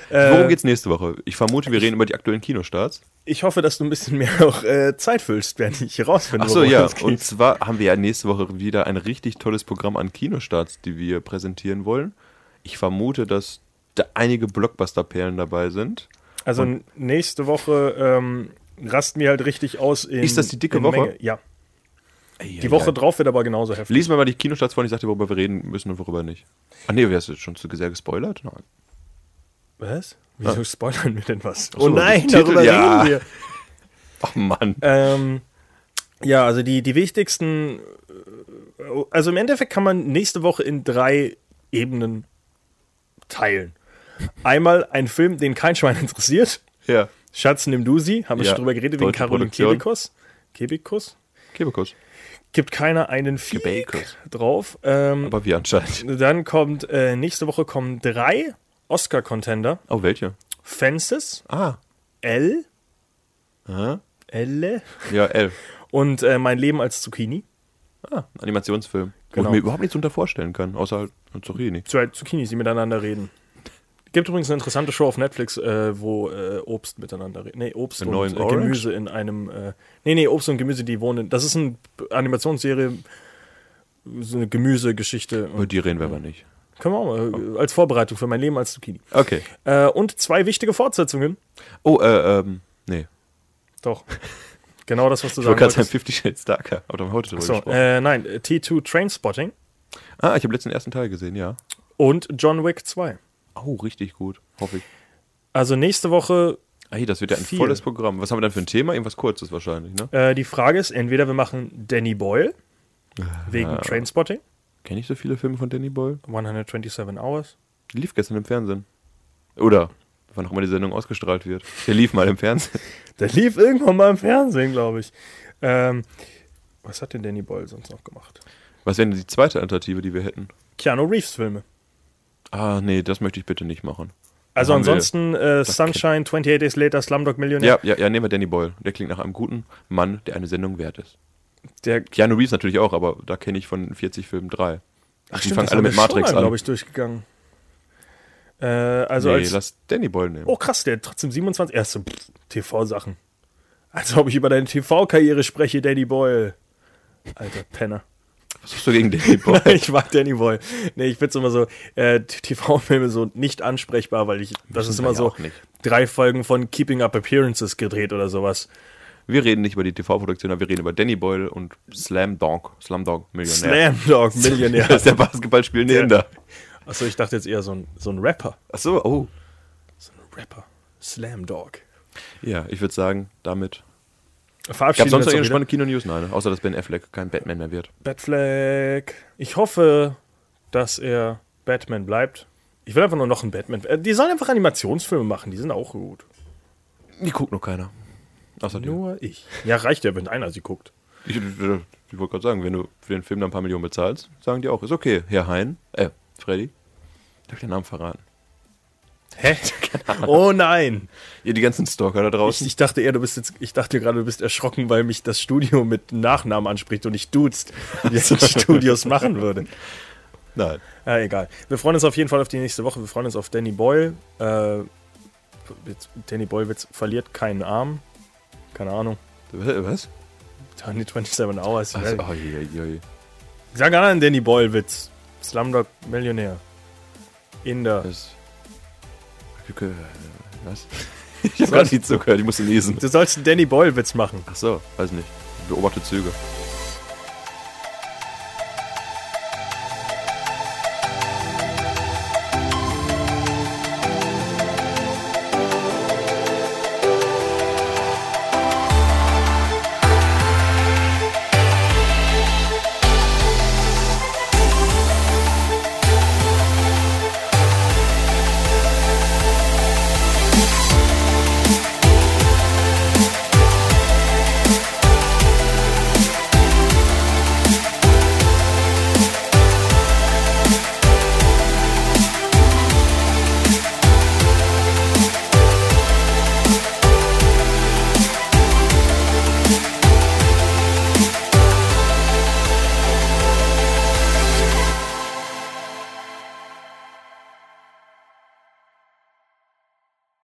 F: Worum
A: Äh,
F: geht's nächste Woche? Ich vermute, wir reden über die aktuellen Kinostarts.
A: ich hoffe, dass du ein bisschen mehr auch äh, Zeit füllst, während ich hier rausfinde.
F: Achso,
A: worum
F: ja.
A: es geht.
F: Und zwar haben wir ja nächste Woche wieder ein richtig tolles Programm an Kinostarts, die wir präsentieren wollen. Ich vermute, dass da einige Blockbuster-Perlen dabei sind.
A: also nächste Woche ähm, rasten wir halt richtig aus. In,
F: Ist das die dicke
A: in
F: Woche?
A: Ja. Die Woche drauf wird aber genauso heftig.
F: Lies mir mal die Kinostarts vor und ich sag dir, worüber wir reden müssen und worüber nicht. Ach nee, wir hast jetzt schon zu sehr gespoilert? Nein.
A: Was? Wieso spoilern wir denn was?
F: Ah. so,
A: oh nein,
F: die Titel,
A: darüber
F: ja.
A: reden wir.
F: Ach Mann.
A: Ähm, ja, also die, die wichtigsten. äh, Also im Endeffekt kann man nächste Woche in drei Ebenen teilen. Einmal ein Film, den kein Schwein interessiert.
F: Ja.
A: Schatz, nimm du sie. Haben wir
F: Ja,
A: schon drüber geredet wegen
F: deutsche
A: Caroline
F: Produktion.
A: Kebekus. Kebekus?
F: Kebekus.
A: Gibt keiner einen Fick
F: Kebekus.
A: drauf. Ähm,
F: Aber wir anscheinend.
A: dann kommt, äh, nächste Woche kommen drei Oscar-Contender.
F: Oh, welche?
A: Fences,
F: Ah.
A: L, Elle
F: Ja, L.
A: und äh, Mein Leben als Zucchini.
F: Ah, ein Animationsfilm. Wo
A: Genau.
F: ich mir überhaupt nichts unter vorstellen kann, außer halt Zucchini.
A: zwei Zucchinis, die miteinander reden. Gibt übrigens eine interessante Show auf Netflix, äh, wo äh, Obst miteinander redet. Nee, Obst
F: The
A: und
F: Neuen
A: äh,
F: Orange?
A: Gemüse in einem. Äh, nee, nee, Obst und Gemüse, die wohnen. in- Das ist eine Animationsserie, so eine Gemüsegeschichte.
F: Über
A: Und
F: die reden wir aber nicht.
A: können wir auch mal,
F: Oh.
A: äh, als Vorbereitung für mein Leben als Zucchini.
F: Okay.
A: Äh, und zwei wichtige Fortsetzungen.
F: Oh, äh, ähm, nee.
A: Doch. Genau das, was du
F: Ich
A: sagen
F: wollte gerade sagen,
A: wolltest.
F: 50 Shades Darker. Aber da haben wir heute drüber
A: So,
F: gesprochen.
A: äh, nein, T2 Trainspotting
F: ah, ich habe letzten ersten Teil gesehen, ja.
A: und John Wick 2.
F: Oh, richtig gut. Hoffe ich.
A: Also nächste Woche
F: Ey, das wird ja ein
A: Viel.
F: volles Programm. Was haben wir dann für ein Thema? Irgendwas kurzes wahrscheinlich, ne?
A: Äh, die Frage ist, entweder wir machen Danny Boyle wegen Trainspotting,
F: Kenne ich so viele Filme von Danny Boyle?
A: 127 Hours.
F: Die lief gestern im Fernsehen. Oder wann auch immer die Sendung ausgestrahlt wird. Der lief mal im Fernsehen.
A: Der lief irgendwann mal im Fernsehen, glaube ich. Ähm, was hat denn Danny Boyle sonst noch gemacht?
F: Was wäre denn die zweite Alternative, die wir hätten?
A: Keanu Reeves Filme.
F: Ah, nee, das möchte ich bitte nicht machen.
A: Also
F: Haben wir-
A: ansonsten äh, Sunshine, 28 Days Later, Slumdog Millionaire.
F: Ja, ja, ja, nehmen wir Danny Boyle. Der klingt nach einem guten Mann, der eine Sendung wert ist.
A: Der
F: Keanu Reeves natürlich auch, aber da kenne ich von 40 Filmen drei. Ach, die fangen
A: das
F: alle
A: haben
F: mit
A: wir schon
F: Matrix
A: mal,
F: an.
A: glaube ich, durchgegangen. Äh, also
F: nee,
A: als,
F: lass Danny Boyle nehmen.
A: oh krass, der hat trotzdem 27 erste pff, TV-Sachen. Als ob ich über deine TV-Karriere spreche, Danny Boyle. Alter Penner.
F: Was hast du gegen Danny Boyle?
A: Nein, ich mag Danny Boyle. Nee, ich find's immer so, äh, TV-Filme so nicht ansprechbar, weil ich, das ist
F: wir
A: immer
F: ja
A: so,
F: auch nicht.
A: drei Folgen von Keeping Up Appearances gedreht oder sowas.
F: Wir reden nicht über die TV-Produktion, aber wir reden über Danny Boyle und Slam Dunk. Slam Dunk Millionär.
A: Slam Dog
F: Das
A: Millionär.
F: ist der Basketballspielende
A: Ja.
F: Inder.
A: Achso, ich dachte jetzt eher so ein, so ein Rapper.
F: Achso, oh.
A: Rapper. Slam Dog.
F: Ja, ich würde sagen, damit. Gab
A: Verabschieden
F: es
A: wir uns auch
F: sonst noch
A: wieder.
F: irgendeine spannende Kino-News? Nein, ne? außer dass Ben Affleck kein Batman mehr wird.
A: Batfleck. Ich hoffe, dass er Batman bleibt. Ich will einfach nur noch einen Batman. äh, Die sollen einfach Animationsfilme machen, die sind auch gut.
F: Die guckt noch keiner. Außer du.
A: Nur ich. Ja, reicht ja, wenn einer sie guckt.
F: Ich, ich, ich wollte gerade sagen, wenn du für den Film dann ein paar Millionen bezahlst, sagen die auch, ist okay, Herr Hein, äh, Freddy. Darf ich den Namen verraten?
A: Hä?
F: Genau.
A: Oh nein!
F: Ihr, die ganzen Stalker da draußen.
A: Ich, ich dachte eher, du bist jetzt, ich dachte gerade, du bist erschrocken, weil mich das Studio mit Nachnamen anspricht und nicht duzt, wie ich Studios machen würde.
F: Nein.
A: Ja, egal. Wir freuen uns auf jeden Fall auf die nächste Woche. Wir freuen uns auf Danny Boyle. Äh, jetzt, Danny Boyle wird's, verliert keinen Arm. Keine Ahnung.
F: Was?
A: 27 Hours. Ich
F: Also,
A: weiß nicht.
F: oh, je, je, je.
A: Sag einen anderen Danny Boyle-Witz. Slumdog Millionär. Inder.
F: Das. Was? Ich habe gar nicht zugehört, ich musste lesen.
A: Du sollst einen Danny Boyle-Witz machen.
F: Ach so, weiß nicht. Beobachte Züge.